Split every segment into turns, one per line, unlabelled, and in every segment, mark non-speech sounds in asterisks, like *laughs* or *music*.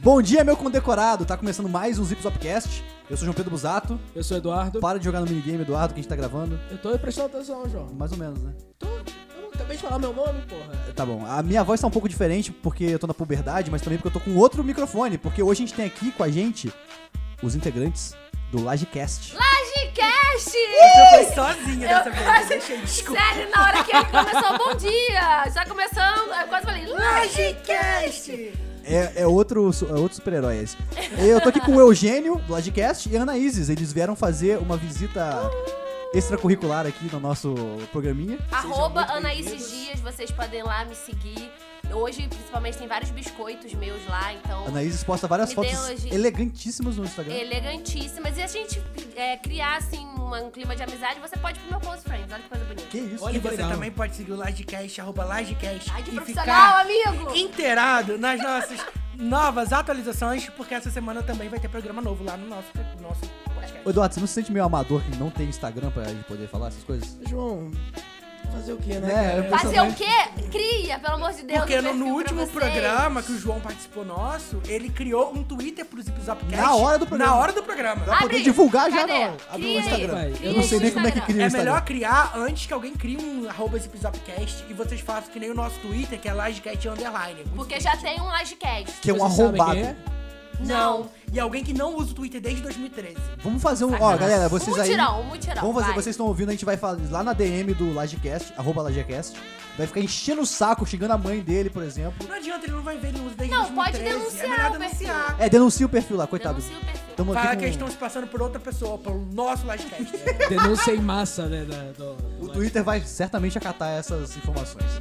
Bom dia, meu condecorado. Tá começando mais um Zip Zopcast. Eu sou João Pedro Busato.
Eu sou Eduardo.
Para de jogar no minigame, Eduardo, que a gente tá gravando.
Eu tô prestando atenção, João.
Mais ou menos, né?
Tô... Eu acabei de falar meu nome, porra.
Tá bom. A minha voz tá um pouco diferente porque eu tô na puberdade, mas também porque eu tô com outro microfone. Porque hoje a gente tem aqui com a gente os integrantes do Lagecast.
Lagecast!
Você foi sozinha dessa
Eu
vez.
quase-
Eu deixei desculpa.
Sério, na hora que ele começou, bom dia! Já começando, eu quase falei, Lagecast!
É, é outro, su- é outro super-herói esse. Eu tô aqui com o Eugênio, do Lagecast, e a Ana Isis. Eles vieram fazer uma visita extracurricular aqui no nosso programinha.
Arroba
muito
Anaíses
bem-vindos.
Dias, vocês podem lá me seguir. Hoje, principalmente, tem vários biscoitos meus lá, então.
A Ana Isis posta várias
Me
fotos
dê hoje.
elegantíssimas no Instagram.
Elegantíssimas. E a gente é, criar, assim, uma- um clima de amizade, você pode ir pro meu Close Friends. Olha que coisa bonita.
Que isso?
Olha
E
que
você
legal.
também pode seguir o Lagecast, arroba Lagecast.
Ai, de
e
profissional,
ficar
amigo!
inteirado nas nossas novas atualizações, porque essa semana também vai ter programa novo lá no nosso, no nosso podcast.
Ô, Eduardo, você não se sente meio amador que não tem Instagram pra gente poder falar essas coisas?
João, fazer o quê, né?
É,
cara?
eu pensava-
Fazer o quê? Cria, pelo amor de Deus.
Porque
um
no, no
perfil pra
último
vocês.
programa que o João participou nosso, ele criou um Twitter pro Zip Zopcast.
Na hora do programa.
Na hora do programa.
Pra poder
Abre.
divulgar já
Cadê?
não. Abre o
Cria aí.
Instagram.
Vai,
Eu
Cria
não sei
aí
nem
o
como é que
Instagram.
cria o
É
Instagram.
melhor criar antes que alguém crie um arroba Zip Zopcast e vocês façam que nem o nosso Twitter, que é Lagecast Underline.
Porque já tem um Lagecast.
Que é um
Vocês sabem
arrombado.
quem é?
Não.
E alguém que não usa o Twitter desde 2013.
Vamos fazer um. Ó, galera, vocês
um
aí.
mutirão, um mutirão.
Vamos fazer,
vai.
vocês estão ouvindo, a gente vai falar lá na DM do Lagecast, arroba Lagecast. Vai ficar enchendo o saco, xingando a mãe dele, por exemplo.
Não adianta, ele não vai ver, ele usa desde
Não, pode
2013.
denunciar
É melhor
o perfil.
denunciar.
É, denuncia o perfil lá, coitado.
Denuncia o perfil.
Tamo
Fala que
aqui
eles
com...
estão se passando por outra pessoa, pelo nosso livecast.
Denúncia em massa, né? da- do- do
O Twitter vai certamente acatar essas informações.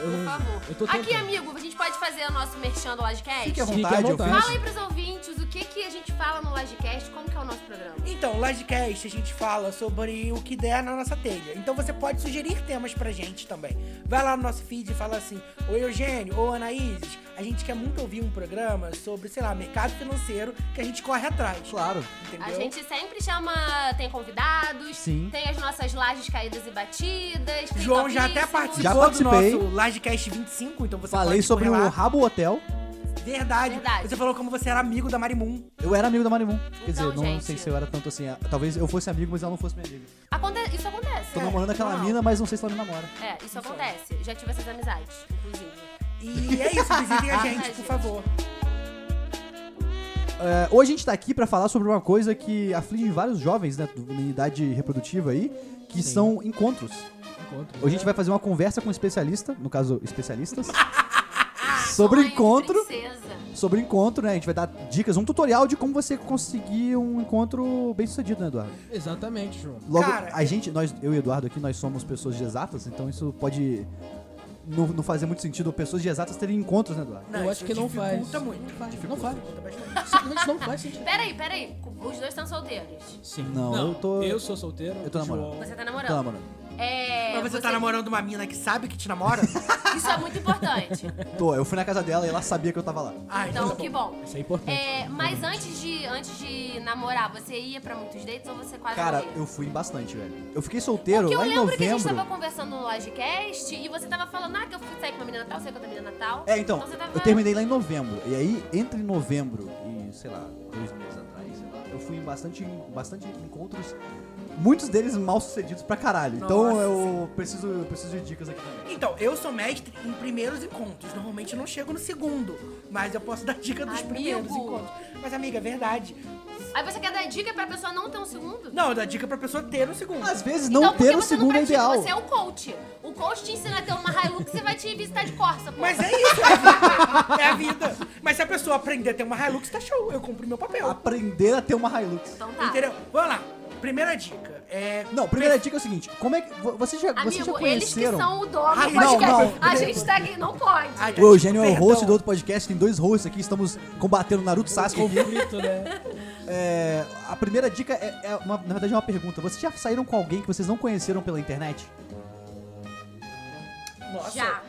Por favor.
eu tô
Aqui,
tentando.
amigo, a gente pode fazer o nosso merchan do Lodcast?
Fique à
Fique à
vontade, eu
vontade.
fiz.
Fala aí pros ouvintes o que, que a gente fala no Lodcast, como que é o nosso programa.
então, o livecast a gente fala sobre o que der na nossa telha. Então você pode sugerir temas pra gente também. Vai lá no nosso feed e fala assim: Oi Eugênio, ou Anaíses, a gente quer muito ouvir um programa sobre, sei lá, mercado financeiro que a gente corre atrás.
Claro.
Entendeu?
A gente sempre chama, tem convidados,
Sim.
tem as nossas lajes caídas e batidas. tem
João já até
topíssimos.
Já
participou do
participei.
nosso Livecast 25, então você
Falei
pode
sobre
correr
o
lá.
Rabo Hotel.
Verdade.
Verdade.
Você falou como você era amigo da Mari Moon.
Eu era amigo da Marimun. Quer dizer,
Então,
não
gente.
sei se eu era tanto assim. ah, Talvez eu fosse amigo, mas ela não fosse minha amiga.
Aconte- Isso acontece.
Tô
É,
namorando aquela
normal.
mina, mas não sei se ela me namora.
É, isso acontece. Já tive essas amizades, inclusive.
E é isso, visitem a gente,
Ai,
por
gente.
favor.
É, hoje a gente tá aqui pra falar sobre uma coisa que aflige vários jovens, né, do- na idade reprodutiva aí, que
Sim.
são encontros.
encontro.
Hoje a gente vai fazer uma conversa com um especialista, no caso,
*laughs*
especialistas, sobre
Sonho de
encontro,
princesa.
sobre encontro, né, a gente vai dar dicas, um tutorial de como você conseguir um encontro bem sucedido, né, Eduardo?
Exatamente, João.
Logo,
Cara,
a gente, nós, eu e Eduardo aqui, nós somos pessoas de exatas, então isso pode não, não fazer muito sentido pessoas de exatas terem encontros, né, Eduardo?
eu acho
isso
que não faz.
Dificulta muito.
Não faz. Não
Dificulta,
faz.
dificulta bastante.
Simplesmente não faz sentido.
Peraí, peraí. Os dois estão solteiros.
Sim.
Não, eu tô-
Eu sou solteiro.
eu tô
o
namorando.
João-
Você tá
Tá,
namorando.
mano.
É,
Mas você, tá namorando uma mina que sabe que
*laughs*
te namora?
Isso é muito
*laughs*
importante.
Tô, eu fui na casa dela e ela sabia que eu tava lá.
Ah,
Então,
tá
que bom.
Isso é importante.
É, mas antes de, antes de namorar, você ia pra muitos dates ou você quase
Cara,
não ia?
eu fui bastante, velho. Eu fiquei solteiro
Porque eu
lá em
lembro é que a gente
novembro.
tava conversando no Lodcast e você tava falando, ah, que eu fui sair com uma menina Natal, sei com outra menina Natal.
É, então,
você tava...
eu terminei lá em novembro. E aí, entre novembro e, sei lá, dois meses atrás, sei lá, eu fui em bastante, bastante encontros. Muitos deles mal sucedidos pra caralho. então
Nossa,
eu preciso, eu preciso de dicas aqui também.
Então, eu sou mestre em primeiros encontros. Normalmente eu não chego no segundo, mas eu posso *laughs* dar dica dos
Amigo.
primeiros encontros. Mas, amiga, é verdade.
Aí você quer dar dica pra pessoa não ter um segundo?
Não, eu dou dica pra pessoa ter um segundo.
Às vezes
Então,
não
por que
ter o
você não
segundo é
pratica?
ideal.
Você é o coach. O coach te ensina a ter uma Hilux e vai te visitar de Corsa, pô.
Mas é isso, é a vida. É a vida. Mas se a pessoa aprender a ter uma Hilux, tá show. Eu cumpri meu papel.
Aprender a ter uma Hilux.
Então Ah, tá.
Entendeu? Vamos lá. Primeira dica. É.
Não, primeira dica é o seguinte, como é que. vo- Vocês já, vocês já
Amigo, eles que
conheceram.
são o dono
Ai,
do podcast.
não, não.
A gente tá aqui, não pode.
Ai,
O Eugênio é o
perdão.
host do outro podcast, tem dois hosts aqui, estamos combatendo Naruto e Sasuke aqui.
Conflito, né?
É, a primeira dica é, é uma- na verdade é uma pergunta. Vocês já saíram com alguém que vocês não conheceram pela internet?
Nossa.
Já.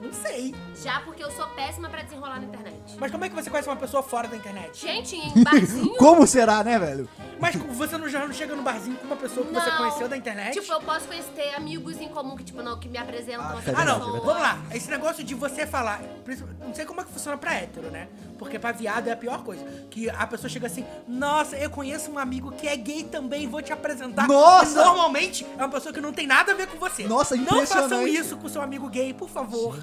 Não sei.
Já porque eu sou péssima pra desenrolar na internet.
Mas como é que você conhece uma pessoa fora da internet?
Gente,
*laughs*
em barzinho.
Como será, né, velho?
Mas você não, já não chega no barzinho com uma pessoa que você
Não.
conheceu da internet?
Tipo, eu posso conhecer ter amigos em comum que, tipo, não, que me apresentam
Ah,
outra
tá,
Ah, não,
pessoa.
vamos lá. Esse negócio de você falar. princi- Não sei como é que funciona pra hétero, né? Porque pra viado é a pior coisa. Que a pessoa chega assim: Nossa, eu conheço um amigo que é gay também, vou te apresentar.
Nossa!
E normalmente é uma pessoa que não tem nada a ver com você.
Nossa, é
Não façam
impressionante.
isso com seu amigo gay, por favor.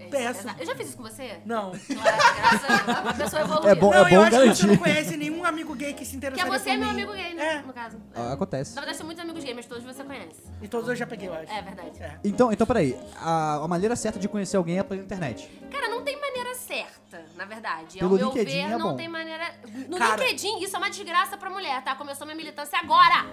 É,
Peço.
Eu já fiz isso com você?
*laughs*
Não.
Claro, graças a Deus. Uma pessoa evoluída.
É bom-
não, eu acho que
garantir.
você não conhece nenhum amigo gay que
Que
se
é
interessa
você, meu amigo gay, né?
É.
No caso. É.
Ah, acontece.
Na verdade, são muitos amigos gay, mas todos você conhece.
E todos eu já peguei, eu acho.
É verdade.
É.
Então, então peraí. A, a maneira certa de conhecer alguém é pela internet.
Cara, não tem maneira certa, na verdade.
Pelo
Ao meu
LinkedIn
ver,
é
não
bom.
tem maneira. No
Cara-
LinkedIn, isso é uma desgraça pra mulher, tá? Começou minha militância agora!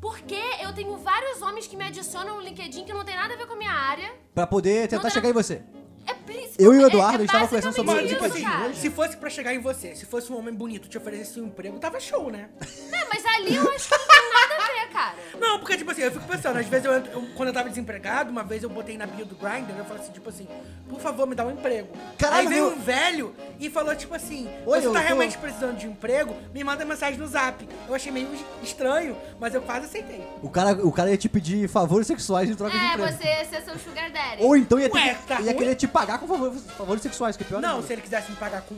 Porque eu tenho vários homens que me adicionam no LinkedIn que não tem nada a ver com a minha área.
Pra poder tentar
dá-
chegar em você.
É príncipe.
Eu e o
é-
Eduardo,
é
a gente tava conversando sobre
Mas,
basicamente
tipo
isso,
assim,
cara.
se fosse pra chegar em você, se fosse um homem bonito te oferecesse um emprego, tava show, né?
É, mas ali eu acho que não tem nada a ver, cara.
Não, porque, tipo assim, eu fico pensando, às vezes eu, entro- eu- quando eu tava desempregado, uma vez eu botei na bio do Grindr, eu falei assim, tipo assim, por favor, me dá um emprego.
Caralho,
Aí veio
meu-
um velho e falou, tipo assim,
Oi,
você
eu
tá
tô-
realmente precisando de um emprego? Me manda mensagem no zap. Eu achei meio estranho, mas eu quase aceitei.
O cara, o cara ia te pedir favores sexuais em troca de
É,
emprego.
você ser seu sugar daddy.
Ou então ia, ter
Ué,
que-
tá
ia
ruim?
querer te pagar com favores, favores sexuais, que é pior
Não,
ainda.
se ele quisesse me pagar com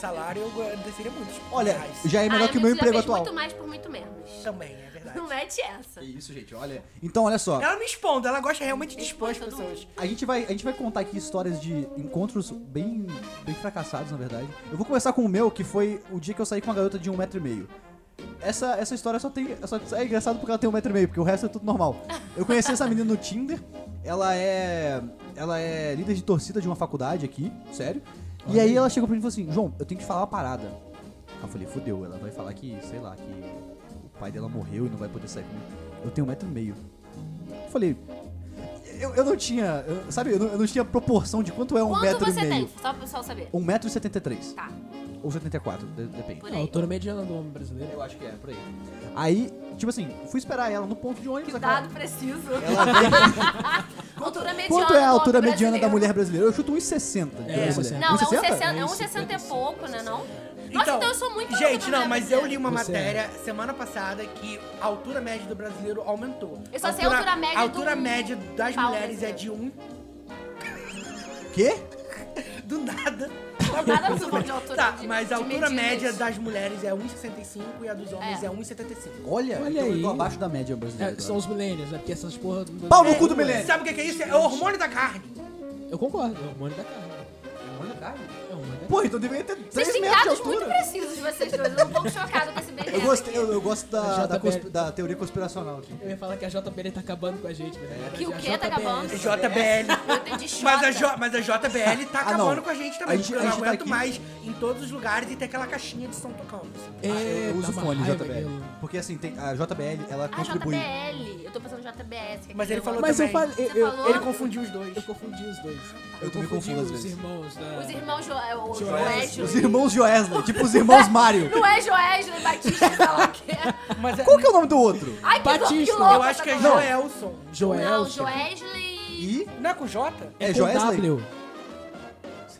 salário, eu agradeceria muito. tipo,
Olha,
reais.
já é melhor
Ah,
que o
amigo,
meu
você já
emprego
fez
atual.
muito mais por muito menos.
Também, é verdade.
Não mete essa.
É isso, gente, olha. Então, olha só.
Ela não expondo, ela gosta realmente de expor as
Todo
pessoas.
A gente, vai, a gente vai contar aqui histórias de encontros bem, bem fracassados, na verdade. Eu vou começar com o meu, que foi o dia que eu saí com uma garota de um metro e meio. Essa, essa história só tem. Só é engraçado porque ela tem um metro e meio, porque o resto é tudo normal. Eu conheci essa menina no Tinder, ela é. Ela é líder de torcida de uma faculdade aqui, sério. E aí ela chegou pra mim e falou assim, João, eu tenho que te falar uma parada. Aí eu falei, fudeu, ela vai falar que, sei lá, que o pai dela morreu e não vai poder sair comigo. Eu tenho um metro e meio. Eu falei. Eu, eu não tinha. eu- sabe, eu não, eu não tinha proporção de quanto é um
Quanto
metro
você
e meio.
tem? Só pro pessoal saber.
Um metro e setenta e três.
Tá,
Ou setenta e quatro, de- depende.
por
Ah,
aí.
eu tô no mediano do homem brasileiro.
Eu acho que é, por aí. Aí, tipo assim, fui esperar ela no ponto de ônibus. aquela-
Dado preciso. altura mediana.
Quanto é a
do
altura
homem
mediana da
brasileiro?
mulher brasileira? Eu chuto 1,60. de
É,
mulher.
1,60.
Não, é um
1,60?
60, é um
Isso,
60 e
55.
pouco, né não? Nossa, então eu sou muito alta
Gente,
pra
não,
mulher
mas eu
brasileira.
li uma
é.
Você
matéria semana passada que a altura média do brasileiro aumentou.
Eu só sei a altura média
A altura
do-
média das
pau
mulheres é de
brasileiro.
um.
Quê?
Do nada.
nada eu sou bom de altura
Tá,
de-
mas a
de
altura
medidas.
média das mulheres é 1,65 e a dos homens é,
É.
1,75.
Olha,
Olha
então eu
aí.
tô abaixo da média
É,
brasileira.
são os millennials, né? Porque essas porra. do-
Pau no
É,
cu do millennial.
Sabe o que que é isso? É o hormônio da carne.
Eu concordo, é o hormônio da carne. É o hormônio da carne.
Pô, então deveria ter 3
Vocês têm
metros de
dados muito
altura.
precisos de vocês dois. Eu tô um pouco chocado com esse BDS.
Eu, gostei, eu, eu gosto da,
Já
da,
tá
consp-
bem.
da teoria conspiracional aqui.
Eu ia falar que a JBL tá acabando com a gente, mas é.
Que o
a
quê?
JBL.
Tá acabando?
JBL.
*laughs* Eu entendi
Mas a,
Jota.
J- mas a JBL tá
Ah, não.
acabando com a gente também.
A gente-
porque eu
a
não
gente tá
aguento
aqui.
mais em todos os lugares e ter aquela caixinha de som tocando. assim.
É,
Ah, eu, eu
dá
uso
uma
fone
raiva
JBL.
aquilo.
Porque assim, tem, a JBL, ela
Ah,
contribui.
JBL. Eu tô pensando em JBS. que é
Mas
aquele
ele falou
Mas eu
também.
falei.
Você
eu-
falou?
Ele confundiu os dois.
Eu confundi os dois.
Eu também confundo às
os
vezes.
irmãos da.
Os irmãos Joel. o
Joel.
Joel.
Os irmãos Joesley, tipo os irmãos Mario.
Não é Joel, e Batista, sei lá o
*laughs*
quê.
Mas é-
Qual que é o nome do outro?
Ai, que
Batista.
que louco
eu acho que é
essa conversa.
Joelson.
Joel.
Não, é
chega.
Joesley.
E.
Não é com J?
É,
com
Joesley?
W.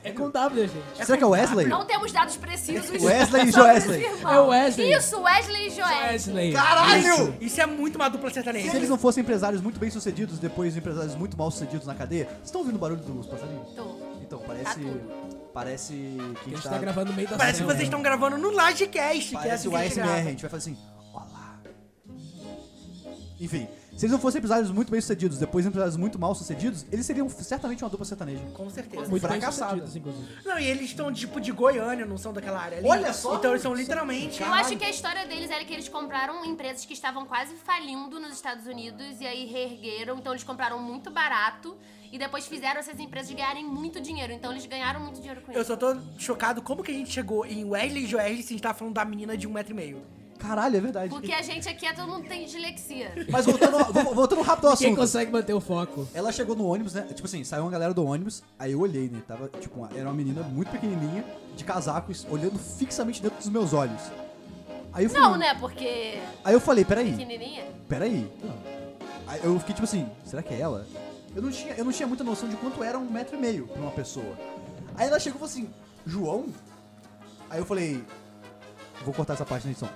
É com W, gente.
Será que é Wesley?
Não temos dados precisos.
Wesley e
sobre os
Joesley.
irmãos.
É o Wesley. É
Isso, Wesley e Joesley.
Wesley.
Caralho!
Isso é muito uma dupla
Se
sertaneja.
eles não fossem empresários muito bem sucedidos, depois empresários muito mal sucedidos na cadeia, vocês estão ouvindo o barulho dos passarinhos?
Tô.
Então, parece.
Tá tudo.
Parece
A
que
gente tá gravando no meio da
Parece que
cena.
vocês estão gravando no Lodgecast, que é
Parece
assim
o
que a
ASMR,
gente
a
grava.
gente vai fazer assim. Olá. Enfim, se eles não fossem empresários muito bem sucedidos, depois empresários muito mal sucedidos, eles seriam certamente uma dupla sertaneja.
Com certeza.
Muito bem
Fracassado.
sucedidos, inclusive.
Não, e eles estão tipo de Goiânia, não são daquela área ali.
Olha só!
Então eles são literalmente.
Eu acho que a história deles era que eles compraram empresas que estavam quase falindo nos Estados Unidos e aí reergueram, então eles compraram muito barato e depois fizeram essas empresas ganharem muito dinheiro, então eles ganharam muito dinheiro com
Eu
isso.
só tô chocado como que a gente chegou em Wesley e Joelson se a gente tá falando da menina de um metro e meio.
Caralho, é verdade.
Porque a gente aqui é todo mundo tem dislexia.
Mas voltando, vo- voltando rápido ao
Quem
assunto.
consegue manter o foco?
Ela chegou no ônibus, né? Tipo assim, saiu uma galera do ônibus, aí eu olhei, né? Tava, tipo, uma- era uma menina muito pequenininha, de casacos, olhando fixamente dentro dos meus olhos. Aí eu falei,
Não, né? Porque
Aí eu falei, peraí,
pequenininha.
peraí. Aí eu fiquei tipo assim, será que é ela? Eu não tinha, eu não tinha muita noção de quanto era um metro e meio pra uma pessoa. Aí ela chegou e falou assim, João? Aí eu falei, vou cortar essa parte na edição.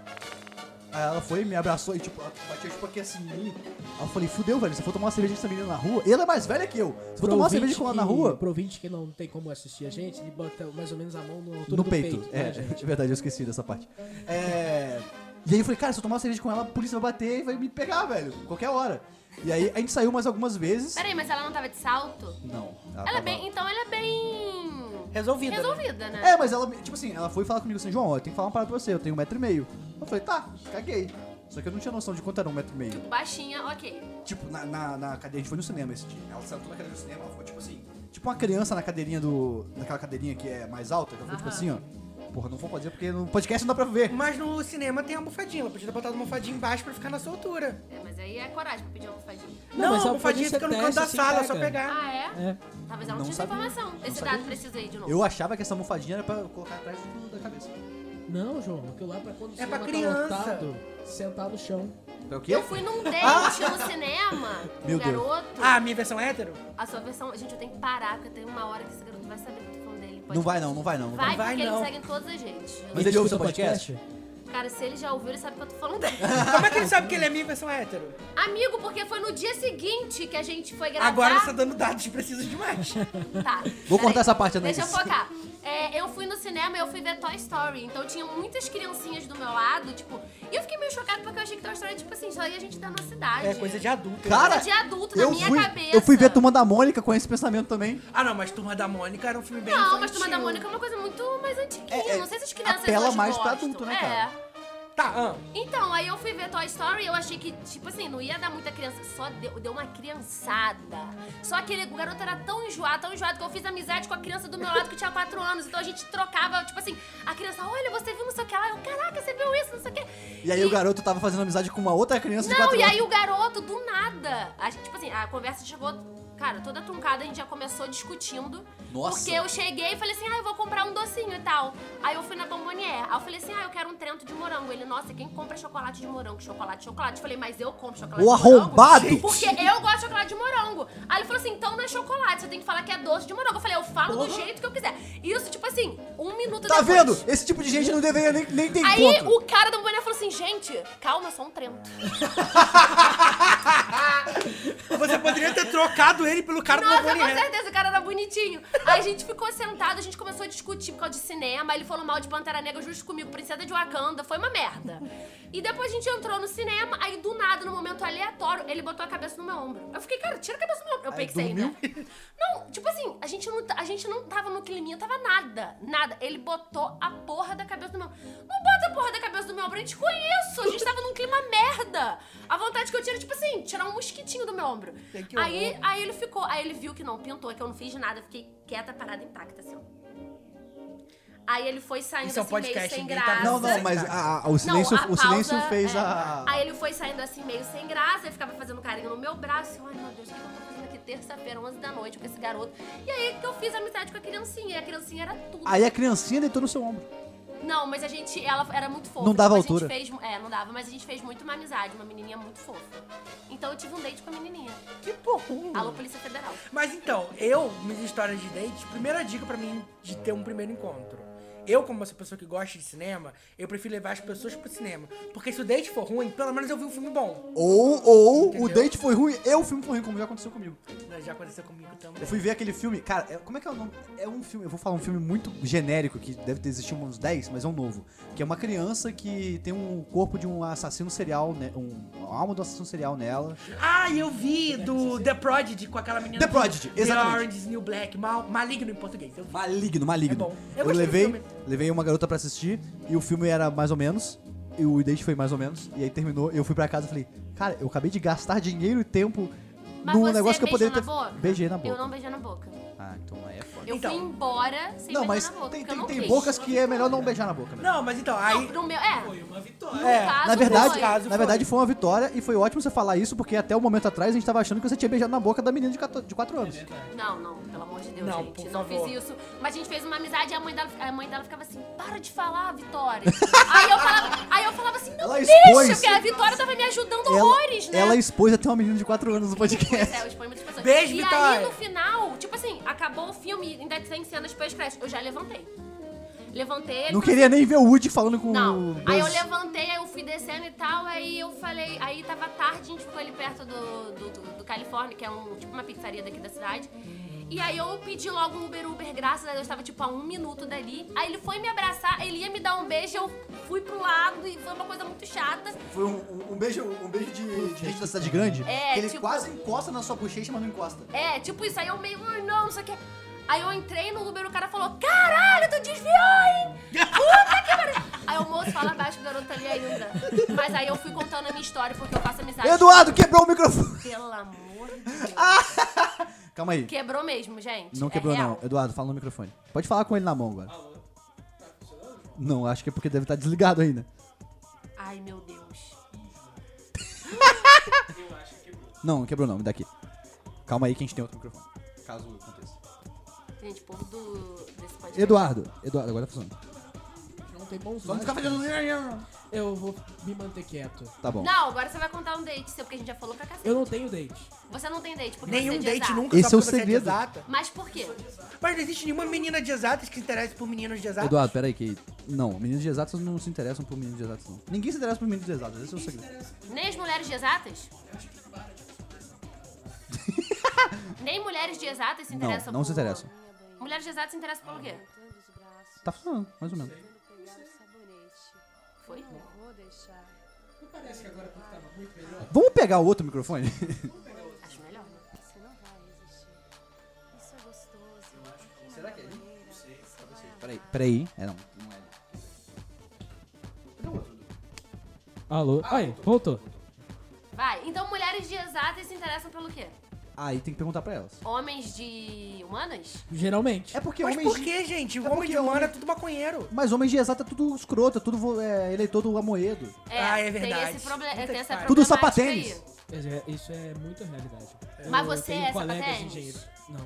Aí ela foi, me abraçou e tipo, ela bateu tipo aqui assim em mim. Aí eu falei, fudeu, velho, se eu for tomar uma cerveja com essa menina na rua, e ela é mais velha que eu. Se eu for tomar uma cerveja com ela na rua,
Pro ouvinte que não tem como assistir a gente, ele bota mais ou menos a mão no, altura
no
do
peito.
né,
É,
gente?
de *laughs* verdade, eu esqueci dessa parte. É. E aí eu falei, cara, se eu tomar uma cerveja com ela, a polícia vai bater e vai me pegar, velho. Qualquer hora. E aí a gente saiu mais algumas vezes.
Peraí, mas ela não tava de salto?
Não.
Ela
tava-
é bem. Então ela é bem.
Resolvida. né?
Resolvida, né?
É, mas ela, tipo assim, ela foi falar comigo assim, João, ó, eu tenho que falar uma parada pra você, eu tenho um metro e meio. Eu falei, tá, caguei. Só que eu não tinha noção de quanto era um metro e meio.
Baixinha, ok.
Tipo, na, na, na cadeira, a gente foi no cinema esse dia. né? Ela sentou na cadeira do cinema, ela foi tipo assim. Tipo uma criança na cadeirinha do. Naquela cadeirinha que é mais alta, que ela foi tipo assim, ó. Porra, não vou fazer porque no podcast não dá pra ver.
Mas no cinema tem a almofadinha. Ela podia ter botado a almofadinha embaixo pra ficar na sua altura.
É, mas aí é coragem pra pedir uma almofadinha.
Não,
Não,
mas
a
a
almofadinha
almofadinha
fica no
você
canto da
desce
sala,
assim,
é só
pega.
pegar.
Ah, é?
É.
Talvez ela
Não
não, tinha essa
sabia.
informação. Esse
sabia.
dado precisa aí de novo.
Eu achava que essa almofadinha era pra colocar atrás do- da cabeça.
Não, João, aquilo lá é pra quando o
É pra
cinema tá
criança.
lotado, sentar no chão.
Pra É o quê?
Eu fui
*laughs*
num date no cinema,
Meu
um
Deus.
garoto.
Ah, minha versão hétero?
A sua versão. Gente, eu tenho que parar, porque tem uma hora que esse garoto vai saber que eu tô falando dele. Pode-
Não vai não, não vai não. não
Vai,
Vai
porque
não.
ele segue todas as gente. Eu-
Mas ele ouve
escuta
seu podcast?
Cara, se ele já ouviu, ele sabe que eu tô falando
*laughs*
dele.
Como é que ele sabe que ele é minha versão hétero?
Amigo, porque foi no dia seguinte que a gente foi gravar.
Agora você tá dando dados precisos
*laughs*
demais.
Tá.
*laughs* Vou
peraí.
cortar essa parte, Anaís.
Deixa eu focar. É, eu fui no cinema e eu fui ver Toy Story. Então tinha muitas criancinhas do meu lado, tipo. E eu fiquei meio chocada porque eu achei que Toy Story, tipo assim, só ia a gente da nossa idade.
É coisa de adulto.
Cara,
Coisa de adulto, na
Eu
minha
fui,
cabeça.
eu fui ver Turma da Mônica com esse pensamento também.
Ah, não, mas Turma da Mônica era um filme bem
Não, mas
infantil.
Turma da Mônica é uma coisa muito mais antiguinha.
É, é,
não sei se as crianças
apela
hoje
mais pra
gostam.
adulto, né,
é.
cara?
Tá, ah,
Então, aí eu fui ver Toy Story e eu achei que, tipo assim, não ia dar muita criança. Só deu, deu uma criançada. Só que ele, o garoto era tão enjoado, tão enjoado, que eu fiz amizade com a criança do meu lado que tinha 4 anos. Então a gente trocava, tipo assim, a criança, olha, você viu não sei o que lá. Eu, caraca, você viu isso, não sei o que.
E aí o garoto tava fazendo amizade com uma outra criança de
Não,
quatro
e
anos.
aí o garoto, do nada. A gente, tipo assim, a conversa chegou, cara, toda truncada, a gente já começou discutindo.
Nossa.
Porque eu cheguei e falei assim, ah, eu vou comprar um docinho e tal. Aí eu fui na bombonier. Aí eu falei assim, ah, eu quero um trento de morango. Ele, nossa, quem compra chocolate de morango? Chocolate, chocolate. Eu falei, mas eu compro chocolate
O
de morango.
arrombado!
Porque eu gosto de chocolate de morango. Aí ele falou assim, então não é chocolate, você tem que falar que é doce de morango. Eu falei, eu falo do jeito que eu quiser. Isso, tipo assim, um minuto
Tá
depois.
vendo? Esse tipo de gente não deveria nem, nem ter
Aí
encontro.
o cara da bombonier falou assim, gente, calma, é só um trento.
você poderia ter trocado ele pelo cara
Nossa, é-
do Napoleão.
com certeza, o cara era bonitinho. Aí a gente ficou sentado, a gente começou a discutir por causa de cinema. Ele falou mal de Pantera Negra justo comigo, Princesa de Wakanda. Foi uma merda. E depois a gente entrou no cinema, aí do nada, num momento aleatório, ele botou a cabeça no meu ombro. Eu fiquei, cara, tira a cabeça do meu ombro. Eu pensei, né? Não, tipo assim, a gente não, tá- a gente não tava no climinha, tava nada, nada. Ele botou a porra da cabeça do meu ombro. Não bota a porra da cabeça do meu ombro, eu te conheço. A gente tava num clima merda. A vontade que eu tinha era, tipo assim, tirar um mosquitinho do meu ombro.
Tem que
Aí Aí ele ficou, aí ele viu que não pintou, que eu não fiz nada, fiquei quieta, parada, intacta, assim, ó. Aí ele foi saindo
Isso é um
assim, meio
podcast,
sem
ninguém tá
graça.
vendo.
Não, não, mas a- a- o silêncio,
Não, a
o silêncio
pausa,
fez
é.
a.
Aí ele foi saindo assim, meio sem graça, e ficava fazendo carinho no meu braço. Eu, Ai, meu Deus, o que eu tô fazendo aqui terça-feira, 11 da noite, com esse garoto? E aí que eu fiz amizade com a criancinha, e a criancinha era tudo.
Aí a criancinha deitou no seu ombro.
Não, mas a gente, ela era muito fofa.
Não dava
Tipo,
altura.
A gente fez, é, não dava, mas a gente fez muito uma amizade, uma menininha muito fofa. Então eu tive um date com a menininha.
Que porra.
Alô, Polícia Federal.
Mas então, eu, minhas histórias de date, primeira dica pra mim de ter um primeiro encontro. Eu, como essa pessoa que gosta de cinema, eu prefiro levar as pessoas pro cinema. Porque se o date for ruim, pelo menos eu vi um filme bom.
Ou, ou o
Entendeu?
date foi ruim e o filme foi ruim, como já aconteceu comigo.
Né, Já aconteceu comigo também.
Eu fui ver aquele filme, cara, é- como é que é o nome? É um filme, eu vou falar um filme muito genérico, que deve ter existido uns 10, mas é um novo. Que é uma criança que tem um corpo de um assassino serial, né? Um, uma alma do assassino serial nela.
Ah, eu vi do The Prodigy com aquela menina.
The
do
Prodigy,
The
exatamente.
Orange is the New Black, mal, maligno em português. Eu vi.
Maligno, maligno.
É bom. Eu
Eu,
gostei do
levei,
filme.
levei uma garota pra assistir e o filme era mais ou menos. E o date foi mais ou menos. E aí terminou, eu fui pra casa e falei, cara, eu acabei de gastar dinheiro e tempo
Mas
num
você
negócio que eu
beijou
poderia ter.
na boca?
Beijei na boca.
Eu não beijei na boca.
Ah, Ah, então aí é foda.
Eu
Então.
fui embora sem
não,
beijar
mas
na
tem,
boca, porque eu
tem,
não
tem
quis.
bocas que é melhor não beijar na boca. Né?
Não, mas então, aí.
Não, no meu, é.
Foi uma vitória.
É.
caso,
Na verdade,
foi.
caso
na
foi.
verdade foi uma vitória e foi ótimo você falar isso, porque até o momento atrás a gente tava achando que você tinha beijado na boca da menina de 14 de 4 anos.
Não, não, pelo amor de Deus,
Não,
gente.
por
não
favor.
fiz isso. Mas a gente fez uma amizade e a mãe dela, a mãe dela ficava assim, para de falar, Vitória. aí, eu falava, aí eu falava assim, não
Ela expôs.
deixa, porque a Vitória tava me ajudando horrores, né?
ela expôs até uma menina de 4 anos no
Pois
podcast.
é, eu exponho muitas pessoas.
Beijo,
e
Vitória.
aí, no final, tipo assim, acabou o filme, ainda tem cenas pós-crédito. Eu já levantei. Levantei, ele
Não
falou
queria nem ver o Woody falando com
é. não.
o Buzz.
Aí eu levantei, aí eu fui descendo e tal, aí eu falei, aí tava tarde, a gente ficou ali perto do, do, do- do Califórnia, que é um, tipo uma pizzaria daqui da cidade. E aí eu pedi logo um Uber, Uber, graças a Deus, tava tipo a um minuto dali. Aí ele foi me abraçar, ele ia me dar um beijo, eu fui pro lado e foi uma coisa muito chata.
Foi um, um beijo, um beijo de, de gente da cidade grande.
É,
que ele
tipo-
quase encosta na sua bochecha, mas não encosta.
É, tipo isso, aí eu meio, ai não, não sei o que. Aí eu entrei no Uber, o cara falou, caralho, tu desviou, hein? Puta que pariu. Aí o moço fala baixo, o garoto tá ali ainda. Mas aí eu fui contando a minha história, porque eu faço amizade.
Eduardo quebrou o microfone.
Pelo amor de Deus.
*laughs* Calma aí.
Quebrou mesmo, gente.
Ah! Não
É
quebrou,
real.
não. Eduardo, fala no microfone. Pode falar com ele na mão agora. Não, acho que é porque deve estar desligado ainda.
Ai, meu Deus.
Não, não quebrou não, me dá aqui. Calma aí que a gente tem outro microfone. Caso aconteça.
Gente, o povo tipo, um do, desse podcast.
Eduardo, Eduardo, agora tá funcionando.
Não tem bons
Só não
olhos.
ficar fazendo.
Eu vou me manter quieto.
Tá bom.
Não, agora você vai contar um date seu, porque a gente já falou pra cacete.
Eu não tenho date.
Você não tem date, porque
Nenhum
você é de
date
exato.
nunca,
Esse
só
é o
porque você de
segredo.
exata.
Mas por quê?
Mas não existe nenhuma menina de exatas que se interessa por meninos de exatas.
Eduardo, peraí que... Não, meninos de exatas não se interessam por meninos de exatas, não. Ninguém se interessa por meninos de exatas, esse é o segredo.
Nem as mulheres
*laughs*
de exatas? Nem mulheres de exatas se
Não,
interessam
não
por...
se interessam.
Mulheres de exatas se interessam pelo quê?
Tá falando, mais ou menos.
Foi?
Não parece que agora tudo tava muito melhor?
Vamos pegar o outro microfone?
Acho melhor, né?
Será que é ele? *laughs* Peraí, peraí. É, não. Não é
Alô? Aí, voltou.
Vai. Então, mulheres de exatas se interessam pelo quê?
Aí Ah, tem que perguntar pra elas.
Homens de humanas?
Geralmente.
É porque
Mas
homens...
por que, gente? O
É
homem
porque
de humano
homem-
é tudo maconheiro.
Mas homens de exata é tudo escroto, é tudo vo- é, eleitor do Amoedo.
É,
Ah, é
Tem,
verdade.
esse proble-
Puta
tem
que
essa
pariu.
Tudo
problemática
sapatênis.
aí.
É, Isso é muito realidade.
Mas
Eu
você
tenho
é
colegas
sapatênis?
engenheiros. Não,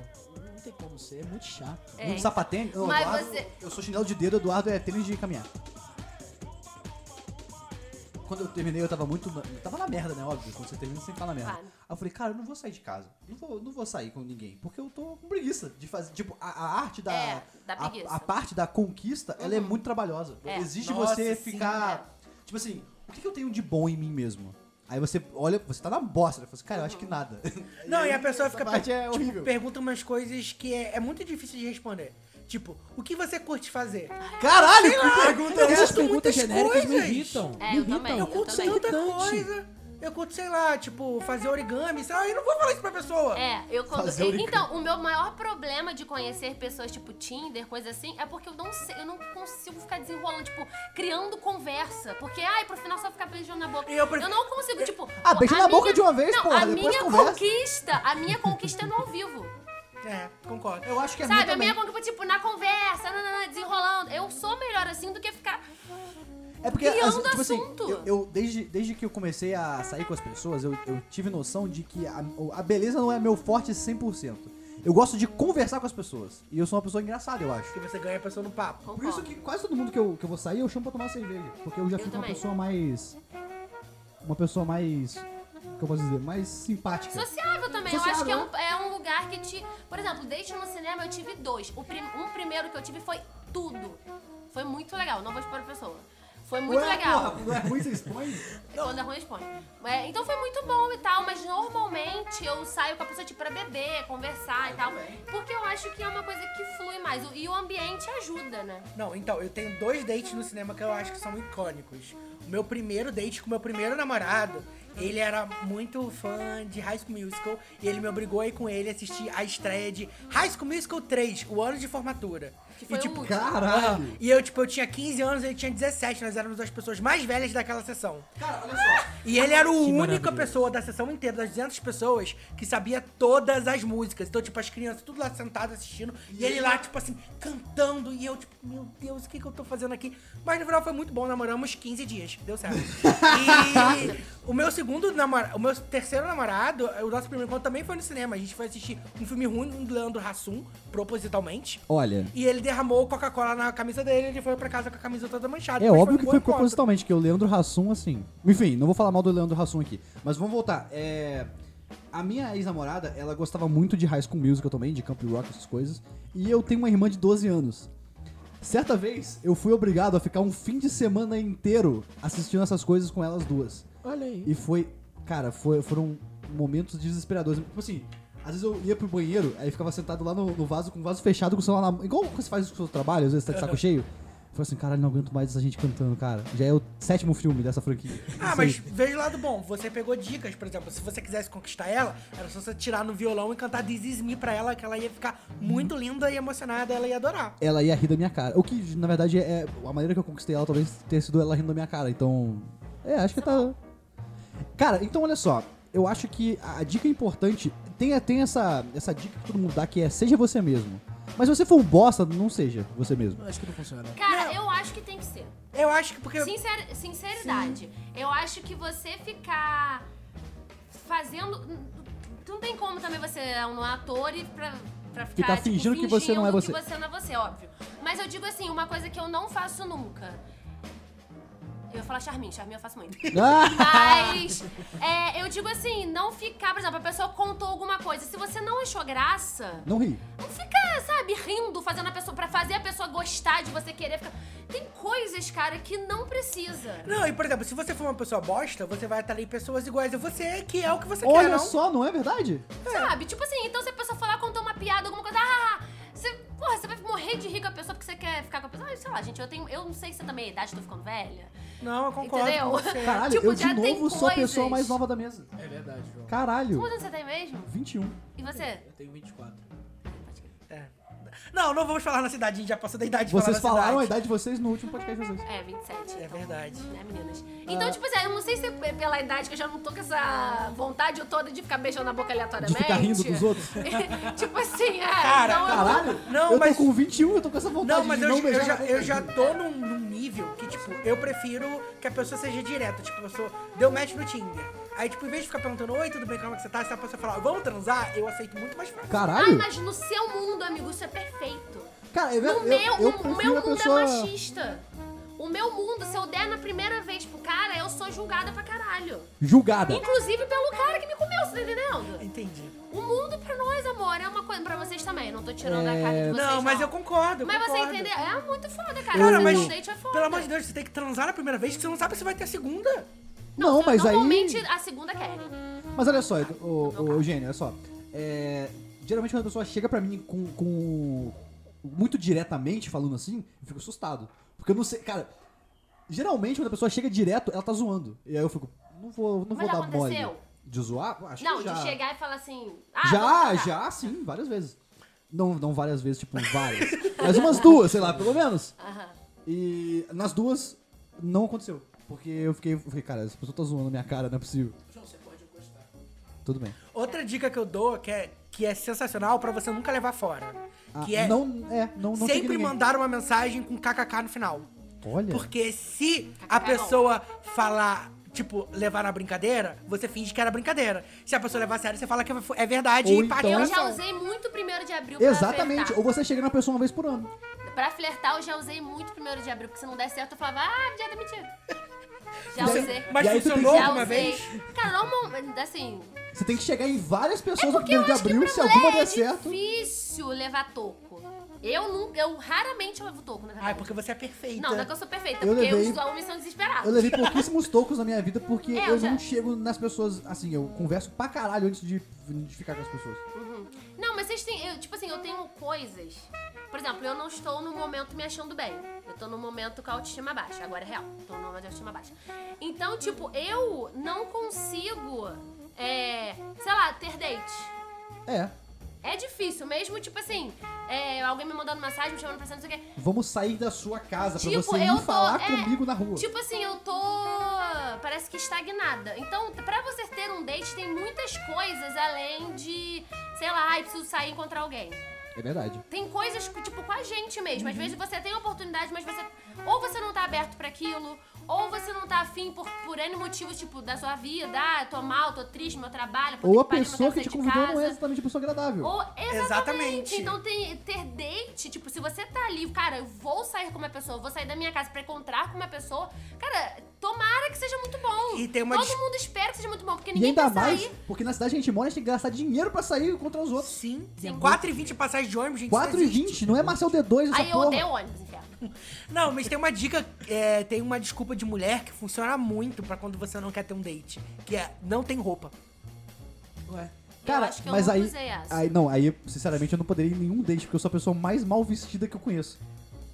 não tem como ser. É muito chato.
É,
Um sapatênis. Não,
Mas
Eduardo,
você-
Eu sou chinelo de dedo, Eduardo é tênis de caminhar. Quando eu terminei, eu tava muito. na- eu tava na merda, né? Óbvio. Quando você termina, você tá na merda.
Claro.
Aí eu falei, cara, eu não vou sair de casa. Não vou, não vou sair com ninguém. Porque eu tô com preguiça de fazer. Tipo, a, a arte da.
É, da
a-
preguiça.
a, parte da conquista, ela é muito trabalhosa.
É.
Exige
Nossa,
você
sim,
ficar. Tipo assim, o que que eu tenho de bom em mim mesmo? Aí você olha, você tá na bosta, né? Fala assim, cara, eu acho que
Uhum.
nada.
Não, e a pessoa
Essa
fica
parte
per-
é
tipo,
horrível.
pergunta umas coisas que é, é muito difícil de responder. Tipo, o que você curte fazer?
Caralho, que pergunta é
Essas
essa?
perguntas
muitas
genéricas me
coisas.
irritam. me
É, eu
irritam.
também,
Eu
eu
curto
também.
tanta
Irritante.
coisa. Eu curto, sei lá, tipo, fazer origami, sei lá, eu não vou falar isso pra pessoa.
É, eu quando.
Fazer origami.
Então, o meu maior problema de conhecer pessoas tipo Tinder, coisa assim, é porque eu não sei, eu não consigo ficar desenrolando, tipo, criando conversa. Porque, ai, pro final só ficar beijando na boca.
Eu prefiro-
não consigo, tipo.
Ah,
pô,
beija
a
na boca
minha-
de uma vez,
não,
porra,
A
depois
minha
conversa.
conquista, a minha conquista é no ao
*laughs*
vivo.
É, concordo.
Eu acho que é
Sabe,
minha
a minha
também.
conquista, tipo, na conversa, nananã, desenrolando. Eu sou melhor assim do que ficar.
É porque,
Criando
assim, tipo assim,
assunto.
eu, eu- desde, desde que eu comecei a sair com as pessoas, eu, eu tive noção de que a, a beleza não é meu forte 100%. Eu gosto de conversar com as pessoas. E eu sou uma pessoa engraçada, eu acho.
Que você ganha a pessoa no papo.
Por isso que quase todo mundo que eu, que eu vou sair, eu chamo pra tomar cerveja. Porque eu já
Eu
fico uma
também.
pessoa mais... Uma pessoa mais... O que eu posso dizer? Mais simpática.
Sociável também. eu acho que é
Sociável,
um, é um lugar que te. Por exemplo, desde no cinema eu tive dois. O prim- Um primeiro que eu tive foi tudo. Foi muito legal. Não vou expor a pessoa. Foi muito
Ué,
legal.
porra, não é ruim, você
*laughs*
expõe?
Quando é ruim, expõe. É, então foi muito bom e tal, mas normalmente eu saio com a pessoa tipo pra beber, conversar e tal. Porque eu acho que é uma coisa que flui mais. E o ambiente ajuda, né?
Não, então, eu tenho dois dates no cinema que eu acho que são icônicos. O meu primeiro date com o meu primeiro namorado, ele era muito fã de High School Musical e ele me obrigou a ir com ele assistir a estreia de High School Musical 3, o ano de formatura.
Que foi
e,
o
tipo,
último.
Caralho!
E eu, tipo, eu tinha 15 anos, ele tinha 17, nós éramos as pessoas mais velhas daquela sessão.
Cara, olha só.
E ele era o
Que
única
maravilha.
pessoa da sessão inteira, das 200 pessoas, que sabia todas as músicas. Então, tipo, as crianças tudo lá sentadas assistindo, e ele lá, tipo assim, cantando, e eu, tipo, meu Deus, o que que eu tô fazendo aqui? Mas no final foi muito bom, namoramos 15 dias, deu certo. E o meu segundo namorado, o meu terceiro namorado, o nosso primeiro encontro também foi no cinema. A gente foi assistir um filme ruim do Leandro Hassum, propositalmente.
Olha,
E ele derramou Coca-Cola na camisa dele, ele foi pra casa com a camisa toda manchada.
é
Mas
óbvio
um
que
bom
foi
encontro.
propositalmente, que o Leandro Hassum, assim. Enfim, não vou falar mal do Leandro Hassum aqui. Mas vamos voltar. É. A minha ex-namorada, ela gostava muito de High School Musical também, de Camp Rock, essas coisas. E eu tenho uma irmã de 12 anos. Certa vez, eu fui obrigado a ficar um fim de semana inteiro assistindo essas coisas com elas duas.
Olha aí.
E foi, cara, foi- foram momentos desesperadores. Tipo assim, às vezes eu ia pro banheiro, aí ficava sentado lá no, no vaso, com o vaso fechado, com o celular na mão. Igual você faz com o seu trabalho, às vezes tá de saco cheio. Falei assim, caralho, não aguento mais essa gente cantando, cara. Já é o sétimo filme dessa franquia.
Ah,
Isso
mas
aí.
veja o lado bom. Você pegou dicas, por exemplo. Se você quisesse conquistar ela, era só você tirar no violão e cantar This Is Me pra ela, que ela ia ficar muito linda e emocionada, ela ia adorar.
Ela ia rir da minha cara. O que, na verdade, é. A maneira que eu conquistei ela talvez tenha sido ela rindo da minha cara. Então. É, acho que tá. Cara, então olha só. Eu acho que a a dica importante. Tem, tem essa, essa dica que todo mundo dá que é seja você mesmo. Mas se você for um bosta, não seja você
*laughs*
mesmo.
Acho que não funciona.
Cara,
Não.
eu acho que tem que ser.
Eu acho que porque.
Sincer- sinceridade. Eu acho que você ficar fazendo. Tu não tem como também você é um ator e pra.
Ficar
Pra ficar, tipo,
tá fingindo que você não é você.
fingindo Que você não é você, óbvio. Mas eu digo assim, uma coisa que eu não faço nunca. Eu ia falar Charmin, Charmin eu
*laughs*
faço muito.
Ah!
Mas é, eu digo assim, não ficar, por exemplo, a pessoa contou alguma coisa. Se você não achou graça,
Não ri.
não ficar, sabe, rindo, fazendo a pessoa. Pra fazer a pessoa gostar de você querer ficar. Tem coisas, cara, que não precisa.
Não, e por exemplo, se você for uma pessoa bosta, você vai atrair pessoas iguais a você, que é o que você quer,
Olha
não?
só, não é verdade?
Sabe? Tipo assim, então se a pessoa falar, contou uma piada, alguma coisa, ah, você, porra, você vai morrer de rir com a pessoa porque você quer ficar com a pessoa. Ah, sei lá, gente, eu tenho. Eu não sei se também é a idade, tô ficando velha.
Não, eu concordo
Entendeu?
com você.
Caralho,
*laughs* Tipo,
eu de
já tem
novo sou a pessoa
coisas.
mais nova da mesa.
É verdade, João.
Tipo,
Caralho.
Quantos anos você tem mesmo?
21.
E você?
Eu tenho 24.
É. Não, não vamos falar na cidade, a gente já passou da idade de
Vocês
falar na
falaram a
cidade.
idade de vocês no último podcast de vocês.
É, 27.
É
então,
verdade.
Né, meninas? Então, tipo assim, eu não sei se é p- pela idade que eu já não tô com essa vontade toda de ficar beijando a boca
De
aleatoriamente.
ficar rindo dos outros.
*laughs* tipo assim, é.
Cara,
então eu não-
Caralho.
Não,
eu
mas-
tô com 21, eu tô com essa vontade
Não, mas
de
eu,
não
já-
beijar
eu,
na
já,
boca.
eu já tô num, num nível que, tipo, eu prefiro que a pessoa seja direta. Tipo, a pessoa deu match no Tinder. Aí, tipo, em vez de ficar perguntando, oi, tudo bem, como é que você tá? Se a pessoa falar, vamos transar, eu aceito muito mais fácil.
Ah,
Caralho.
mas no seu mundo, amigo, isso é perfeito.
Cara, eu,
No
eu,
meu,
eu
o- o
prefiro
meu
a
mundo
pessoa...
é machista. O meu mundo, se eu der na primeira vez pro cara, eu sou julgada pra caralho.
Julgada.
Inclusive pelo cara que me comeu, você tá entendendo?
Entendi.
O mundo pra nós, amor, é uma coisa. Pra vocês também, não tô tirando
É.
a cara de vocês.
Não, mas eu concordo. eu
Mas você
concordo.
entendeu? É muito foda, cara.
Cara,
Fazer
mas.
um date é foda.
Pelo amor de Deus, você tem que transar na primeira vez, que você não sabe se vai ter a segunda.
Não, mas aí...
então, Normalmente a segunda querem.
Mas olha só, Edu- ô, ô, Eugênio, olha só. É, geralmente quando a pessoa chega pra mim com, com- muito diretamente falando assim, eu fico assustado. Porque eu não sei, cara. Geralmente quando a pessoa chega direto, ela tá zoando. E aí eu fico, não vou, não
Mas
vou dar
aconteceu?
mole. De zoar? Acho
Não,
que já.
de chegar e falar assim. Ah,
já,
vamos transar.
já, sim, várias vezes. Não, não várias vezes, tipo, várias. *laughs* Mas umas duas, sei lá, pelo menos.
Aham.
E nas duas, não aconteceu. Porque eu fiquei, eu fiquei cara, essa pessoa tá zoando a minha cara, não é possível.
João, você pode encostar.
Tudo bem.
Outra dica que eu dou, que é, que é sensacional pra você nunca levar fora.
Ah,
que é
não, é, não, não chega
sempre
ninguém.
mandar uma mensagem com kkk no final.
Olha.
Porque se a
Cacau.
pessoa falar, tipo, levar na brincadeira, você finge que era brincadeira. Se a pessoa levar a sério, você fala que é verdade
Ou
e paga
então-
a
Eu já
relação.
usei muito primeiro de abril pra
Exatamente.
flertar.
Ou você chega na pessoa uma vez por ano.
Pra flertar, eu já usei muito primeiro de abril, porque se não der certo, eu falava, ah, dia
*laughs*
da mentira. Já
Você-
usei.
E
Mas
aí tu tem
funcionou
que-
já
alguma
usei.
vez?
Cara, normal, assim.
Você tem que chegar em várias pessoas no
É Porque eu
primeiro de
acho que é
abril,
pra
se
mulher
alguma
é
der certo.
difícil levar toco. Eu nunca, eu raramente levo toco, na
Ah, é
verdade.
porque você é perfeita.
Não, não é que eu sou perfeita,
Eu
porque
levei-
os homens são desesperados.
Eu levei pouquíssimos tocos na minha vida porque
É,
eu,
eu já-
não chego nas pessoas. Assim, eu converso pra caralho antes de, de ficar com as pessoas.
Não, mas vocês têm. eu, tipo assim, eu tenho coisas. Por exemplo, eu não estou no momento me achando bem. Eu tô no momento com a autoestima baixa. Agora é real. Tô no momento de autoestima baixa. Então, tipo, eu não consigo. É, sei lá, ter date.
É,
É difícil, mesmo, tipo assim, é, alguém me mandando mensagem, me chamando pra cena, não sei o quê.
vamos sair da sua casa pra
Tipo,
você
eu
ir
tô-
falar
é,
comigo na rua.
Tipo assim, eu tô. Parece que estagnada. Então, pra você ter um date, tem muitas coisas além de, sei lá, ai, preciso sair e encontrar alguém.
É verdade.
Tem coisas, tipo, com a gente mesmo.
Uhum.
Às vezes você tem oportunidade, mas você. Ou você não tá aberto pra aquilo, ou você não tá afim por, por N motivos, tipo, da sua vida. Ah, tô mal, tô triste, meu trabalho. puta
Ou a
que pariu, não
pessoa
quero
que te
sair de
convidou não é
casa.
exatamente uma pessoa agradável.
Ou, exatamente.
Exatamente.
Então tem, ter date, tipo, se você tá ali, cara, eu vou sair com uma pessoa, eu vou sair da minha casa pra encontrar com uma pessoa, cara, tomara que seja muito bom.
E tem uma
Todo
dis-
mundo espera que seja muito bom, porque
E
ninguém
ainda
quer
mais,
sair.
porque na cidade a gente mora, a gente tem que gastar dinheiro pra sair contra os outros.
Sim. 4,20 passagem de ônibus, gente. isso não
4 e
existe.
20, não é Marcel D2 essa
Aí eu
porra.
odeio ônibus, inferno.
Não, mas tem uma dica, é, tem uma desculpa de mulher que funciona muito pra quando você não quer ter um date. Que é, não tem roupa. Ué.
Cara,
eu acho que
mas
eu nunca
aí,
usei essa.
aí. Não, aí, sinceramente, eu não poderia ir em nenhum date, porque eu sou a pessoa mais mal vestida que eu conheço.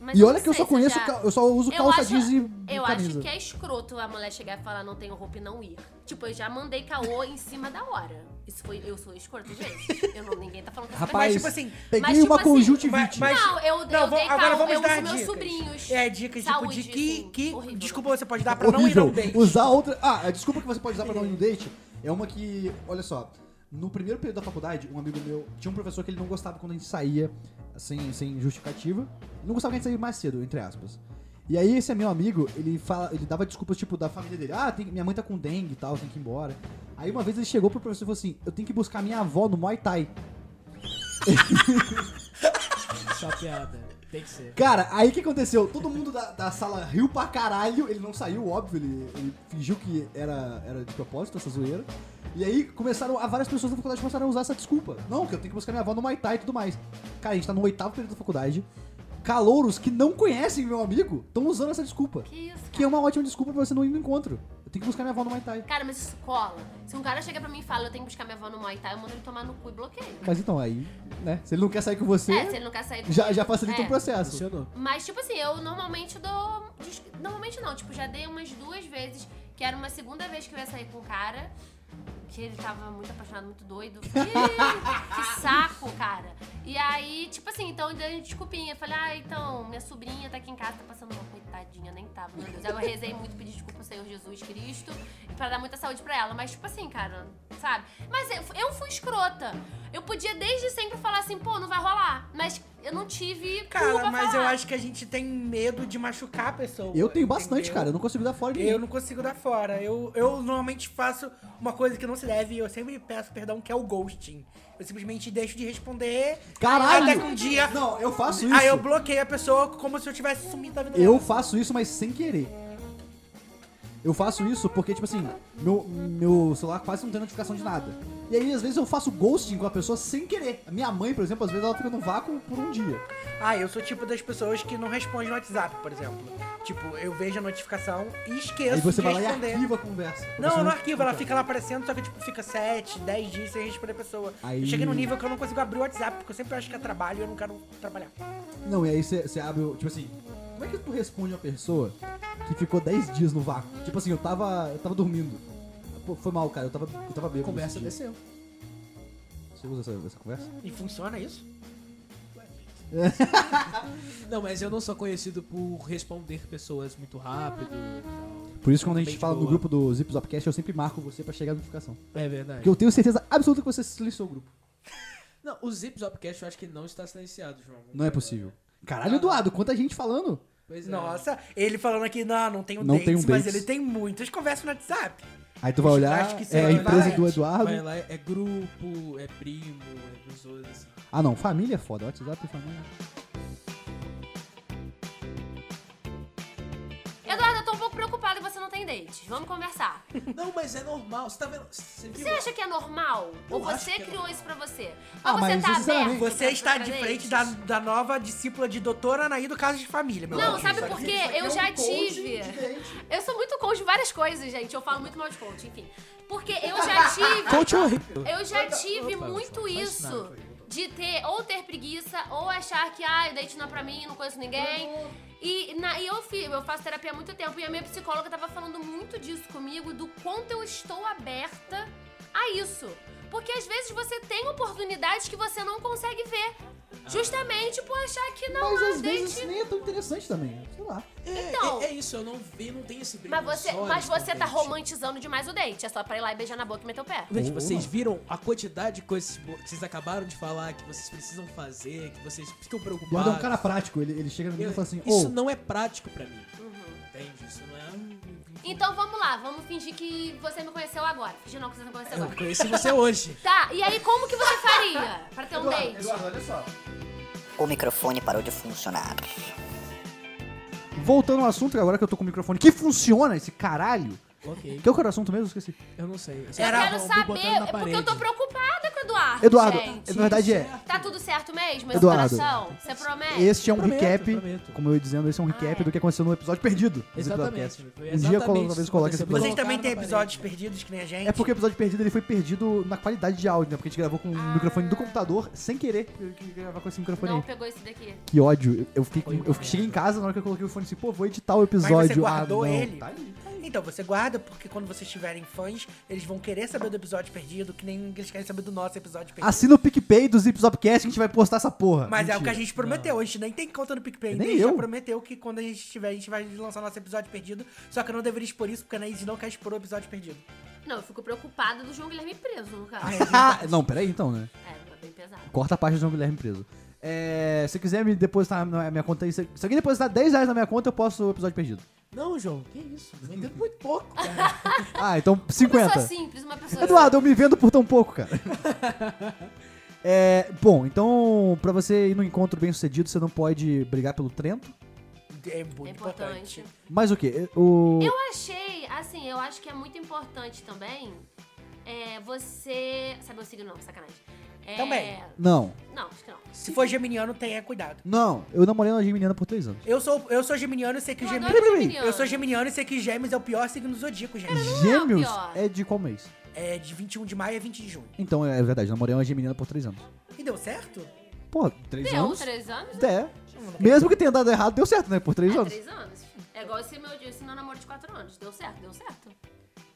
Mas
e
eu
olha
não
que eu
sei
só
se
conheço,
já-
cal- eu só uso
Eu
calça
acho-
jeans e
Eu
camisa.
acho que é escroto a mulher chegar e falar não tenho roupa e não ir. Tipo, eu já mandei caô em cima da hora. Isso foi, eu sou escroto, gente. Eu não, ninguém tá falando que eu sou
Rapaz,
Mas, tipo assim,
peguei
mas, tipo
uma
assim,
conjuntivite.
mas-
não, eu,
Não,
eu
vou-
dei
agora
calma,
vamos
eu
dar
uso meus
dicas.
sobrinhos.
É, dicas
Saúde,
tipo de que,
assim,
que
horrível.
desculpa você pode dar pra não ir a
É Horrível.
um date.
Usar outra. Ah, a desculpa que você pode usar pra não ir no date é uma que. Olha só. No primeiro período da faculdade, um amigo meu tinha um professor que ele não gostava quando a gente saía sem, sem justificativa. Ele não gostava que a gente saía mais cedo, entre aspas. E aí esse meu amigo, ele fala, ele dava desculpas, tipo, da família dele. Ah, tem- minha mãe tá com dengue e tal, tem que ir embora. Aí uma vez ele chegou pro professor e falou assim, eu tenho que buscar minha avó no Muay Thai.
Só piada. Tem que ser.
Cara, aí o que aconteceu? Todo mundo da, da sala riu pra caralho, ele não saiu, óbvio, ele, ele fingiu que era, era de propósito essa zoeira. E aí começaram, a várias pessoas da faculdade começaram a usar essa desculpa. Não, que eu tenho que buscar minha avó no Muay Thai e tudo mais. Cara, a gente tá no oitavo período da faculdade. Calouros que não conhecem meu amigo estão usando essa desculpa.
Que isso,
Que é uma ótima desculpa pra você não ir no encontro. Eu tenho que buscar minha avó no Muay Thai.
Cara, mas isso cola. Se um cara chega pra mim e fala, eu tenho que buscar minha avó no Muay Thai, eu mando ele tomar no cu e bloqueio.
Mas então, aí, né? Se ele não quer sair com você,
É, se ele não quer sair...
já, já facilita
É.
o processo.
Funcionou.
Mas, tipo assim, eu normalmente dou... des- Normalmente não, tipo, já dei umas duas vezes, que era uma segunda vez que eu ia sair com o cara, que ele tava muito apaixonado, muito doido. Ih, que saco, cara. E aí, tipo assim, então eu dei desculpinha. Eu Falei, ah, então, minha sobrinha tá aqui em casa, tá passando mal, coitadinha, nem tava, meu Deus. Aí eu rezei muito, pedi desculpa ao Senhor Jesus Cristo, pra dar muita saúde pra ela. Mas, tipo assim, cara, sabe? Mas eu, eu fui escrota. Eu podia desde sempre falar assim, pô, não vai rolar. Mas eu não tive cu
Cara,
pra
mas
falar.
eu acho que a gente tem medo de machucar a pessoa.
Eu tenho bastante,
entendeu?
cara. Eu não consigo dar fora de
Eu não consigo dar fora. Eu, eu normalmente faço uma coisa que não se deve e eu sempre peço perdão, que é o ghosting. Eu simplesmente deixo de responder.
Caralho!
Até que um dia.
Não, eu faço isso.
Aí eu bloqueio a pessoa como se eu tivesse sumido da vida
Eu
dela.
faço isso, mas sem querer. Eu faço isso porque, tipo assim, meu, meu celular quase não tem notificação de nada. E aí, às vezes, eu faço ghosting com a pessoa sem querer. A minha mãe, por exemplo, às vezes ela fica no vácuo por um dia.
Ah, eu sou tipo das pessoas que não responde no WhatsApp, por exemplo. Tipo, eu vejo a notificação e esqueço
aí você
de
vai lá e
responder.
arquiva a conversa.
Não,
Você
eu não arquivo, ela fica lá aparecendo, só que tipo, fica 7, 10 dias sem responder a pessoa.
Aí-
Eu cheguei num nível que eu não consigo abrir o WhatsApp, porque eu sempre acho que é trabalho e eu não quero trabalhar.
Não, e aí você você abre, o- tipo assim, como é que tu responde uma pessoa que ficou 10 dias no vácuo? Tipo assim, eu tava, eu tava dormindo. Pô, foi mal, cara, eu tava, eu tava bêbado.
Conversa
nesse dia.
desceu.
Você usa essa, essa conversa?
E funciona isso?
Não, mas eu não sou conhecido por responder pessoas muito rápido.
Por isso, quando a gente
Bem de
fala no
boa.
grupo do Zip Zopcast, eu sempre marco você pra chegar a notificação.
É verdade.
Porque eu tenho certeza absoluta que você silenciou o grupo.
Não, o Zip Zopcast eu acho que não está silenciado, João.
Não é possível. Caralho, Eduardo, quanta gente falando.
Pois é.
Nossa, ele falando aqui, não, não tenho
Não
dates,
tenho
mas
dates.
ele tem muitas conversas no WhatsApp.
Aí tu vai olhar,
Acho que isso
é
é
a empresa
verdade.
do Eduardo.
Vai lá, é grupo, é primo, é pessoas assim.
Ah não, família é foda, WhatsApp e família.
Eduardo, eu tô um pouco preocupada que você não tem independentes. Vamos conversar.
Não, mas é normal. Você tá vendo? Você viu?
Você acha que é normal?
Eu
Ou
acho
você
que é
criou
normal.
isso pra você?
Ah,
Ou você
mas
tá
sinceramente-
aberto?
Você
pra-
está
pra
de frente
diferentes?
da, da nova discípula de doutora Anaí do caso de família, meu
Não,
anjo.
sabe
Isso
por
aqui-
quê?
isso aqui é
Eu
um
já
coach
tive.
diferente.
Eu sou muito coach de várias coisas, gente. Eu falo muito mal de coach, enfim. Porque eu já tive.
horrível.
Eu já tive muito
faz
isso.
nada,
De ter, ou ter preguiça, ou achar que, ai, date não é pra mim, não conheço ninguém.
Uhum.
E, na- e eu, fi- eu faço terapia há muito tempo e a minha psicóloga tava falando muito disso comigo, do quanto eu estou aberta a isso. Porque às vezes você tem oportunidades que você não consegue ver. Justamente por achar que
Mas
não há
às vezes
date.
isso nem é tão interessante também. Sei lá.
É,
Então.
é, é isso, eu não vi, não tem esse brilho.
Mas
nos
você,
olhos
mas você tá
também.
romantizando demais o date. É só pra ir lá e beijar na boca e meter o pé.
Gente,
Ou
vocês
não.
viram a quantidade de coisas bo- que vocês acabaram de falar, que vocês precisam fazer, que vocês ficam
Eduardo
preocupados.
é um cara prático, ele, ele chega no menino
Eu-
e fala assim, ô,
Ah. isso não é prático pra mim.
Uhum.
Entende? Isso não é.
Então vamos lá, vamos fingir que você me conheceu agora. Fingir não que você não
É.
é conheceu
Eu
agora.
conheci você hoje.
Tá, e aí como que você faria pra ter um date?
olha só.
O microfone parou de funcionar.
Voltando ao assunto, agora que eu tô com o microfone que funciona, esse caralho.
Ok.
Que é o que era o assunto mesmo? Eu Esqueci.
Eu não sei.
Eu
Era
quero
bom,
saber,
botando na
é porque eu
parede.
tô preocupada com o Eduardo,
Eduardo,
gente.
na verdade é,
Tá tudo certo mesmo, esse
Eduardo.
coração? Você promete?
Este é um
Prometo,
recap,
prometo.
como eu ia dizendo, esse é um recap
Ah, é.
do que aconteceu no episódio perdido. do
Exatamente.
Zipcast.
Foi
Um dia eu colo-
exatamente
talvez
isso que
coloque esse
aconteceu.
episódio.
Vocês também
Colocaram
têm
na
episódios perdidos que nem a gente?
É porque o episódio perdido ele foi perdido na qualidade de áudio, né? Porque a gente gravou com
Ah.
o microfone do computador sem querer eu queria gravar com esse microfone
Não
aí.
pegou esse daqui.
Que ódio. Eu, eu fiquei, com- eu cheguei em casa na hora que eu coloquei o fone assim, pô, vou editar o episódio.
Mas você guardou
ah, não.
ele?
Tá ali.
Então, você guarda, porque quando vocês tiverem fãs, eles vão querer saber do episódio perdido, que nem eles querem saber do nosso episódio perdido.
Assina o PicPay do Zip Zopcast que a gente vai postar essa porra.
Mas é o que
Mentira.
a gente prometeu. A gente nem tem conta no PicPay.
Nem
a gente já
eu.
prometeu que quando a gente tiver, a gente vai lançar nosso episódio perdido. Só que eu não deveria expor isso, porque a Anaís não quer expor o episódio perdido. É
Não, eu fico preocupada do João Guilherme preso no caso.
*laughs* não, peraí então, né?
É, bem pesado.
Corta a parte do João Guilherme preso. É, se quiser me depositar na minha conta aí, se, se alguém depositar 10 reais na minha conta, eu posto o episódio perdido.
Não, João, que isso? Vendendo muito pouco, cara.
*laughs* Ah, então
Uma
50.
pessoa simples, uma pessoa...
Eduardo, eu me vendo por tão pouco, cara. *laughs* É, bom, então, pra você ir num encontro bem sucedido, você não pode brigar pelo Trento.
É muito
É
importante.
importante.
Mas o quê? É, O...
Eu achei, assim, eu acho que é muito importante também é, você. Sabe o signo não, sacanagem. É,
Também.
Não,
Não, acho que não.
Se for geminiano, tenha cuidado.
não. Eu namorei uma geminiana por 3 anos.
Eu sou, eu sou geminiano e sei que o
Eu
geminiano...
adoro geminiano.
Eu sou geminiano e sei que gêmeos é o pior signo zodíaco, gente.
Gêmeos
pior.
é de qual mês?
É de 21 de maio a 20 de junho.
Então, é verdade, eu namorei uma geminiana por 3 anos.
E deu certo?
Pô, 3
Deu
anos?
três anos?
É. Mesmo que tenha dado errado, deu certo, né? Por 3
É,
anos.
três anos. É igual esse meu, esse meu namoro de quatro anos. Deu certo, deu certo.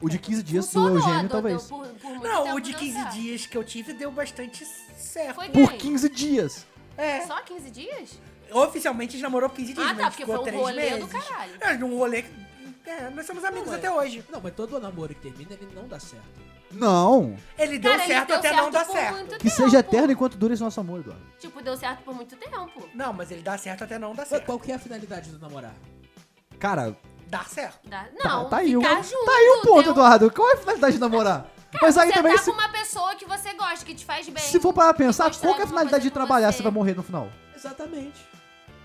O de 15 dias do
Funcionou,
Eugênio,
deu-
talvez.
deu por- por muito
Não,
tempo,
o de
deu
15
certo.
dias que eu tive deu bastante certo.
Então, Foi
Por
quem?
15 dias.
É.
Só 15 dias?
Oficialmente a gente namorou 15 dias,
Ah,
mas
tá, porque
ficou
foi um
3
rolê do
meses.
caralho.
É, num rolê que... É, nós somos amigos
Não, é.
até hoje.
Não, mas todo namoro que termina, ele não dá certo.
Não.
Ele deu
Cara, ele
certo
deu
até não dar
por
certo.
muito
Que
tempo.
seja eterno enquanto dure esse nosso amor, Eduardo.
Tipo, deu certo por muito tempo.
Não, mas ele dá certo até não dar
Mas
certo.
Qual que é a finalidade do namorar?
Cara,
Dá certo.
Dá-
tá,
Não,
tá aí um.
ficar junto.
tá aí um ponto,
deu-
Eduardo. Qual é a finalidade de namorar? Mas aí
você
também,
tá
se,
com uma pessoa que você gosta, que te faz bem.
se for para
que
pensar,
constrói
qual que é a
alguma
finalidade
coisa
de
com
trabalhar
você.
se vai morrer no final?
Exatamente.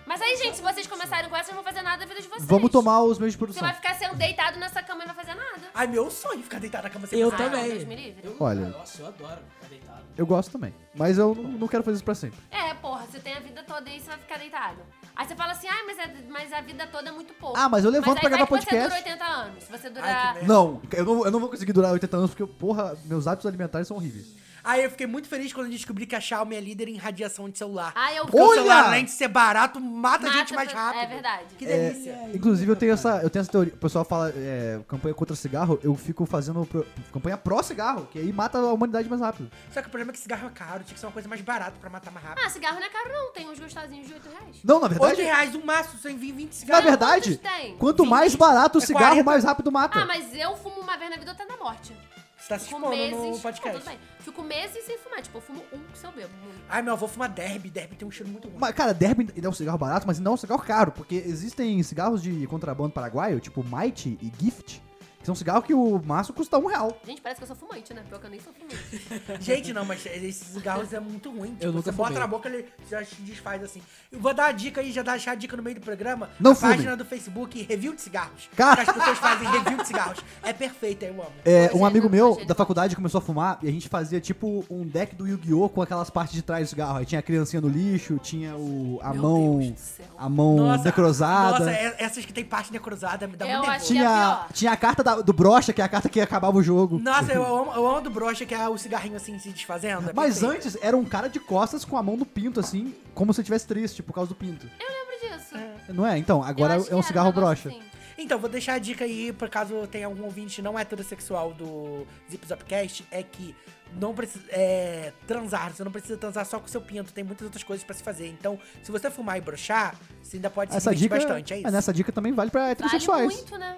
Mas aí, gente, se vocês começarem com essa, vocês não vão fazer nada da vida de vocês.
Vamos tomar os meios de
Você
produção.
vai ficar sendo deitado nessa cama e não vai fazer nada.
Ai, meu sonho ficar deitado na cama sem
Eu
fazer
Ah,
nada.
também.
Deus me livre.
Eu-
Olha.
Nossa, eu adoro ficar deitado.
Eu gosto também. Mas eu não não quero fazer isso pra sempre.
É, porra, você tem a vida toda e você vai ficar deitado. Aí você fala assim, ah, mas, é- mas a vida toda é muito pouco.
Ah, mas eu levanto
aí
pra
vai
gravar
que você dura
podcast.
80 anos. Se você
Ai, que
durar...
merda.
Não, eu não, eu não vou conseguir durar 80 anos porque, porra, meus hábitos alimentares são horríveis.
Aí eu fiquei muito feliz quando eu descobri que a Xiaomi é líder em radiação de celular.
Ah, eu
Porque
Olha!
o celular, além de ser barato, mata, a gente
Mata
mais
pra- é
rápido.
verdade.
Que
É,
delícia.
inclusive, eu tenho, essa, eu tenho essa teoria. O pessoal fala é, campanha contra cigarro. Eu fico fazendo pro- campanha pró-cigarro, que aí mata a humanidade mais rápido.
Só que o problema é que cigarro é caro, tinha que ser uma coisa mais barata pra matar mais rápido.
Ah, cigarro não é caro não, tem uns gostosinhos de 8 reais.
Não, na
8
verdade.
reais um maço, sem vir 20
Na
cigarros.
Não,
verdade,
quantos tem?
quanto mais
Vinte.
barato o
É
cigarro,
40.
mais rápido mata.
Ah, mas eu fumo uma vez na vida até na morte.
Você tá se
Fico
expondo no
meses. Não,
podcast.
tudo bem. Fico meses sem fumar. Tipo, eu fumo um se eu bebo. muito.
Ai, meu avô fuma derby, derby tem um cheiro muito ruim.
Mas, cara, Derby ele é um cigarro barato, mas não é um cigarro caro, porque existem cigarros de contrabando paraguaio, tipo Mighty e Gift, que Que é um cigarro que o maço custa um real.
Gente, parece que eu sou fumante, né? Pior que eu nem sou fumante.
Gente, não, mas esses cigarros é muito ruim. Tipo,
nunca
você bota
fumei.
na boca, ele já se desfaz assim. Eu vou dar a dica aí, já deixar a dica no meio do programa.
Não
a
fume.
página do Facebook, review de cigarros.
Cara.
Que as pessoas fazem review de cigarros. É perfeito, eu amo.
É,
Pois
um
é,
amigo
não,
meu
gente.
da faculdade começou a fumar e a gente fazia tipo um deck do Yu-Gi-Oh! com aquelas partes de trás do cigarro. Aí tinha a criancinha no lixo, tinha o, a
Meu
mão.
Deus do céu.
A mão necrosada.
Nossa, é- essas que tem parte necrosada me dá
Eu
um nervoso.
acho- E a
tinha,
pior?
tinha a carta da- do brocha, que é a carta que acabava o
é
jogo. *laughs*
Nossa, eu amo, eu amo do brocha, que é o cigarrinho assim se desfazendo. é
Mas
perfeito.
antes era um cara de costas com a mão no pinto, assim, como se tivesse triste por causa do pinto.
Eu lembro disso.
Não é? Então, agora
Eu acho que
é um
era
cigarro
negócio
brocha.
assim.
Então, vou deixar a dica aí, por caso tenha algum ouvinte não heterossexual do Zip Zopcast, é que não precisa é, transar, você não precisa transar só com seu pinto, tem muitas outras coisas pra se fazer. Então, se você fumar e brochar, você ainda pode se
Essa
divertir
dica,
bastante, é isso.
Nessa dica também vale pra
Vale
heterossexuais.
muito, né?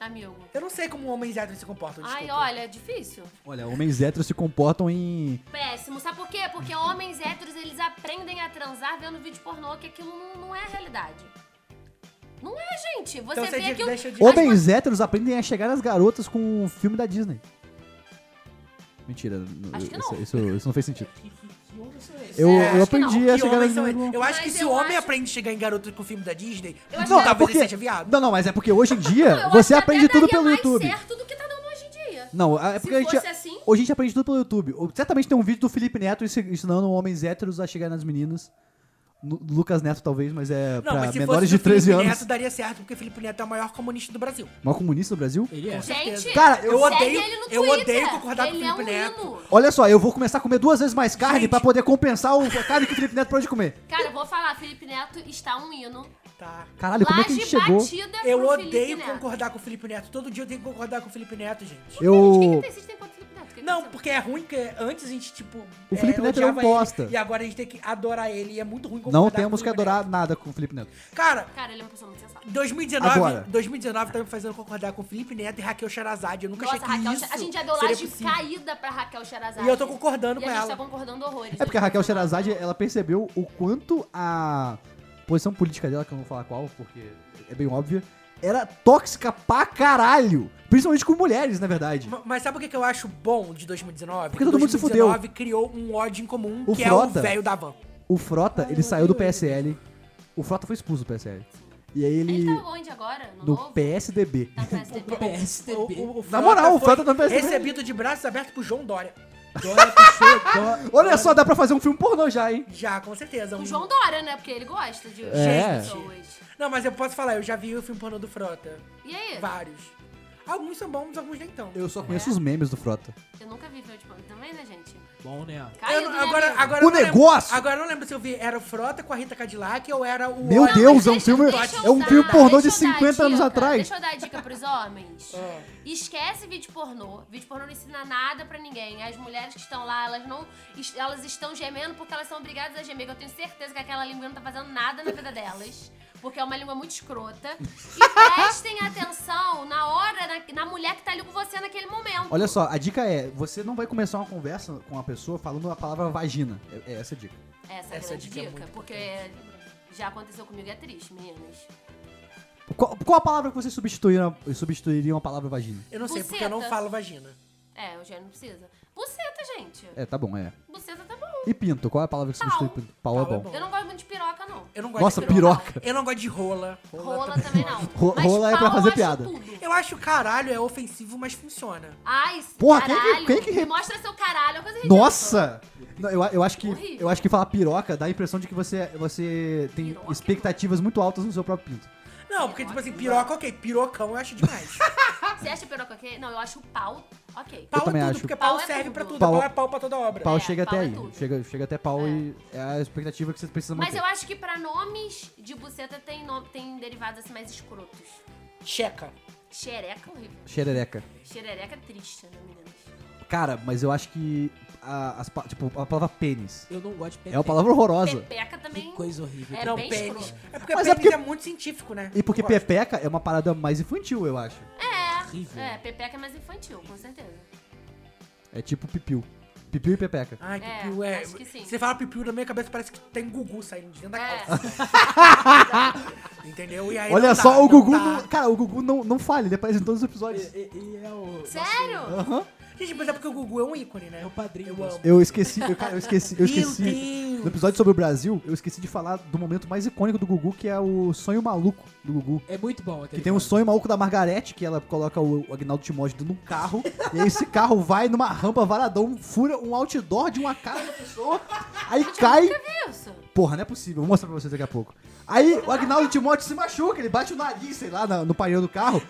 Amigo.
Eu não sei como homens héteros se comportam,
Ai,
desculpa.
olha, é difícil.
Olha, homens héteros se comportam em.
Péssimo. Sabe por quê? Porque homens héteros, eles aprendem a transar vendo vídeo pornô, que aquilo não, não é a realidade. Não é, gente. Você
Então você
vê
de-
que o...
deixa de...
Homens héteros aprendem a chegar às garotas com o filme da Disney. Mentira,
Acho que
isso,
não.
isso, isso não fez sentido.
Que homem são esses?
Eu,
É,
eu
acho que
aprendi
não.
a
Que
chegar
homens
às
são-
garotas.
Eu acho que
Mas
se o
eu
homem
acho-
aprende a chegar em garoto com o filme da Disney,
Eu acho
não,
que-
talvez
porque-
ele seja viado.
Não, não, mas é porque hoje em dia
*laughs* Eu acho
você
que
aprende
até
tudo
daria
pelo
mais
YouTube.
certo do que tá dando hoje em dia.
Não, é porque a
Se
gente,
fosse assim...
hoje a gente aprende tudo pelo YouTube. Ou- Certamente tem um vídeo do Felipe Neto ensi- ensinando homens héteros a chegar nas meninas. Nu- Lucas Neto, talvez, mas é
Não,
pra
mas se
menores
fosse
de
do Felipe
13 anos.
Neto, daria certo, porque o Felipe Neto é o maior comunista do Brasil.
Maior comunista do Brasil?
Ele é.
Gente,
Cara, eu
segue
odeio-
ele no
eu
Twitter.
odeio concordar com o
ele
Felipe
é um
Neto.
hino.
Olha só, eu vou começar a comer duas vezes mais carne
Gente.
pra poder compensar o- a carne que o Felipe Neto pode comer.
Cara, eu vou falar, Felipe Neto está um hino.
Tá.
Caralho, como é que a gente chegou?
batida
Eu
pro
odeio
Felipe Neto.
concordar com o Felipe Neto. Todo dia eu tenho que concordar com o Felipe Neto, gente.
Gente, quem que
Eu.
persiste contra o Felipe Neto? O que que
Não,
aconteceu?
porque é ruim, porque antes a gente, tipo.
O Felipe Neto era um
odiava ele,
bosta.
E agora a gente tem que adorar ele. E é muito ruim concordar
Não
com o
temos que
Felipe
adorar nada com o Felipe Neto.
Neto. Cara,
Cara, ele é uma pessoa muito sensata.
2019,
Agora.
2019 tá me fazendo concordar com o Felipe Neto e Raquel Charazade. Eu nunca
Nossa,
achei que
Raquel,
isso
a gente é já deu
seria
laje
possível.
caída pra Raquel Sherazade.
E eu tô concordando
E
com
a gente
ela.
tá concordando horrores. né?
É porque a Raquel Sherazade, ela percebeu o quanto a posição política dela, que eu não vou falar qual, porque é bem óbvia, era tóxica pra caralho. Principalmente com mulheres, na verdade.
Ma- Mas sabe o que que eu acho bom de 2019?
Porque todo mundo se fudeu.
2019 criou um ódio em comum,
O
que é
Frota.
o velho da van.
O Frota, ele saiu do PSL. O Frota foi expulso do PSL. E aí ele.
Ele tá onde agora? No
Do
novo?
PSDB.
Tá no PSDB.
PSDB.
Na moral, o
foi
Frota é não percebeu.
Recebido de braços abertos pro João Dória.
Dora Peixoto.
*laughs* Olha só, dá pra fazer um filme pornô já, hein?
Já, com certeza.
O
um-
João Dória, né? Porque ele gosta de
É.
pessoas.
Não, mas eu posso falar, eu já vi o filme pornô do Frota.
E aí?
Vários. Alguns são bons, alguns nem tão.
Eu só conheço os memes do Frota.
Eu nunca vi Front Punk também, né, gente?
Bom, né?
Caído,
Eu não-
né,
agora,
amigo?
O
agora eu não lembro-
negócio!
agora eu não lembro se eu vi era o Frota com a Rita Cadillac ou era o.
Meu
Ora-
Deus, é um
Deixa eu-
filme.
deixa eu
É um
dar-
filme pornô de
deixa eu dar a
50 anos
dica,
atrás.
Deixa eu dar a dica pros homens.
Ah.
Esquece vídeo pornô. Vídeo pornô não ensina nada pra ninguém. As mulheres que estão lá, elas não. es- Elas estão gemendo porque elas são obrigadas a gemer. que Eu tenho certeza que aquela língua não tá fazendo nada na vida delas. Porque é uma língua muito escrota.
*laughs*
E prestem atenção na hora, na, na mulher que tá ali com você naquele momento.
Olha só, a dica é: você não vai começar uma conversa com a pessoa falando a palavra vagina. É, é essa a dica.
Essa é a
Essa
grande
dica é
dica,
muito
porque já aconteceu comigo e é triste, meninas.
Qual, qual a palavra que vocês substituiriam, substituiriam a palavra vagina?
Eu não sei, porque eu não
Buceta.
falo vagina.
É, o gênio não precisa. Buceta, gente.
É, tá bom, é.
Buceta tá bom.
E pinto, qual é a palavra que
Pau.
substitui pinto? Pau é
Pau é
bom.
bom.
Eu não gosto muito de piroca, não.
Eu não gosto
Nossa,
de
piroca.
Eu não gosto de rola.
Rola também não.
Ro-
Mas
rola é pra
pau eu
fazer
acho
piada.
tudo.
Eu acho caralho, é ofensivo, mas funciona.
Ai,
Porra, quem que-
caralho.
quem que re-
Me mostra seu caralho, é uma coisa ridícula.
Nossa! Não, eu, eu acho que,
Horrível.
eu acho que falar piroca dá a impressão de que você, você tem
Piroca? é
expectativas muito altas no seu próprio pinto.
Não, porque, tipo assim, piroca, ok. Pirocão eu
*laughs*
acho demais.
Você acha piroca ok? Não, eu acho o pau ok.
pau é
também
tudo,
acho.
porque pau,
Pau é
serve
tudo.
pra tudo.
Pau-
Pau, é pau pra toda obra.
Pau
É,
chega
pau
até
é
aí.
tudo.
Chega, chega até pau e é a expectativa que você precisa manter.
Mas eu acho que pra nomes de buceta tem, nome, tem derivados assim mais escrotos.
Checa.
Xereca é horrível.
Xerereca.
Xerereca é triste, né, meninas?
Cara, mas eu acho que a, as pa- tipo, a palavra pênis
Eu não gosto de
é uma palavra horrorosa.
Pepeca também.
Que coisa horrível.
É
não,
bem
pênis.
escroto.
É porque
Mas é
pênis é,
porque-
muito científico, né?
E porque
Eu gosto.
pepeca é uma parada mais infantil, eu acho.
É,
Horrível.
é, pepeca é mais infantil, com certeza.
É tipo pipiu. Pipiu e pepeca.
Ai,
É,
pipiu, é.
acho que sim.
Você fala pipiu na minha cabeça, parece que tem Gugu saindo de dentro da
É.
*laughs*
calça. Entendeu? E aí
Olha
não
só,
dá,
o
não
Gugu.
dá.
não- Cara, o Gugu não, não falha, ele aparece em todos os episódios.
E, e é o.
Sério?
Gente, mas é porque o Gugu é um ícone, né?
É o padrinho
Eu
do
amo.
Eu esqueci, eu, cara, eu esqueci, eu
Meu
esqueci.
Deus.
No episódio sobre o Brasil, eu esqueci de falar do momento mais icônico do Gugu, que é o sonho maluco do Gugu.
É muito bom
Que
aquele.
tem um sonho maluco da Margarete, que ela coloca o Agnaldo Timóteo dentro de um carro, *laughs* e aí esse carro vai numa rampa varadão, fura um outdoor de uma cara da pessoa, aí cai.
Que isso?
Porra, não é possível, vou mostrar pra vocês daqui a pouco. Aí o Agnaldo Timóteo se machuca, ele bate o nariz, sei lá, na- no painel do carro.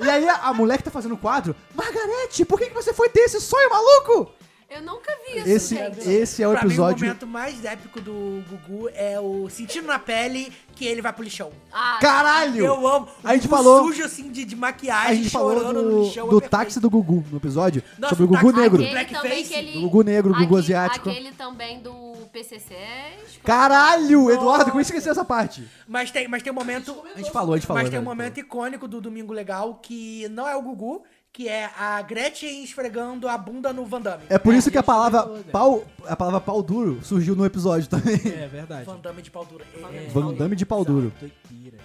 E aí a, a mulher que tá fazendo o quadro, Margarete, por que, que você foi ter esse sonho maluco?
Eu nunca vi isso,
Esse,
gente.
esse é o
pra mim, o
episódio.
momento mais épico do Gugu é o sentindo na pele que ele vai pro lixão.
Ah,
Caralho!
Eu amo. O
A gente
Gugu
falou-
sujo assim de, de
A
maquiagem,
gente falou
chorando no
do,
lixão. é
do
perfeito.
táxi do Gugu no episódio
Nossa,
sobre o
o
Gugu
táxi-
negro.
Aquele- Blackface?
também que ele...
Gugu negro, Gugu
Aquele-
asiático.
Aquele também do PCC. é.
Caralho, Eduardo, como esqueceu essa parte?
Mas tem, mas tem um momento.
A gente falou, a gente falou. né?
mas tem um
velho.
momento icônico do Domingo Legal que não é o Gugu, que é a Gretchen esfregando a bunda no né? Van Damme.
É por isso que a
gente falou,
palavra
velho.
pau, a palavra pau duro surgiu no episódio também.
É verdade.
Van Damme de pau dura. É, é.
Van Damme de pau duro.
Doideira.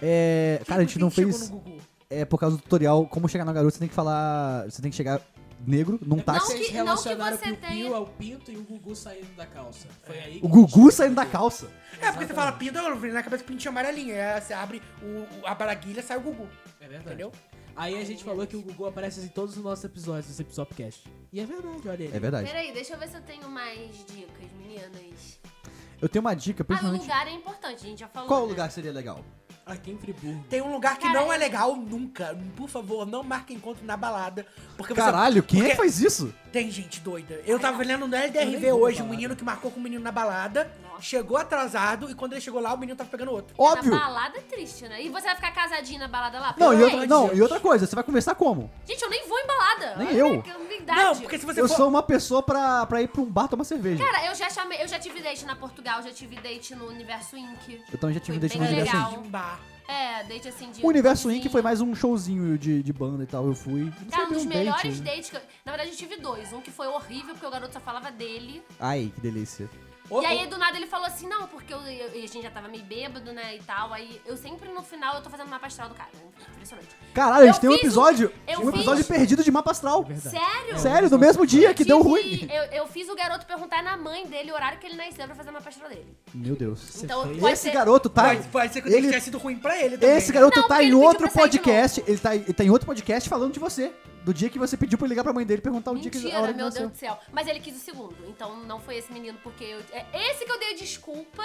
É, cara, a gente não
Quem chegou
fez
no Gugu?
é por causa do tutorial como chegar na garota, você tem que falar, você tem que chegar negro num Um táxi.
que- não que
relacionaram
você
o Piu
tenha- É.
Piu ao Pinto e o Gugu saindo da calça. Foi aí que
O Gugu saindo da calça.
É, porque você fala pinto, eu na cabeça pintinha amarelinha. Aí você abre o, o- a baraguilha, sai o Gugu.
É verdade.
Entendeu?
Aí a gente falou que o Gugu aparece em todos os nossos episódios desse Episopcast. E é verdade, olha aí.
É verdade.
Peraí, deixa eu ver se eu tenho mais dicas, meninas.
Eu tenho uma dica,
Ah, o
principalmente
lugar é importante, a gente já falou.
qual
né?
lugar seria legal?
Aqui em Friburgo.
Tem um lugar que
Caralho.
não é legal nunca. Por favor, não marque encontro na balada. Porque
Caralho,
você...
quem é
porque
que faz isso?
Tem gente doida. Eu tava lendo no LDRV
Eu nem vou
hoje,
pra
um
balada.
menino que marcou com um menino na balada,
Nossa.
chegou atrasado, e quando ele chegou lá, o menino tava pegando outro.
Óbvio.
Na balada é triste, né? E você vai ficar casadinha na balada lá?
Não, e
Peraí.
outra, não, e outra coisa, você vai conversar como?
Gente, eu nem vou em balada.
Nem
Olha
eu.
que minha idade.
Não, porque se você
eu
for...
sou um uma pessoa pra, pra ir pra um bar tomar cerveja.
Cara, eu já chamei, eu já tive date na Portugal, já tive date no Universo Inc.
Eu também já tive
Foi
date no
bem
Universo
É legal.
Inc.
Um bar.
É, date assim de.
O Universo Inc.
cozinha.
foi mais um showzinho de, de banda e tal, eu fui. Não sei,
Cara, um dos
date,
melhores
né?
dates que eu... Na verdade, eu tive dois. Um que foi horrível, porque o garoto só falava dele.
Ai, que delícia.
Ô,
e aí,
ô,
do nada, ele falou assim, não, porque eu, eu- e a gente já tava meio bêbado, né, e tal. Aí, eu sempre, no final, eu tô fazendo mapa astral do cara. né, Impressionante.
Caralho, a gente
Eu
tem um
fiz um-
episódio.
eu
um
fiz-
episódio perdido de mapa
É
astral.
Sério?
Sério, no mesmo dia é que deu
Tive-
ruim.
Eu, eu fiz o garoto perguntar na mãe dele o horário que ele nasceu pra fazer uma pastral dele.
Meu Deus.
Então,
fez?
pode
Esse
ser-
garoto tá.
Pode, pode ser que
ele-
ele... tenha sido ruim pra ele também.
Esse
né?
garoto
Não,
tá
porque
em
ele pediu
outro
pra sair de
podcast. Ele tá, ele tá em outro podcast falando de você. Do dia que você pediu pra ele ligar pra mãe dele e perguntar o dia que a
Mentira,
hora que
meu
nasceu.
Deus do céu. Mas ele quis o segundo, então não foi esse menino, porque eu... É esse que eu dei
*laughs*
desculpa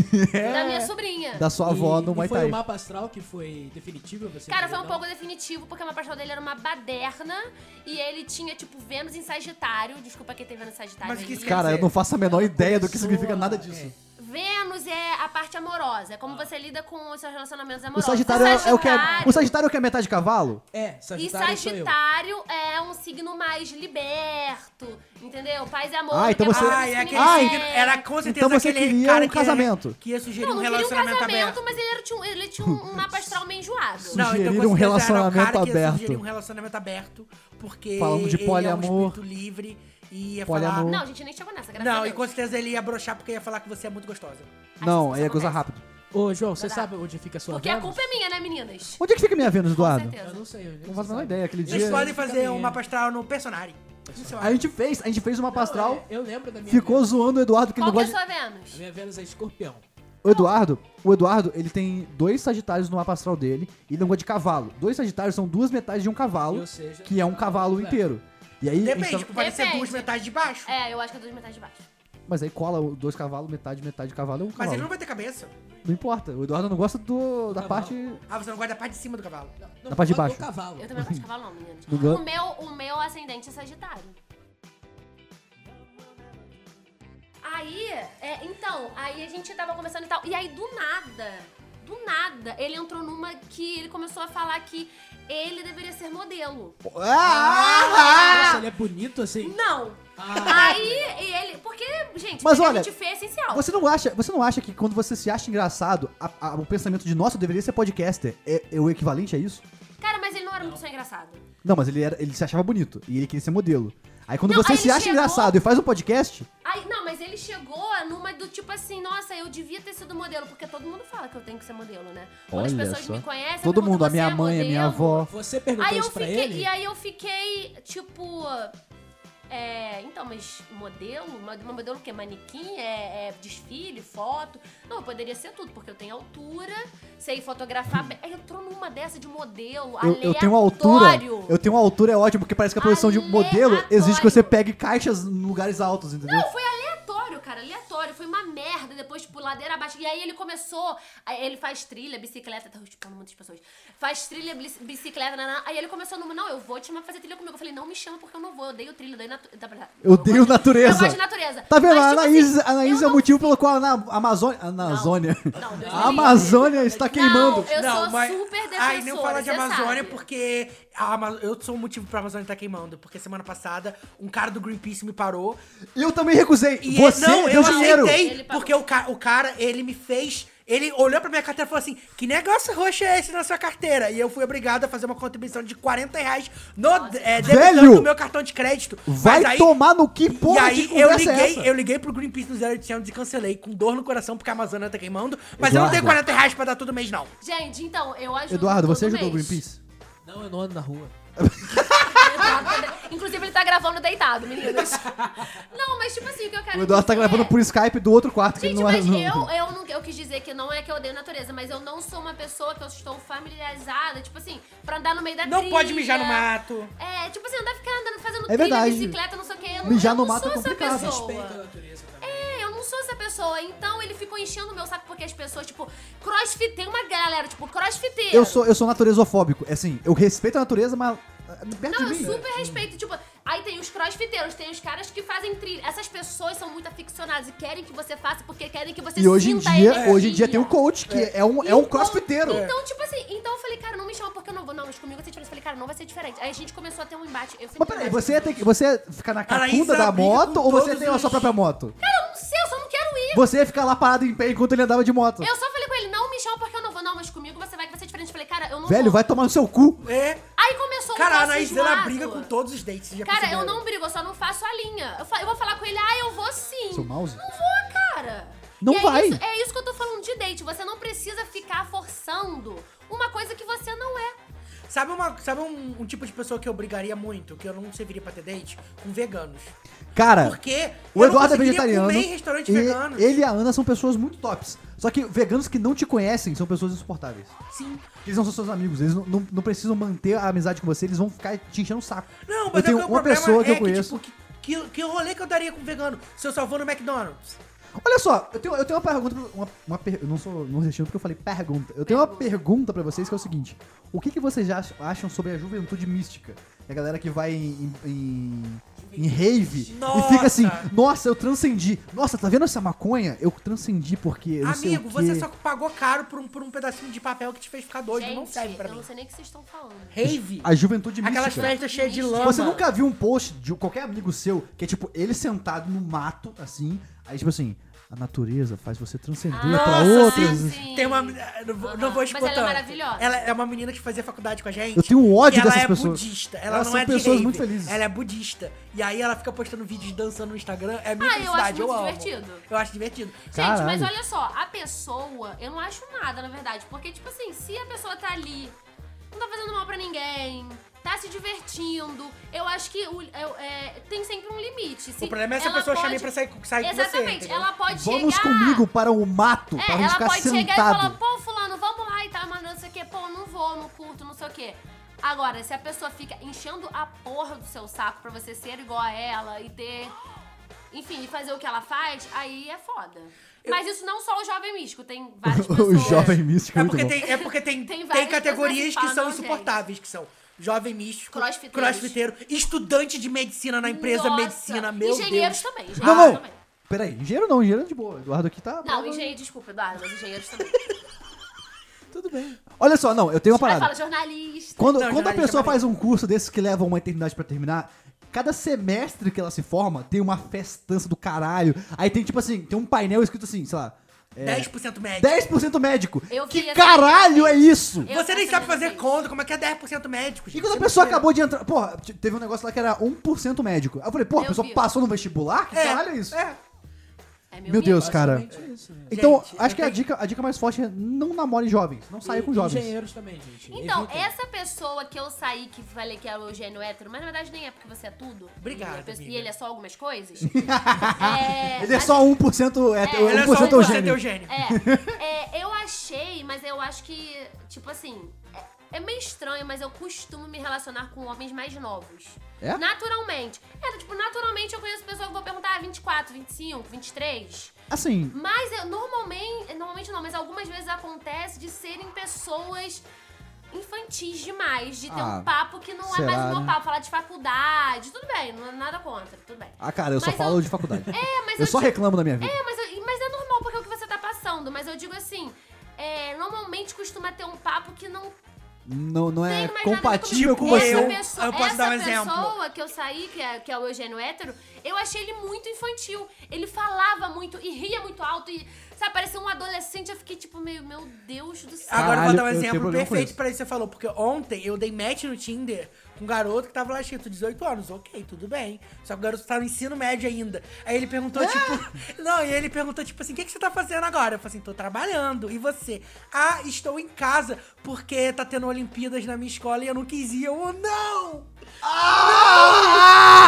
da minha sobrinha.
É. Da sua avó tá no
e
Muay
foi
Thai.
o mapa astral que foi definitivo? Você
Cara, foi
entendeu,
um pouco definitivo, porque uma paixão dele era uma baderna e ele tinha, tipo, Vênus em Sagitário. Desculpa quem tem Vênus em Sagitário.
Mas o que
aí.
isso quer
Cara, eu não faço a
é
menor ideia do que
começou
significa
a-
nada disso.
Vênus é a parte amorosa, é como
Ah.
você lida com os seus relacionamentos
O
amorosos.
Sagitário é, é o que é.
Sagitário-
O Sagitário é o que é metade de cavalo?
É,
E
Sagitário, sou eu.
Sagitário é um signo mais liberto, entendeu? Paz e amor.
Ah, então
que é
você-
mais
Ah, é
do que
aquele
Ai,
signo-
ninguém.
Era um com certeza
então você
aquele
queria
cara
um
que ia-
casamento.
Que ia sugerir
Não,
um
não queria um
relacionamento aberto.
casamento, mas ele, era- tinha, um- ele tinha um mapa astral meio
então
enjoado.
Não. Sugerir um
com certeza era o
relacionamento
cara que ia sugerir
aberto.
um relacionamento aberto, porque
Falando de
ele é um
poliamor.
espírito livre e ia
Poliamor.
Não, a gente nem chegou nessa,
falar...
graças a
Não, e
Deus.
com certeza ele ia broxar porque ia falar que você é muito gostosa.
Não,
isso
é coisa
acontece.
rápido.
Ô, João, você
Dá.
sabe onde fica a sua
Porque a
Vênus?
culpa é minha, né, meninas?
Onde é que fica minha Vênus,
Com
Eduardo?
certeza.
Eu não sei. onde é que
Não
você
faço a menor
sabe.
ideia, aquele
Vocês
dia.
podem fazer
Fica
um
bem.
mapa astral no personagem. Isso eu
A gente fez, a gente fez uma pastral.
Não, é, Eu lembro da minha
Ficou
Vênus.
zoando o Eduardo que ele
Qual
não
que é a
gosta.
sua
A
Vênus?
minha Vênus é escorpião.
O Eduardo, o Eduardo, ele tem dois Sagitários no mapa astral dele e ele não gosta de cavalo. Dois Sagitários são duas metades de um cavalo,
Ou seja,
que é um cavalo
é.
inteiro. E então- aí, a gente
Depende,
tava-
tipo, pode ser
Depende.
duas metades de baixo.
É, eu acho que é dos metades de baixo.
mas aí cola o- dois cavalos, metade, metade de cavalo é um
Mas
cavalo.
ele não
Não...
vai ter cabeça.
importa. O Eduardo não gosta do, da
Cavalo.
parte.
Ah, você não guarda a parte de cima do cavalo.
Não,
Na parte de
fala do
baixo.
cavalo.
Eu também não gosto de cavalo, não, meninas.
Não gosta?
O meu, o meu ascendente é Sagitário. Aí, é, então, aí a gente tava conversando e tal. E aí, do nada, do nada, ele entrou numa que ele começou a falar que ele deveria ser modelo.
Ah! Nossa, ele é bonito assim.
Não!
Ah.
Aí, e ele. Porque, gente,
Mas
ter
olha,
gente feia é essencial.
Você não acha, você não acha que quando você se acha engraçado, a- a- o pensamento de nossa, eu deveria ser podcaster é, é o equivalente a isso?
Cara, mas ele não era uma pessoa engraçada.
Não, mas ele era, ele se achava bonito e ele queria ser modelo. Aí quando
Não,
você
aí
se
ele
acha
chegou-
engraçado e faz um podcast,
Aí, não, mas ele chegou numa do tipo assim, nossa, eu devia ter sido modelo, porque todo mundo fala que eu tenho que ser modelo, né? Quando as
Olha
pessoas
só.
me conhecem,
todo
perguntam,
mundo, a
"Você
minha
é
mãe, a minha
modelo?"
avó.
Você perguntou
Aí eu
isso pra
fiquei,
ele?
e aí eu fiquei, tipo. É, então, mas modelo? Mod- Modelo o quê? Manequim? É, é desfile? Foto? Não, eu poderia ser tudo, porque eu tenho altura, sei fotografar bem. Aí entrou numa dessa de modelo,
Hum. Eu,
aleatório.
eu tenho altura. Eu tenho altura, é ótimo, porque parece que a posição de modelo exige que
Aleatório.
você pegue caixas em lugares altos, entendeu?
Não, foi aleatório, cara, aleatório. Foi uma merda. Depois, tipo, ladeira abaixo. E aí ele começou. aí ele faz trilha, bicicleta. Tá chupando muitas pessoas. Faz trilha, bici- bicicleta. naná. Aí ele começou no. Não, eu vou te chamar pra fazer trilha comigo. Eu falei, não me chama porque eu não vou. Eu odeio trilha. Eu odeio, natu- da- da-
Eu odeio
gosto-
natureza.
Eu gosto de natureza.
Tá vendo?
Mas,
a
tipo
Anaís,
assim,
a Anaís
eu
é o
não-
motivo pelo qual a Ana- a Amazônia. A Amazônia.
Não, Deus me
a Amazônia está tá queimando.
Não, eu sou super defensora.
Ai, não fala de
você
Amazônia
sabe.
porque a Ama- eu sou o motivo pra Amazônia estar queimando. Porque semana passada, um cara do Greenpeace me parou.
E eu também recusei.
E é,
Você
não,
deu
eu
dinheiro.
aceitei,
Ele parou.
porque o, ca- o cara, ele me fez... Ele olhou pra minha carteira e falou assim, que negócio roxo é esse na sua carteira? E eu fui obrigado a fazer uma contribuição de 40 reais no, é, debitando
Velho!
do meu cartão de crédito.
Vai
Mas aí-
tomar no que
e
porra de
aí eu
conversa é
liguei,
essa?
eu liguei pro Greenpeace no 0800 e cancelei com dor no coração porque a Amazônia tá queimando. Mas eu não tenho
Eduardo.
40 reais pra dar todo mês, não.
Gente, então, eu ajudo.
Eduardo, você
todo
ajudou o
mês.
Greenpeace?
Não, eu não ando na rua.
*laughs* Inclusive, ele tá gravando deitado,
*laughs*
meninas. Não, mas tipo assim, o que eu quero
O Eduardo tá
dizer
gravando
é-
por Skype do outro quarto que ele
Gente,
não é
mas
não-
eu, eu, não, eu quis dizer que não é que eu odeio natureza, mas eu não sou uma pessoa que eu estou familiarizada, tipo assim, pra andar no meio da
Não
trilha.
pode mijar no mato.
É, tipo assim, andar ficar andando, fazendo
É
trilha,
verdade.
bicicleta, não sei o que. Eu, não-
Mijar
eu
no
não
mato é
sou essa
complicado.
Respeita a
né?
pessoa.
natureza também.
É, eu não sou essa pessoa. Então ele ficou enchendo o meu saco porque as pessoas, tipo, crossfit, tem uma galera, tipo, crossfiteiro.
Eu sou, eu sou naturezofóbico. É assim, eu respeito a natureza, mas. ah, Perto
Não,
de
eu
mim.
super respeito. Tipo, aí tem os crossfiteiros, tem os caras que fazem trilha. Essas pessoas são muito aficionadas e querem que você faça porque querem que você
E hoje em
sinta a
dia, hoje em dia
energia.
tem o coach, que é, um, é um crossfiteiro.
Então, tipo assim, então eu falei, cara, não me chama porque eu não vou. Não, mas comigo vai ser diferente. Eu falei, cara, não vai ser diferente. Aí a gente começou a ter um embate. Eu sempre
Mas peraí,
tenho embate
você ia ter que. Você ia ficar na
Anaís
cacunda da
briga
moto
é com
ou você ia
todos
ter a sua
os-
própria moto?
com- Cara, eu não sei, eu só não quero ir.
Você ia ficar lá parado em pé enquanto ele andava de moto.
Eu só falei com ele, não me chama porque eu não vou. Não, mas comigo você vai que vai ser diferente. Eu falei, cara, eu não
Velho,
vou.
vai tomar no seu cu.
É.
Aí começou
Cara,
um
a
troço
Anaís ela
enjoado.
briga com todos os dates. vocês já
Cara, eu
perceberam?
não brigo, eu só não faço a linha. Eu, fa- eu vou falar com ele, ah, eu vou sim.
Seu mouse?
Não vou, cara.
Não
E
vai.
É isso, é isso que eu tô falando de date. Você não precisa ficar forçando uma coisa que você não é.
Sabe, uma, sabe um, um tipo de pessoa que eu brigaria muito, que eu não serviria pra ter date? Com veganos.
Cara,
Porque
É. o
eu não
Eduardo é
conseguiria
vegetariano.
comer em restaurante
e
vegano.
ele e a Ana são pessoas muito tops. Só que veganos que não te conhecem são pessoas insuportáveis.
Sim.
Eles não são seus amigos, eles não, não, não precisam manter a amizade com você, eles vão ficar te enchendo o saco.
Não,
eu
mas
tenho
é que o
uma
problema
pessoa que
é
eu conheço.
Que, tipo, que, que, que rolê que eu daria com vegano se eu só vou no McDonald's?
Olha só, eu tenho, eu tenho uma pergunta. pra- Uma, uma per- Eu não sou nordestino porque eu falei pergunta. Eu tenho uma pergunta pra vocês que é o seguinte: O que, que vocês já ach- acham sobre a juventude mística? É a galera que vai em. em, em rave e
Nossa!
fica assim: Nossa, eu transcendi. Nossa, tá vendo essa maconha? Eu transcendi porque. eu não sei o
Amigo, você
quê."
só pagou caro por um, por um pedacinho de papel que te fez ficar doido. não serve
Gente,
pra
eu
mim.
não sei nem o que vocês estão falando.
Rave.
A juventude
Aquelas
mística.
festas cheias de lama.
Você nunca viu um post de qualquer amigo seu que é tipo ele sentado no mato, assim, aí tipo assim. A natureza faz você transcender pra
Nossa,
outras.
sim.
Tem uma. Não, vou- não vou
Mas
expor
ela é
tanto.
maravilhosa.
Ela é uma menina que fazia faculdade com a gente.
Eu tenho um ódio
e ela
dessas
é
pessoas.
budista. Ela
Elas
não
são
é de
pessoas
rave.
muito felizes.
Ela é budista. E aí ela fica postando vídeos dançando no Instagram. É a minha
Ah, eu
felicidade.
acho muito
amo.
divertido.
Eu acho divertido.
Gente, mas
Caralho.
olha só, a pessoa, eu não acho nada, na verdade. Porque, tipo assim, se a pessoa tá ali, não tá fazendo mal pra ninguém, tá se divertindo, eu acho que o- eu- é, tem sempre um limite. Se
O problema é se a
ela
pessoa
pode-
chamar pra sair, sair com você.
Exatamente,
entendeu?
ela pode
Vamos
chegar...
comigo para o mato,
É,
para a gente
ela
ficar
pode chegar e falar,
sentado.
pô, fulano, vamos lá e tal, mas não sei o quê, pô, não vou, não curto, não sei o quê. Agora, se a pessoa fica enchendo a porra do seu saco pra você ser igual a ela e ter. Enfim, e fazer o que ela faz, aí é foda. Mas isso não só o jovem
*laughs*
místico, tem várias pessoas.
o jovem místico é
É
muito
porque,
bom.
tem, é porque tem,
Tem
tem,
várias pessoas
categorias
que
que
falam,
são
"Não,
insuportáveis, que são jovem místico,
Crossfiteiros.
crossfiteiro, estudante de medicina na empresa
Nossa,
medicina, meu
Engenheiros
Deus.
também,
Não,
engenheiros
não.
também.
Peraí, engenheiro não, engenheiro é de boa. Eduardo aqui tá.
Não, engenheiro, desculpa, Eduardo, mas engenheiros também.
Tudo bem.
Olha só, não, eu tenho uma
Aí
parada.
fala assim. jornalista.
Quando,
Não,
quando a
jornalista
pessoa
é
faz um curso desses que leva uma eternidade pra terminar, cada semestre que ela se forma tem uma festança do caralho. Aí tem tipo assim, tem um painel escrito assim, sei lá. É.
10% médico.
10% médico.
Eu vi
que
essa
caralho é isso?
Eu
Você nem
faço a
sabe
mesma
fazer
coisa.
conta, como é que é 10% médico?
E
gente?
quando a
Você
pessoa
não-
acabou de entrar. Porra, t- teve um negócio lá que era 1% médico. Aí eu falei, porra, a
Eu
pessoa
vi.
passou no vestibular? Que
É,
caralho é isso?
É.
É
Meu Deus, cara.
Basicamente isso, né?
Então,
Gente,
acho que a
eu tenho-
dica, a dica mais forte é não namore jovens. Não saia
E
com jovens.
Engenheiros também, gente.
Então,
Evitem.
essa pessoa que eu saí, que falei que era o Eugênio hétero, mas na verdade nem é porque você é tudo.
Obrigado,
E, a pessoa- e
amiga.
ele é só algumas coisas. é,
Ele é
mas-
só 1% é,
Ele
Ele é
1%
só 1%
Eugênio.
Eugênio.
É, é, eu achei, mas eu acho que, tipo assim, é, é meio estranho, mas eu costumo me relacionar com homens mais novos.
É?
Naturalmente. É, tipo, naturalmente eu conheço pessoas que vão perguntar ah, 24, 25, 23.
Assim,
Mas eu, normalmente, normalmente não, mas algumas vezes acontece de serem pessoas infantis demais, de ter
Ah,
um papo que não é
será,
mais o meu
né?
papo, falar de faculdade, tudo bem, não é nada contra, tudo bem.
ah, cara, eu só
Mas
falo
eu-
de faculdade.
É, mas
eu só
digo-
reclamo da minha vida.
é, mas, eu- mas é normal porque é o que você tá passando. Mas eu digo assim, é, normalmente costuma ter um papo que não
Não, não é
tem mais
compatível
nada
com
Tipo,
você.
Essa
eu-
pessoa,
eu posso
essa
dar um exemplo.
pessoa que eu saí, que é, que é o Eugênio hétero, eu achei ele muito infantil. Ele falava muito e ria muito alto e, sabe, parecia um adolescente. Eu fiquei tipo, meio, meu Deus do céu.
Agora eu vou dar um
Caralho, eu tenho
exemplo
problema com
perfeito
isso.
pra isso que você falou, porque ontem eu dei match no Tinder com um garoto que tava lá escrito 18 anos. Ok, tudo bem. Só que o garoto tava no ensino médio ainda. Aí ele
Ah!
perguntou, tipo. *laughs* Não, e ele perguntou, tipo assim, o que, que você tá fazendo agora? Eu falei assim, tô trabalhando. E você? Ah, estou em casa porque tá tendo Olimpíadas na minha escola e eu não quis ir. Eu, oh, não!
Ah!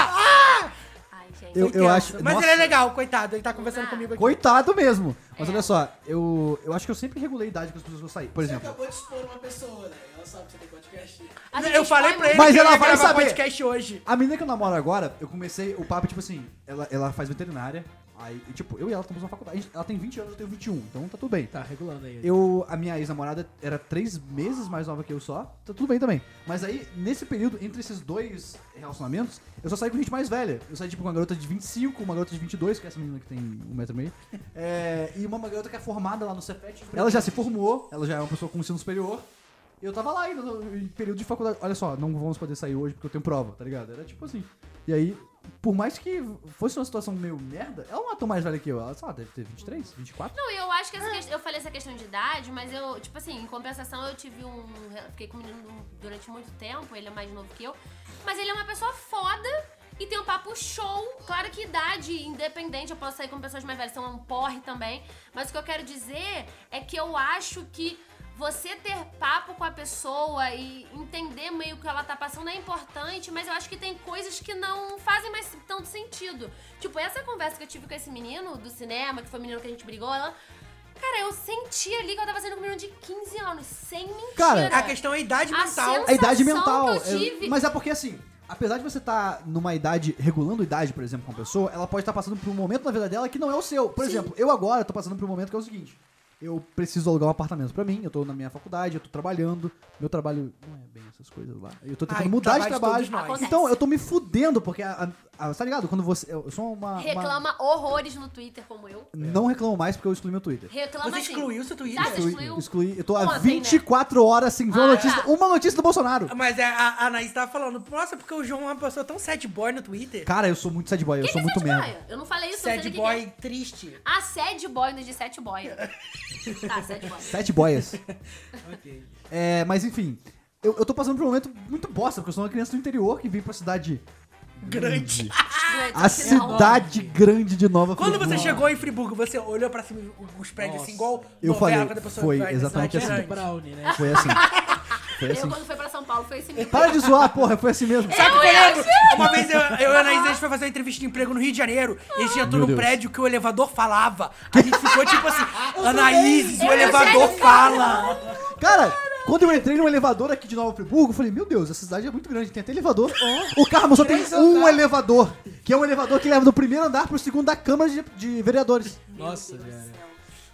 Ai, gente.
Eu,
Foi
eu
tenso.
acho.
Mas
nossa,
ele é legal, coitado. Ele tá
Ah.
conversando comigo aqui.
Coitado mesmo. Mas olha só, eu, eu acho que eu sempre regulei a idade com as pessoas que eu saí. Por
Você
exemplo.
acabou de expor uma pessoa, né? Ela sabe que você tem podcast.
A gente
Eu falei
expõe
pra ele
Mas
que
ela
eu ia
vai
gravar
saber.
podcast hoje.
A menina que eu namoro agora, eu comecei o papo, tipo assim, ela, ela faz veterinária. Aí, e, tipo, eu e ela estamos na faculdade. A gente- Ela tem 20 anos, eu tenho 21, então tá tudo bem.
Tá, regulando aí.
Eu, a minha ex-namorada era três meses mais nova que eu só, tá tudo bem também. Mas aí, nesse período, entre esses dois relacionamentos, eu só saí com gente mais velha. Eu saí, tipo, com uma garota de 25, uma garota de 22, que é essa menina que tem um metro e meio, é, e uma garota que é formada lá no Cefet. Ela já se formou, ela já é uma pessoa com ensino superior. E eu tava lá ainda, no- em período de faculdade. Olha só, não vamos poder sair hoje porque eu tenho prova, tá ligado? Era tipo assim. E aí, por mais que fosse uma situação meio merda, ela não é tão mais velha que eu. Ela, sei lá, deve ter 23, 24.
Não, eu acho que essa questão, eu falei essa questão de idade, mas eu, tipo assim, em compensação eu tive um, fiquei com um menino durante muito tempo, ele é mais novo que eu, mas ele é uma pessoa foda e tem um papo show. Claro que idade independente, eu posso sair com pessoas mais velhas, são um porre também, mas o que eu quero dizer é que eu acho que você ter papo com a pessoa e entender meio que ela tá passando é importante, mas eu acho que tem coisas que não fazem mais tanto sentido. Tipo, essa conversa que eu tive com esse menino do cinema, que foi o menino que a gente brigou, ela. Cara, eu senti ali que eu tava sendo um menino de 15 anos, sem mentira.
Cara,
A questão é a idade
A
mental.
sensação
É idade mental.
que eu tive-
é- mas é porque assim, apesar de você estar numa idade, regulando idade, por exemplo, com a pessoa, ela pode estar passando por um momento na vida dela que não é o seu. Por exemplo, eu agora tô passando por um momento que é o seguinte. Eu preciso alugar um apartamento pra mim, eu tô na minha faculdade, eu tô trabalhando, meu trabalho não é bem essas coisas lá. Eu tô tentando
Ai,
mudar de
trabalho de
trabalho.
todos nós.
Acontece.
Então, eu tô me fudendo, porque a, a- a- tá ligado? Quando você. Eu sou
é,
uma. uma-
Reclama horrores no Twitter, como eu.
não reclamo mais porque eu excluí meu Twitter.
Reclama
Você
assim.
excluiu seu Twitter?
Ah, você
Excluí,
excluiu?
excluí- eu tô há
Ontem, né?
24 horas sem ver uma
Ah,
notícia.
tá.
Uma notícia do Bolsonaro.
Mas é, a, a Anaís tava falando, nossa, porque o João é uma pessoa tão sad boy no Twitter.
Cara, eu sou muito sad boy, eu
Quem que
sou
é
muito
sad
merda.
boy? Eu não falei isso, não
sad
sei nem o
boy
Que que
triste.
é. Ah, sad boy, não de set
*laughs*
boy. tá, sad boy.
Sete boias.
Ok.
É, mas enfim, eu, eu tô passando por um momento muito bosta, porque eu sou uma criança do interior que vem pra cidade grande.
Ah,
A
é
cidade grande de Nova
Quando você
Friburgo.
chegou em Friburgo, você olhou pra cima os prédios assim, igual
Eu
novela,
falei,
quando a pessoa
foi
vai na
exatamente
cidade
assim.
grande.
Tá Brownie, né?
Foi assim. Foi
Eu,
assim.
quando fui pra São Paulo, foi esse
*laughs*
mesmo.
Para de zoar, porra, foi assim mesmo.
Sabe o que eu
é
lembro? Uma vez eu, eu e a Anaís, a gente foi fazer uma entrevista de emprego no Rio de Janeiro e a gente entrou num
Deus.
prédio que o elevador falava. A gente ficou tipo assim, Anaís, o
Eu
elevador
sei.
fala.
Cara, quando eu entrei num elevador aqui de Nova Friburgo, eu falei, meu Deus, essa cidade é muito grande, tem até elevador. O Carmo só tem
Três
um
andares.
elevador, que é um elevador que leva do primeiro andar pro segundo da Câmara de, de Vereadores.
Nossa, velho. Não,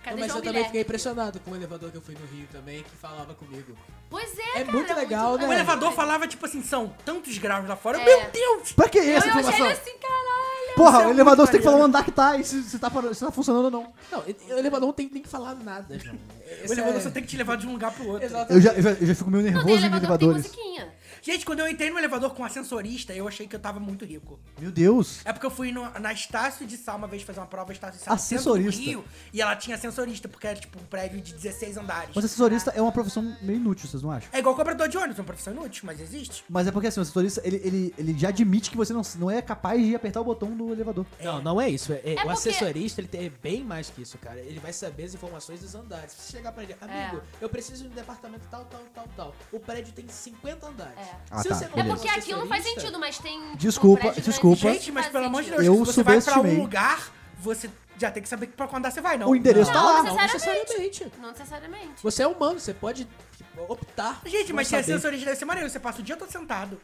Cadê
mas
João
eu também
Guilherme?
fiquei impressionado com o elevador que eu fui no Rio também, que falava comigo.
Pois é,
É
cara,
muito legal, né?
O
É.
elevador falava tipo assim, são tantos graus lá fora.
É.
Meu Deus!
Pra que
Eu,
essa
eu
informação?
achei assim, caralho.
Porra,
Isso é
o elevador
muito
você tem que falar o
maneiro.
andar que tá e se, se, tá, par- se tá funcionando ou não.
Não, e- o elevador não tem nem que falar nada, *laughs* é João.
O elevador só tem que te levar de um lugar pro outro.
Exatamente.
Eu já, eu já, eu já fico meio
Não, tem
nervoso em
elevador que tem
elevadores.
musiquinha. É
Gente, quando eu entrei no elevador com um ascensorista, eu achei que eu tava muito rico.
Meu Deus.
É porque eu fui no, na Estácio de Sá uma vez fazer uma prova, Estácio de Sá no centro do
Ascensorista.
Rio, e ela tinha ascensorista, porque era tipo um prédio de 16 andares.
Mas assessorista é uma profissão meio inútil, vocês não acham?
É igual cobrador de ônibus, é uma profissão inútil, mas existe.
Mas é porque assim, o assessorista, ele, ele, ele já admite que você não, não é capaz de apertar o botão do elevador.
Não, não é isso. É, é- o
porque-
assessorista ele tem, é bem mais que isso, cara. Ele vai saber as informações dos andares. Se você chegar
É.
pra ele, amigo, eu preciso de um departamento tal, tal, tal, tal. O prédio tem 50 andares.
É.
Ah,
Se
tá,
você não
É
beleza.
tem um
porque aqui não faz
assessorista-
sentido, mas tem.
Desculpa,
um prédio
desculpa.
grande que
Gente, mas
faz
pelo amor de
sentido.
Deus,
Eu
se você vai pra um
subestimei.
lugar, você já tem que saber pra quando andar você vai, não.
O endereço tá
Não,
lá.
Não
necessariamente.
necessariamente.
Não necessariamente.
Você é humano, você pode tipo, optar.
Gente,
por
mas se é
saber.
ascensorista deve ser maneiro, você passa o dia todo sentado.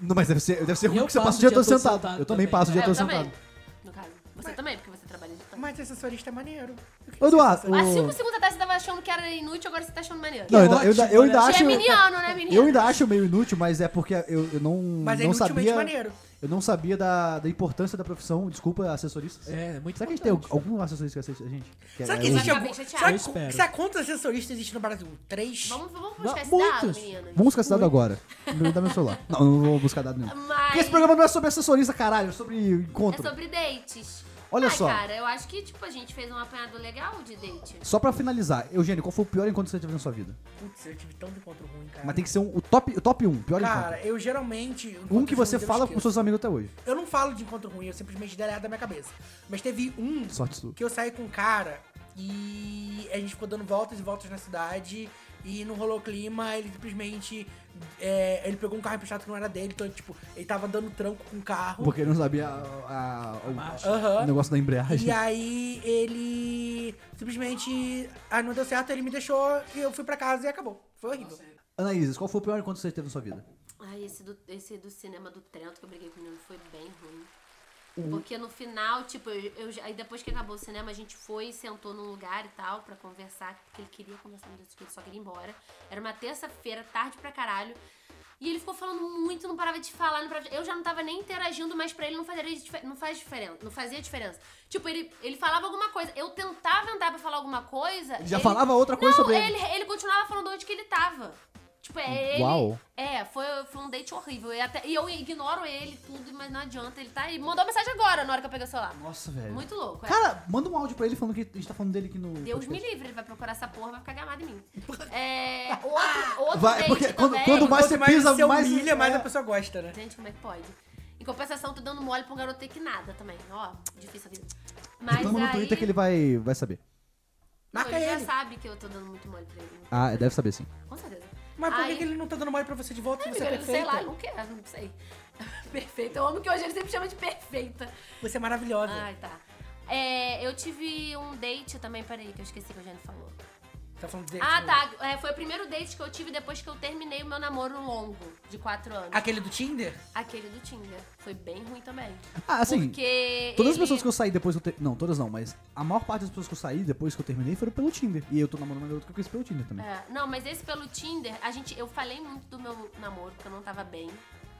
Não, mas deve ser, deve ser ruim
Eu
que você
passo
passa o dia todo sentado. Eu também passo o dia
É,
todo
eu também.
sentado.
No caso. Você também, porque você trabalha de tarde.
Mas ascensorista é maneiro.
Ô, Eduardo,
Há
ô-
5 segundos atrás Ah, você tava achando que era inútil, agora você tá achando maneiro.
Não, eu, ainda- eu ainda-
né?
eu ainda
Ótimo,
acho.
Geminiano, né, menino?
Eu ainda acho meio inútil, mas é porque eu, eu não,
Mas é
não
inutilmente
sabia.
maneiro.
Eu não sabia da, da importância da profissão. Desculpa, assessorista.
É, é muito
Será que a gente tem
importante.
algum assessorista que assiste a gente?
Será
é
que
um-
existe
ficar
algum...
bem chateado.
Será
Eu
que-
espero.
será quantos ascensoristas existem no Brasil? Três?
Vamos, vamos buscar esse dado,
muitos.
menina.
Vamos buscar esse dado agora. Me dá meu celular. Não, eu não vou buscar dado nenhum. Porque
Mas
esse programa não é sobre assessorista, caralho, é sobre
é
encontro.
sobre dates.
Olha
Ai,
só.
cara, eu acho que, tipo, a gente fez um apanhado legal de date.
Só pra finalizar, Eugênio, qual foi o pior encontro que você teve na sua vida?
Putz, eu tive tanto encontro ruim, cara.
Mas tem que ser um, o top 1, top um, pior
Cara, eu geralmente...
encontro. Um que
encontros
você
ruins eu
fala
esqueço.
com seus amigos até hoje.
Eu não falo de encontro ruim, eu simplesmente deleto da minha cabeça. Mas teve um
Sorte sua.
que eu saí com um cara e a gente ficou dando voltas e voltas na cidade e não rolou clima, ele simplesmente. é, ele pegou um carro emprestado que não era dele, então, tipo, ele tava dando tranco com o
*laughs*
carro.
Porque ele não sabia a- a- o-
Aham.
o negócio da embreagem.
E aí ele simplesmente. Ah, não deu certo, ele me deixou e eu fui pra casa e acabou. Foi horrível.
Anaíses, qual foi o pior encontro que você teve na sua vida?
Ai, esse do, esse do cinema do Trento que eu briguei com o menino foi bem ruim. Porque no final, tipo, eu, eu já- aí depois que acabou o cinema, a gente foi e sentou num lugar e tal pra conversar, porque ele queria conversar, mas ele só queria ir embora. Era uma terça-feira, tarde pra caralho. E ele ficou falando muito, não parava de falar, não parava de- eu já não tava nem interagindo, mas pra ele não fazia, dife- não faz diferença, não fazia diferença. Tipo, ele, ele falava alguma coisa, eu tentava andar pra falar alguma coisa.
Ele já falava outra coisa
não,
sobre ele.
ele continuava falando onde que ele tava. Tipo, é ele.
Uau.
É, foi, foi um date horrível. E, até- e eu ignoro ele, tudo, mas não adianta. Ele tá aí. Mandou mensagem agora, na hora que eu peguei o celular.
Nossa, velho.
Muito louco, é.
Cara, manda um áudio pra ele falando que a gente tá falando dele aqui no.
Deus
podcast.
me livre, ele vai procurar essa porra, vai ficar
*laughs*
gamado em mim. É. Outro, outro
Vai,
date
*laughs* porque quando-
também. tá
quando mais você
Quanto mais
pisa,
você
mais-
humilha, mais
é.
a pessoa gosta, né?
Gente, como é que pode? Em compensação, tô dando mole pra um garoto que nada também. Ó, difícil a vida. Mas
Reclama no
aí.
Twitter que ele vai, vai saber.
Não,
Marca
ele já
ele.
sabe que eu tô dando muito mole pra ele.
Ah, deve saber sim.
Com certeza.
Mas por que
Aí-
que ele não tá dando mole pra você de volta se você é
Amiga, sei
perfeita?
lá, ele não quer, não sei. *laughs* Perfeita. Eu amo que hoje ele sempre chama de perfeita.
Você é maravilhosa.
Ai, tá. É, eu tive um date também, peraí, que eu esqueci que o Jane falou.
Tá falando de
Ah, tá. é, foi o primeiro date que eu tive depois que eu terminei o meu namoro longo, de quatro anos.
Aquele do Tinder?
Aquele do Tinder. Foi bem ruim também.
Ah, assim.
porque.
Todas as
ele-
pessoas que eu saí depois que eu ter... Não, todas não, mas a maior parte das pessoas que eu saí depois que eu terminei foram pelo Tinder. E eu tô namorando uma garota que eu conheci pelo Tinder também.
É, não, mas esse pelo Tinder, a gente, eu falei muito do meu namoro, porque eu não tava bem.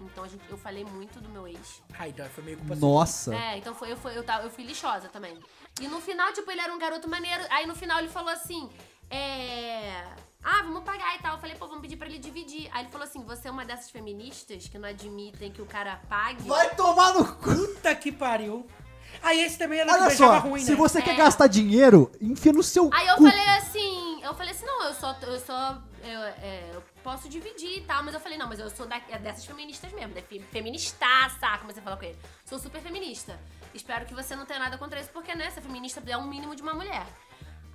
Então a gente, eu falei muito do meu ex.
Ai, então foi meio culpa sua.
Nossa!
É, então foi, eu, fui, eu, tava- eu fui lixosa também. E no final, tipo, ele era um garoto maneiro. Aí no final ele falou assim: É. Ah, vamos pagar e tal. Eu falei, pô, vamos pedir pra ele dividir. Aí ele falou assim: você é uma dessas feministas que não admitem que o cara pague.
Vai tomar no cu!
Puta que pariu. Aí esse também era
Olha
que beijava
só,
ruim,
se
né?
você quer gastar dinheiro, enfia no seu
É. Aí eu
cu.
falei assim, eu falei assim, não, eu só, eu só, eu, é, eu posso dividir e tal, mas eu falei, não, mas eu sou da- é dessas feministas mesmo, da fe- feministaça, como você fala com ele. Sou super feminista. Espero que você não tenha nada contra isso, porque, né, ser feminista é um mínimo de uma mulher.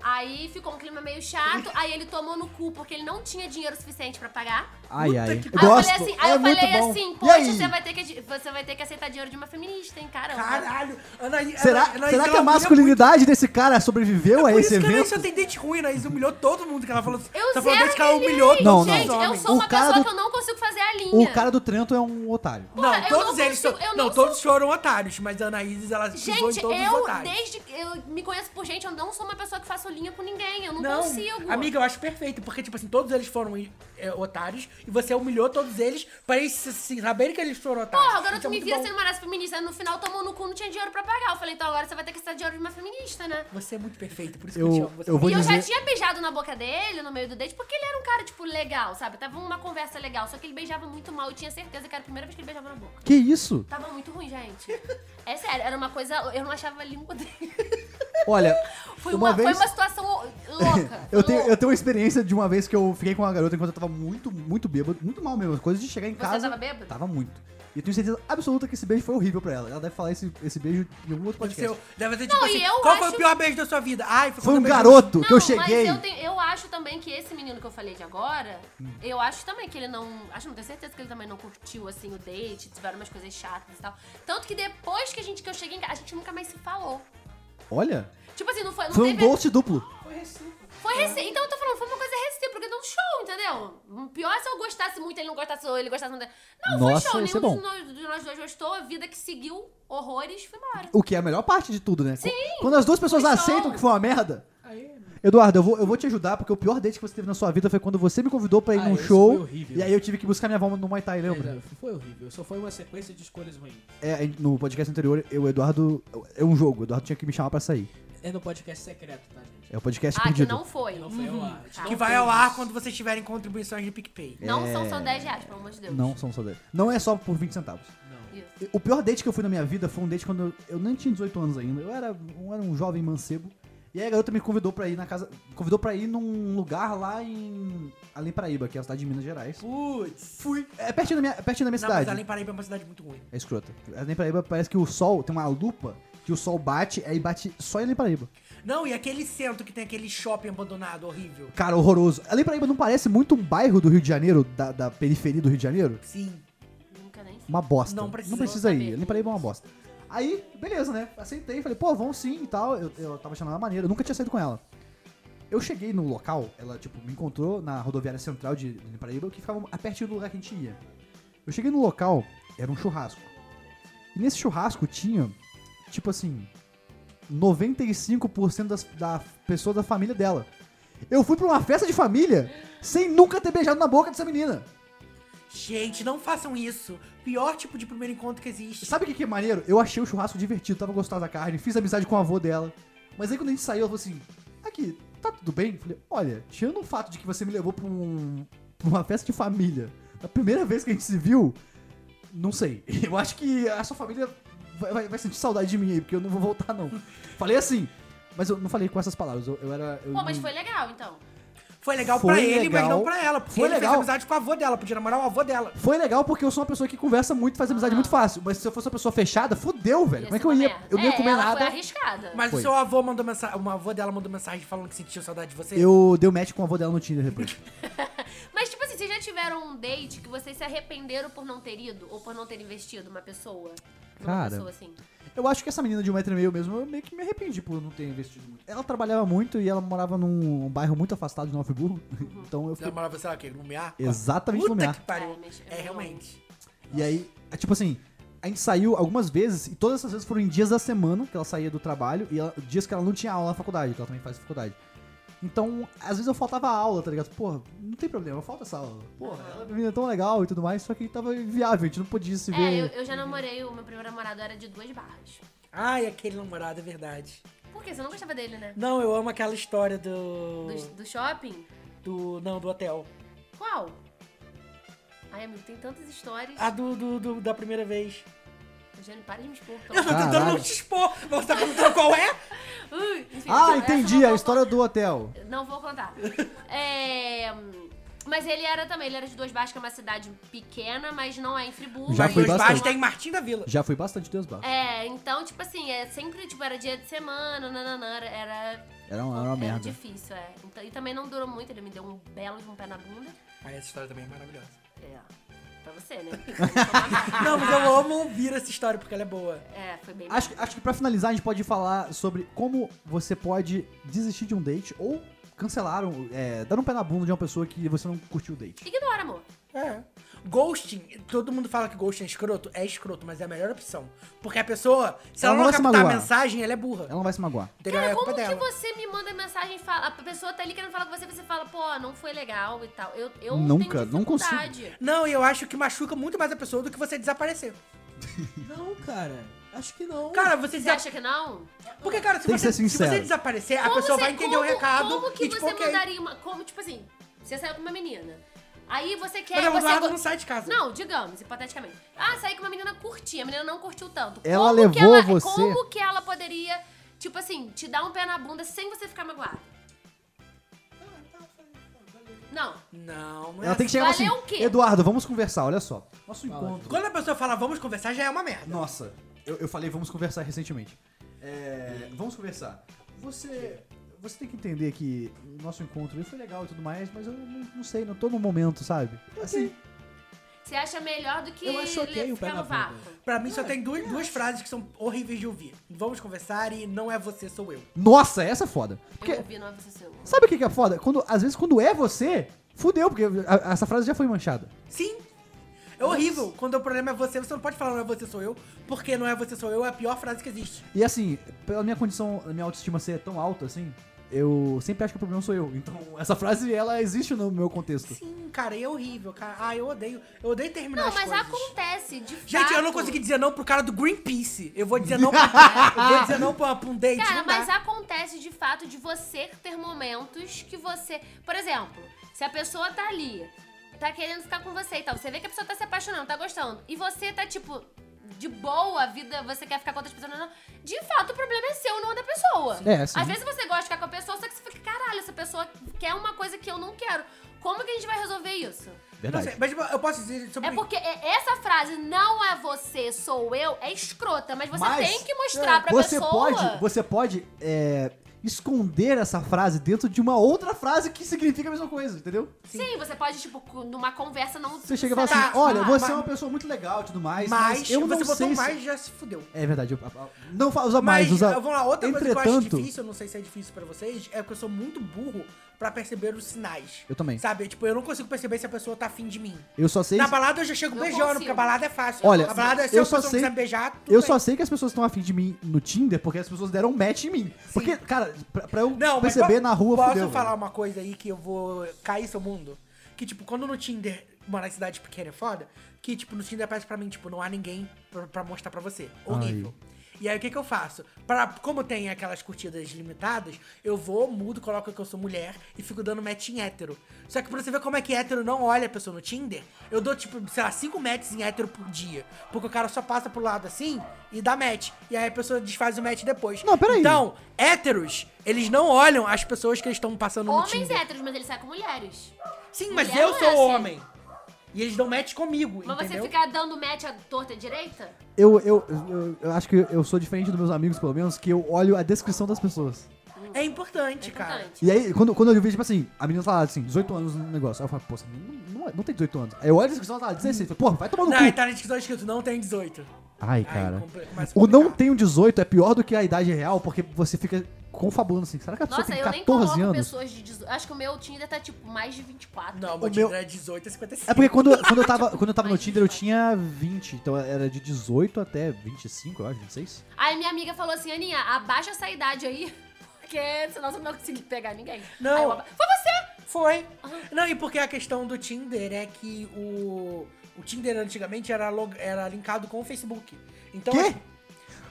Aí ficou um clima meio chato, aí ele tomou no cu porque ele não tinha dinheiro suficiente pra pagar.
Ai, ai.
que
Eu
Aí eu
gosto.
falei assim, aí
é
eu
muito
falei
bom.
assim,
e
poxa,
aí?
você vai, ter que, ad- você vai ter que aceitar dinheiro de uma feminista, hein, caramba.
Caralho. Anaí,
Será,
Anaí-
será
Anaí, ela
que a
humilha
masculinidade desse cara sobreviveu a
É Por
esse
isso que a Anaís
evento?
só tem dente ruim, a Anaís humilhou todo mundo que ela falou.
Eu
tá
zero
falando dente que ela
humilhei.
humilhou
Não,
todos
não.
os
Gente, eu
homens.
sou
O
uma
cara do-
pessoa que eu não consigo fazer a linha.
O cara do Trento é um otário.
Porra,
não,
eu
todos
não
eles
consigo-
são.
eu
Não,
não
todos foram otários, mas a Anaís, ela pisou
Gente,
em todos os
eu
otários.
desde eu me conheço por gente, eu não sou uma pessoa que faço linha com ninguém, eu não, consigo.
Amiga, eu acho perfeito, porque, tipo assim, todos eles foram é, otários e você humilhou todos eles pra eles assim, saberem que eles foram otários.
Porra, o
Isso
garoto
é
me
muito
vira
bom.
sendo uma nazi feminista, no final tomou no cu, não tinha dinheiro pra pagar. Eu falei, então agora você vai ter que estar dinheiro de uma feminista, né?
Você é muito perfeito, por isso
Eu-
que eu te amo. Você
eu vou
é
e
muito-
eu já
dizer-
tinha beijado na boca dele, no meio do date, porque ele era um cara, tipo, legal, sabe? Tava uma conversa legal, só que ele beijava muito mal. Eu tinha certeza que era a primeira vez que ele beijava na boca.
Que isso?
Tava muito ruim, gente. É sério, era uma coisa... Eu não achava a língua dele.
Olha,
Foi
uma,
uma,
vez.
foi uma
*laughs*
situação louca.
eu, tenho, eu
louca.
tenho uma experiência de uma vez que eu fiquei com uma garota enquanto eu tava muito, muito bêbado, muito mal mesmo. Coisa de chegar em
Você
casa.
tava bêbado?
Tava muito. E eu tenho certeza absoluta que esse beijo foi horrível pra ela. Ela deve falar esse, esse beijo em algum outro
Deve
podcast.
é
ser, deve ser tipo
Não, e
assim,
eu
qual foi
acho-
o pior beijo da sua vida? Ai,
Foi um
quando eu beijei-
garoto que eu
Não,
cheguei.
Mas eu, tenho- eu acho também que esse menino que eu falei de agora, eu acho também que ele não. Acho não, tenho certeza que ele também não curtiu assim o date, tiveram umas coisas chatas e tal. Tanto que depois que a gente que eu cheguei em casa, a gente nunca mais se falou.
Olha,
Tipo assim, não foi. Não
foi um
teve,
ghost duplo.
Foi recíproco.
Foi recíproco. Então eu tô falando, foi uma coisa recíproca, não um show, entendeu? Pior é se eu gostasse muito, ele não gostasse, ou ele gostasse muito. Não,
Nossa,
foi
isso é
show.
bom.
Nenhum de nós, de nós dois gostou, a vida que seguiu, horrores, foi embora.
O que é a melhor parte de tudo, né? Sim, Quando as duas pessoas
foi
aceitam
show.
que foi uma merda.
Aí, meu.
Eduardo, eu vou, eu vou te ajudar, porque o pior date que você teve na sua vida foi quando você me convidou pra ir
Ah,
num
esse
show.
foi horrível.
E aí eu tive que buscar minha avó no Muay Thai, lembra?
Foi horrível. Só foi uma sequência de escolhas ruins.
É, no podcast anterior, eu, Eduardo. É um jogo, o Eduardo tinha que me chamar pra sair.
É no podcast secreto, tá, gente?
É o podcast
Ah, que
perdido.
não foi.
Não foi ao ar.
Tá.
Que vai ao ar quando vocês tiverem contribuições de PicPay.
É.
Não são só 10 reais, pelo amor de Deus.
Não são só 10. Não é só por 20 centavos.
Isso.
O pior date que eu fui na minha vida foi um date quando eu, eu nem tinha 18 anos ainda. Eu era, eu era um jovem mancebo. E aí a garota me convidou pra ir na casa. Convidou pra ir num lugar lá em. Além Paraíba, que é a cidade de Minas Gerais.
Putz.
Fui. É pertinho da minha, é pertinho da minha
Não,
cidade.
mas além Paraíba é uma cidade muito ruim.
É escrota. Além Paraíba parece que o sol tem uma lupa que o sol bate, aí bate só em Além Paraíba.
Não, e aquele centro que tem aquele shopping abandonado, horrível.
Cara, horroroso. Além Paraíba não parece muito um bairro do Rio de Janeiro, da, da periferia do Rio de Janeiro?
Sim.
Nunca nem
Uma bosta.
Não precisa.
ir.
Saber.
Além Paraíba é uma bosta. Aí, beleza, né? Aceitei, falei, pô, vamos sim e tal. Eu, eu tava achando ela maneira, eu nunca tinha saído com ela. Eu cheguei no local, ela, tipo, me encontrou na rodoviária central de Além Paraíba, que ficava a pertinho do lugar que a gente ia. Eu cheguei no local, era um churrasco. E nesse churrasco tinha, tipo assim, 95% das, da pessoa da família dela. Eu fui pra uma festa de família sem nunca ter beijado na boca dessa menina.
Gente, não façam isso. Pior tipo de primeiro encontro que existe.
Sabe o que, que é maneiro? Eu achei o churrasco divertido, tava gostosa da carne, fiz amizade com o avô dela. Mas aí quando a gente saiu, ela falou assim: Aqui, tá tudo bem? Eu Falei: Olha, tirando o fato de que você me levou pra, um- pra uma festa de família, na primeira vez que a gente se viu, não sei. *laughs* Eu acho que a sua família vai, vai- vai sentir saudade de mim aí, porque eu não vou voltar, não. Falei assim, mas eu não falei com essas palavras. Eu, eu era. eu
Pô, mas
não-
foi legal, então.
Foi legal
Foi
pra ele, mas
legal.
não pra ela. Porque
Foi
ele
legal.
fez amizade com o avô dela, podia namorar o avô dela.
Foi legal porque eu sou uma pessoa que conversa muito, faz amizade
Ah.
muito fácil. Mas se eu fosse uma pessoa fechada, fudeu, velho. Como é
ser
que eu
uma
ia?
merda.
Eu não ia
É,
comer
ela
nada.
Foi arriscada.
Mas
Foi.
o seu avô mandou mensagem. O avô dela mandou mensagem falando que sentiu saudade de você.
Eu dei o match com o avô dela no Tinder depois.
Mas, tipo assim, vocês já tiveram um date que vocês se arrependeram por não ter ido ou por não ter investido uma pessoa? Numa
Cara.
pessoa assim.
Eu acho que essa menina de um metro e meio mesmo, eu meio que me arrependi por não ter investido muito. Ela trabalhava muito e ela morava num bairro muito afastado de Nova Burro. *laughs* Então eu
Você
fui
namorava, sei lá, o quê? Lumiar?
exatamente no
Puta
lugar.
que pariu.
É, mas eu
É,
não-
realmente.
E aí, é tipo assim, a gente saiu algumas vezes e todas essas vezes foram em dias da semana que ela saía do trabalho e ela- dias que ela não tinha aula na faculdade, que ela também faz faculdade. Então, às vezes eu faltava aula, tá ligado? Porra, não tem problema, eu falta essa aula. Porra, ela é uma menina tão legal e tudo mais, só que tava inviável, a gente não podia se ver.
É, eu, eu já namorei, o meu primeiro namorado era de duas barras.
Ai, aquele namorado, é verdade.
Por quê? Você não gostava dele, né?
Não, eu amo aquela história do.
Do, do shopping?
Do. Não, do hotel.
Qual? Ai, amigo, tem tantas histórias.
Ah.
A do, do- do- da primeira vez. *laughs*
Eugênio, para de me expor. pelo
Eu tô
amor de
Caralho.
tentando não te expor. Você tá perguntando qual é?
Deus. Ui, enfim,
Ah,
essa é
entendi,
eu
a
não
história do hotel.
vou- Não vou contar. É, Mas ele era também, ele era de Duas Barras, que é uma cidade pequena, mas não é em Friburgo.
Já
é em
fui
Dois
Ah, bastante.
bares tem Martim da Vila.
Já fui bastante Deus Bar.
É, então, tipo assim, é sempre, tipo, era dia de semana, nananã, era, era
Era uma, era uma merda.
é difícil, é. Então, e também não durou muito, ele me deu um belo de um pé na bunda.
Ai, essa história também é maravilhosa.
É, pra você,
*laughs*
né?
Não, mas eu amo ouvir essa história porque ela é boa.
É, foi bem
Acho, acho que pra finalizar a gente pode falar sobre como você pode desistir de um date ou cancelar, um, é, dar um pé na bunda de uma pessoa que você não curtiu o date.
Ignora, amor.
É. Ghosting, todo mundo fala que ghosting é escroto, é escroto, mas é a melhor opção. Porque a pessoa, se
Ela
ela,
não
não
vai se
captar a
magoar.
mensagem, ela é burra.
Ela não vai se magoar.
Entendeu?
Cara,
é
como
culpa
que
dela.
você me manda mensagem e fala, a pessoa tá ali querendo falar com você, você fala, pô, não foi legal e tal. Eu, eu
Nunca,
tenho
não consigo. Então-
dificuldade.
Não, e eu acho que machuca muito mais a pessoa do que você desaparecer.
Não, cara. Acho que não.
Cara,
Você
você desaparecer.
acha que não?
Porque, cara, se
Tem que ser
você,
sincero.
se você desaparecer, a
Como
pessoa
você-
vai entender
como-
o recado.
Como que
e, tipo,
você
ok.
mandaria uma. Como, tipo assim, você saiu com uma menina. Aí você quer.
Mas o
É, você
Eduardo
go-
não sai um de casa.
Não, digamos, hipoteticamente. Ah, saí com uma menina curtinha, a menina não curtiu tanto.
Ela
como que
levou
ela,
você?
Como que ela poderia, tipo assim, te dar um pé na bunda sem você ficar magoado? Não.
Não, não é
Ela tem que
assim.
chegar assim,
Valeu o quê?
Eduardo, vamos conversar, olha só. Nosso encontro.
Quando a pessoa fala vamos conversar, já é uma merda.
Nossa, eu, eu falei vamos conversar recentemente. É, vamos conversar. Você, você tem que entender que o nosso encontro ele foi legal e tudo mais, mas eu não, não sei, não tô no momento, sabe? Assim,
Você acha melhor do que
Eu acho ok
le-
o pé
ficar
na
no vácuo.
bunda.
Pra mim só tem duas, duas frases que são horríveis de ouvir. Vamos conversar e não é você, sou eu.
nossa, essa é foda.
Eu
Porque,
ouvi, não é você seu.
sabe o que que é foda? Quando, às vezes quando é você, fudeu, porque a- essa frase já foi manchada.
Sim. É horrível. Quando o problema é você, você não pode falar não é você, sou eu. Porque não é você, sou eu é a pior frase que existe.
E assim, pela minha condição, a minha autoestima ser tão alta assim, eu sempre acho que o problema sou eu. Então, *laughs* essa frase, ela existe no meu contexto.
Sim, cara, e é horrível, cara. Ah, eu odeio. Eu odeio terminar
Não,
as
mas
coisas.
acontece, de
Gente, eu não
fato.
consegui dizer não pro cara do Greenpeace. Eu vou dizer
*laughs*
não pra, eu vou dizer não pra, pra um date.
Cara,
não dá.
mas acontece de fato de você ter momentos que você. Por exemplo, se a pessoa tá ali, tá querendo ficar com você e tal, você vê que a pessoa tá se apaixonando, tá gostando, e você tá tipo. De boa a vida, você quer ficar com outras pessoas. não, não. De fato, o problema é seu, não é da pessoa.
É, sim.
Às vezes você gosta de ficar com a pessoa, só que você fica, caralho, essa pessoa quer uma coisa que eu não quero. Como que a gente vai resolver isso?
Não sei, mas tipo, eu posso dizer sobre
É porque é- essa frase, não é você, sou eu, é escrota, mas você
Mas, é,
tem que mostrar
É.
pra
você
pessoa.
Pode, você pode é, esconder essa frase dentro de uma outra frase que significa a mesma coisa, entendeu?
Sim, você pode, tipo, cu- numa conversa não.
Você chega e fala
Tá,
assim, olha,
mas-
você
mas-
é uma pessoa muito legal e tudo mais, mas,
Mas
eu não
você
sei
botou
se...
mais já se fudeu.
É verdade, eu- eu- não fa- usa mais, usa...
ah, vamos lá, outra coisa que eu acho
Entretanto-
difícil, eu não sei se é difícil pra vocês, é que eu sou muito burro pra perceber os sinais.
Eu também.
Sabe, tipo, eu não consigo perceber se a pessoa tá afim de mim.
Eu só sei...
Na balada eu já chego
Eu
beijando,
consigo.
porque a balada é fácil.
Olha,
a balada é se
eu
a
só
pessoa não
sei-
quiser me beijar, tudo
Eu
bem.
só sei que as pessoas estão afim de mim no Tinder porque as pessoas deram um match em mim. Porque, cara, pra, pra eu
Não, mas
perceber
po-
na rua,
Posso
fudeu.
falar
velho.
uma coisa aí que eu vou cair seu mundo? Que, tipo, quando no Tinder, morar em cidade pequena é foda, que, tipo, no Tinder aparece pra mim, tipo, não há ninguém pra, pra mostrar pra você. Horrível. E aí, o que que eu faço? Pra, como tem aquelas curtidas limitadas, eu vou, mudo, coloco que eu sou mulher e fico dando match em hétero. Só que pra você ver como é que hétero não olha a pessoa no Tinder, eu dou, tipo, sei lá, cinco matches em hétero por dia. Porque o cara só passa pro lado assim e dá match. E aí a pessoa desfaz o match depois.
Não, peraí.
Então, então, héteros, eles não olham as pessoas que eles estão passando no
Homens
Tinder.
héteros, mas ele sai com mulheres.
Sim, mas
Mulher
eu
não é
sou
assim.
homem. E eles dão match comigo,
Mas
entendeu?
você ficar dando match à torta e à direita?
Eu, eu, eu, eu acho que eu sou diferente dos meus amigos, pelo menos, que eu olho a descrição das pessoas.
É importante,
É
cara.
importante.
E aí, quando, quando eu vi, tipo assim, a menina tá lá, assim, 18 anos no negócio. Aí eu falo, pô, você não, não, é- não tem 18 anos. Aí eu olho a descrição, ela tá lá, 16. Eu falo, Porra, vai tomar no
Não,
cu.
aí tá na descrição escrito, não tem 18.
Ai,
Aí
cara.
compli- começa a
o não
complicar.
tem um 18 é pior do que a idade real, porque você fica confabulando assim. Será que a pessoa
Nossa,
tem
eu nem
14
coloco
anos?
pessoas de 18. Acho que o meu Tinder tá tipo mais de 24.
Não, meu
O
Tinder
meu-
é 18 a 55.
É porque
*laughs*
quando, quando, eu tava, quando eu tava no Tinder eu tinha 20, então era de 18 até 25, eu acho, 26.
Aí minha amiga falou assim: Aninha, abaixa essa idade aí, *laughs* porque senão você não vai conseguir pegar ninguém.
Não.
Aí eu aba- Foi você!
Foi. Não, e porque a questão do Tinder é que o... O Tinder antigamente era, log... era linkado com o Facebook. Então,
Quê?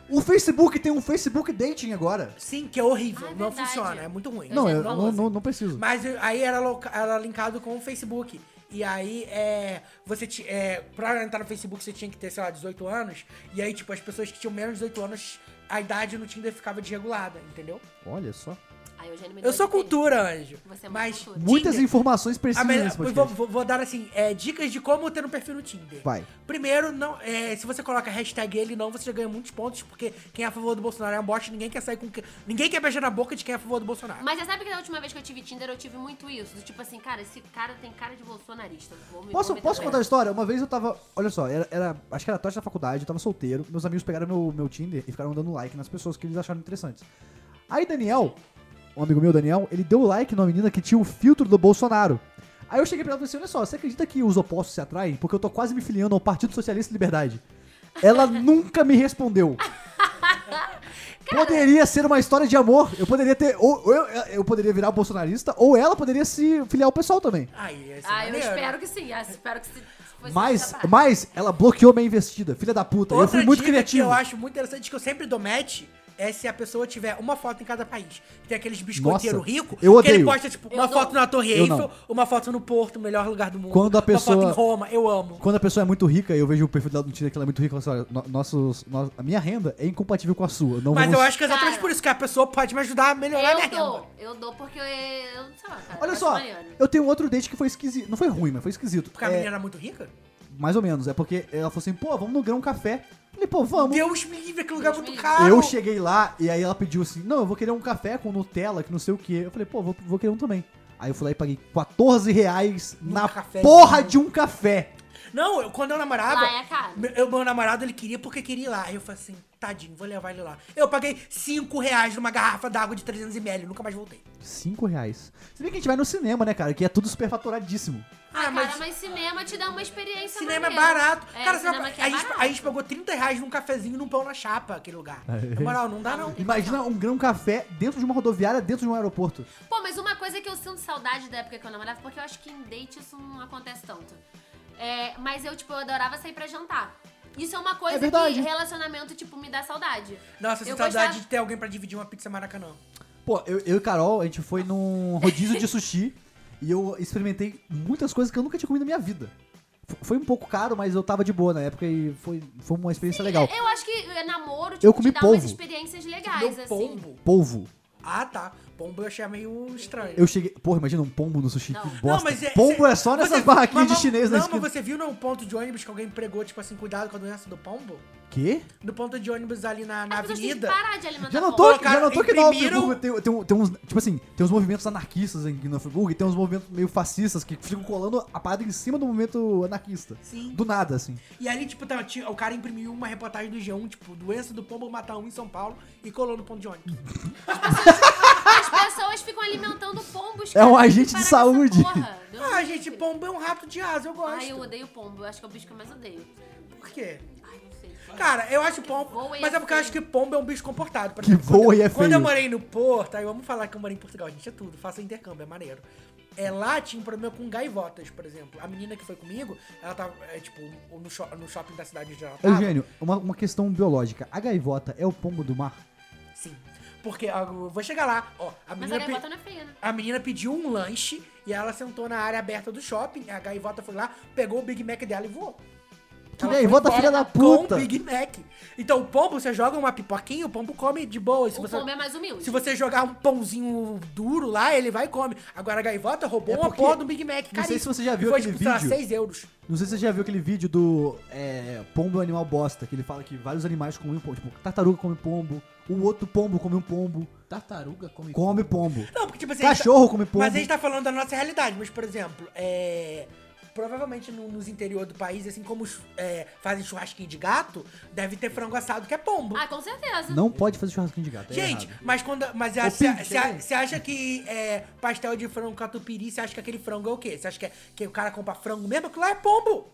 O Facebook tem um Facebook Dating agora.
Sim, que é horrível.
Ah, é
não
verdade.
funciona, é muito ruim.
não,
já
eu
não
não,
uso.
não, não preciso.
assim. Mas eu- aí era, loca- era linkado com o Facebook. E aí, é, você ti- é, pra entrar no Facebook você tinha que ter, sei lá, 18 anos. E aí, tipo, as pessoas que tinham menos de 18 anos, a idade no Tinder ficava desregulada, entendeu?
Olha só.
Aí o Eugênio me deu
Eu sou
de peixe.
cultura, Anjo.
Você é muito
mas
cultura.
Muitas
Tinder-
informações
a
precisas
melhor-
nesse
vou,
podcast.
vou- vou dar, assim, é, dicas de como ter um perfil no Tinder.
Vai.
Primeiro, não, é, se você coloca hashtag ele não, você já ganha muitos pontos, porque quem é a favor do Bolsonaro é um bosta, ninguém quer sair com... que- Ninguém quer beijar na boca de quem é a favor do Bolsonaro.
Mas você sabe que da última vez que eu tive Tinder, eu tive muito isso. Do tipo assim, cara, esse cara tem cara de bolsonarista. Vou me, vou
Posso,
meter
posso
com
contar a
ele.
história? Uma vez eu tava. Olha só, era, era- acho que era a tocha da faculdade, eu tava solteiro. Meus amigos pegaram meu, meu Tinder e ficaram dando like nas pessoas que eles acharam interessantes. Aí Daniel, um amigo meu, Daniel, ele deu like numa menina que tinha o filtro do Bolsonaro. Aí eu cheguei pra ela e falei assim: olha só, você acredita que os opostos se atraem? Porque eu tô quase me filiando ao Partido Socialista e Liberdade. Ela nunca me respondeu. Poderia ser uma história de amor. Eu poderia ter. Ou ou eu, eu poderia virar bolsonarista, ou ela poderia se filiar ao pessoal também.
Ai, ia ser
Ah, eu
é maneiro.
espero que sim. ah, espero que se. fosse
Mas,
essa parte.
mas ela bloqueou minha investida, filha da puta. eu
Outra
fui muito
dica
criativo.
que eu acho muito interessante, que eu sempre dou match, é se a pessoa tiver uma foto em cada país. Tem aqueles biscoiteiros
Nossa,
ricos,
eu
que ele
odeio.
posta, tipo,
Eu
uma
dou.
foto na Torre
Eu não.
Eiffel, uma foto no Porto, o melhor lugar do mundo.
Quando a
Uma
pessoa-
foto em Roma, eu amo.
Quando a pessoa é muito rica, eu vejo o perfil dela no Tinder que ela é muito rica, ela fala assim, olha, no- nossos, no- a minha renda é incompatível com a sua. Não
Mas
vamos-
eu acho que é exatamente
Cara.
por isso que a pessoa pode me ajudar a melhorar a minha
Eu
renda.
dou. Eu dou porque eu. Sei lá, cara.
Olha
acho
só,
maneiro.
eu tenho outro date que foi esquisito. Não foi ruim, mas foi esquisito.
Porque a
É,
menina era muito rica?
mais ou menos. É porque ela falou assim, pô, vamos no grão café. Eu Falei, pô, vamos.
Deus me livre, que lugar é
Deus
muito
me
caro.
Eu cheguei lá e aí ela pediu assim, não, eu vou querer um café com Nutella, que não sei o que. Eu falei, pô, vou, vou querer um também. Aí eu fui lá e paguei 14 reais
Num
na
café.
porra de um café.
Não, eu, quando eu namorava.
Lá é caro.
meu- Eu, meu namorado, ele queria porque queria ir lá. Aí eu falei assim, tadinho, vou levar ele lá. Eu paguei 5 reais numa garrafa d'água de 300ml, nunca mais voltei.
5 reais. Se bem que a gente vai no cinema, né, cara? Que é tudo superfaturadíssimo.
Ah, cara, mas... cinema te dá uma experiência
Cinema é
maneira.
barato.
É,
cara,
cinema
cinema
aqui é
a, gente,
barato.
a gente pagou 30 reais num cafezinho e num pão na chapa, aquele
*laughs*
lugar. Na moral, não
Ah,
dá não.
Imagina um grão café dentro de uma rodoviária, dentro de um aeroporto.
Pô, mas uma coisa que eu sinto saudade da época que eu namorava, porque eu acho que em date isso não acontece tanto. É, mas eu, tipo, eu adorava sair pra jantar. Isso é uma coisa
verdade.
que relacionamento, tipo, me dá saudade.
Nossa, eu
eu
saudade
gostava-
de ter alguém pra dividir uma pizza maracanã.
Pô, eu, eu e Carol, a gente foi num rodízio de sushi *laughs* e eu experimentei muitas coisas que eu nunca tinha comido na minha vida. F- Foi um pouco caro, mas eu tava de boa na época e foi, foi uma experiência legal.
Eu acho que é namoro, tipo,
Eu comi
te dá umas
polvo.
experiências
Tipo, Meu
legais, assim.
pombo.
Polvo.
Ah, tá. Pombo eu achei meio estranho.
Eu cheguei. Porra, imagina um pombo no sushi.
Não.
Que bosta.
Não, mas
pombo
cê-
é só nessas
você-
barraquinhas
mas-
de chinês né? na
Não,
esquina.
mas você viu no ponto de ônibus que alguém pregou, tipo assim, cuidado com a doença do pombo?
Quê?
No ponto de ônibus ali na, na
As pessoas têm Tipo, que
avenida.
parar de alimentar
Já notou,
pombo.
Pô,
que- já
cara,
notou que Nova
imprimiram-
Friburgo tem, tem, um- tem uns. Tipo assim, tem uns movimentos anarquistas em Nova Friburgo e tem uns movimentos meio fascistas que ficam colando a parada em cima do movimento anarquista.
Sim.
Do nada, assim.
E ali, tipo, tá, tinha- o cara imprimiu uma reportagem do G1, tipo, doença do pombo matar um em São Paulo e colou no ponto de ônibus.
As pessoas ficam alimentando pombos,
É um
cara,
agente de
para com essa
saúde.
porra. Deus
Ah,
me
gente,
livre.
pombo é um rato de asa, eu gosto.
Ai, eu odeio pombo. Eu acho que é o bicho que eu mais odeio.
Por quê?
Ai, não sei.
Cara, eu acho pombo.
voa e
Mas
é
é porque eu acho que
feio.
pombo é um bicho comportado. Por
Que
exemplo, quando-
voa e é
Quando
feio.
eu morei no Porto, aí vamos falar que eu morei em Portugal, gente, é tudo, faça intercâmbio, é maneiro. É, lá tinha um problema com gaivotas, por exemplo. A menina que foi comigo, ela tava, é, tipo, no, sho- no shopping da cidade onde ela tava.
Eugênio, uma, uma questão biológica. A gaivota é o pombo do mar?
Sim. Porque, ó, eu vou chegar lá, ó. A
Mas
menina
a
pe-
gaivota não é feia, né?
A menina pediu um lanche e ela sentou na área aberta do shopping. A gaivota foi lá, pegou o Big Mac dela e voou.
Que
Ela foi
gaivota
embora
filha da
Com
puta.
o Big Mac. Então o pombo, você joga uma pipoquinha, o pombo come de boa. E Se
O
você,
pombo é mais humilde.
se você jogar um pãozinho duro lá, ele vai e come. Agora a gaivota roubou
É
uma
porque-
porra do Big Mac,
Não sei se
caríssimo.
você já viu
Foi,
aquele
tipo, sei lá,
vídeo.
6 euros.
Não sei se você já viu aquele vídeo do é, pombo é um animal bosta, que ele fala que vários animais comem pombo. Tipo, tartaruga come pombo, o outro pombo come um pombo,
Tartaruga come.
come pombo.
Não, porque tipo assim... a gente tá-
Cachorro come pombo.
Mas a gente tá falando da nossa realidade, mas, por exemplo, é. Provavelmente no- nos interior do país, assim como os, é, fazem churrasquinho de gato, deve ter frango assado que é pombo.
Ah, com certeza.
Não pode fazer churrasquinho de gato, é
Gente,
errado.
mas quando. Mas a-
Ô,
se a-
Pinho,
se a-
chega aí.
você acha que é, pastel de frango catupiry, você acha que aquele frango é o quê? Você acha que, é- que o cara compra frango mesmo? Aquilo lá é pombo!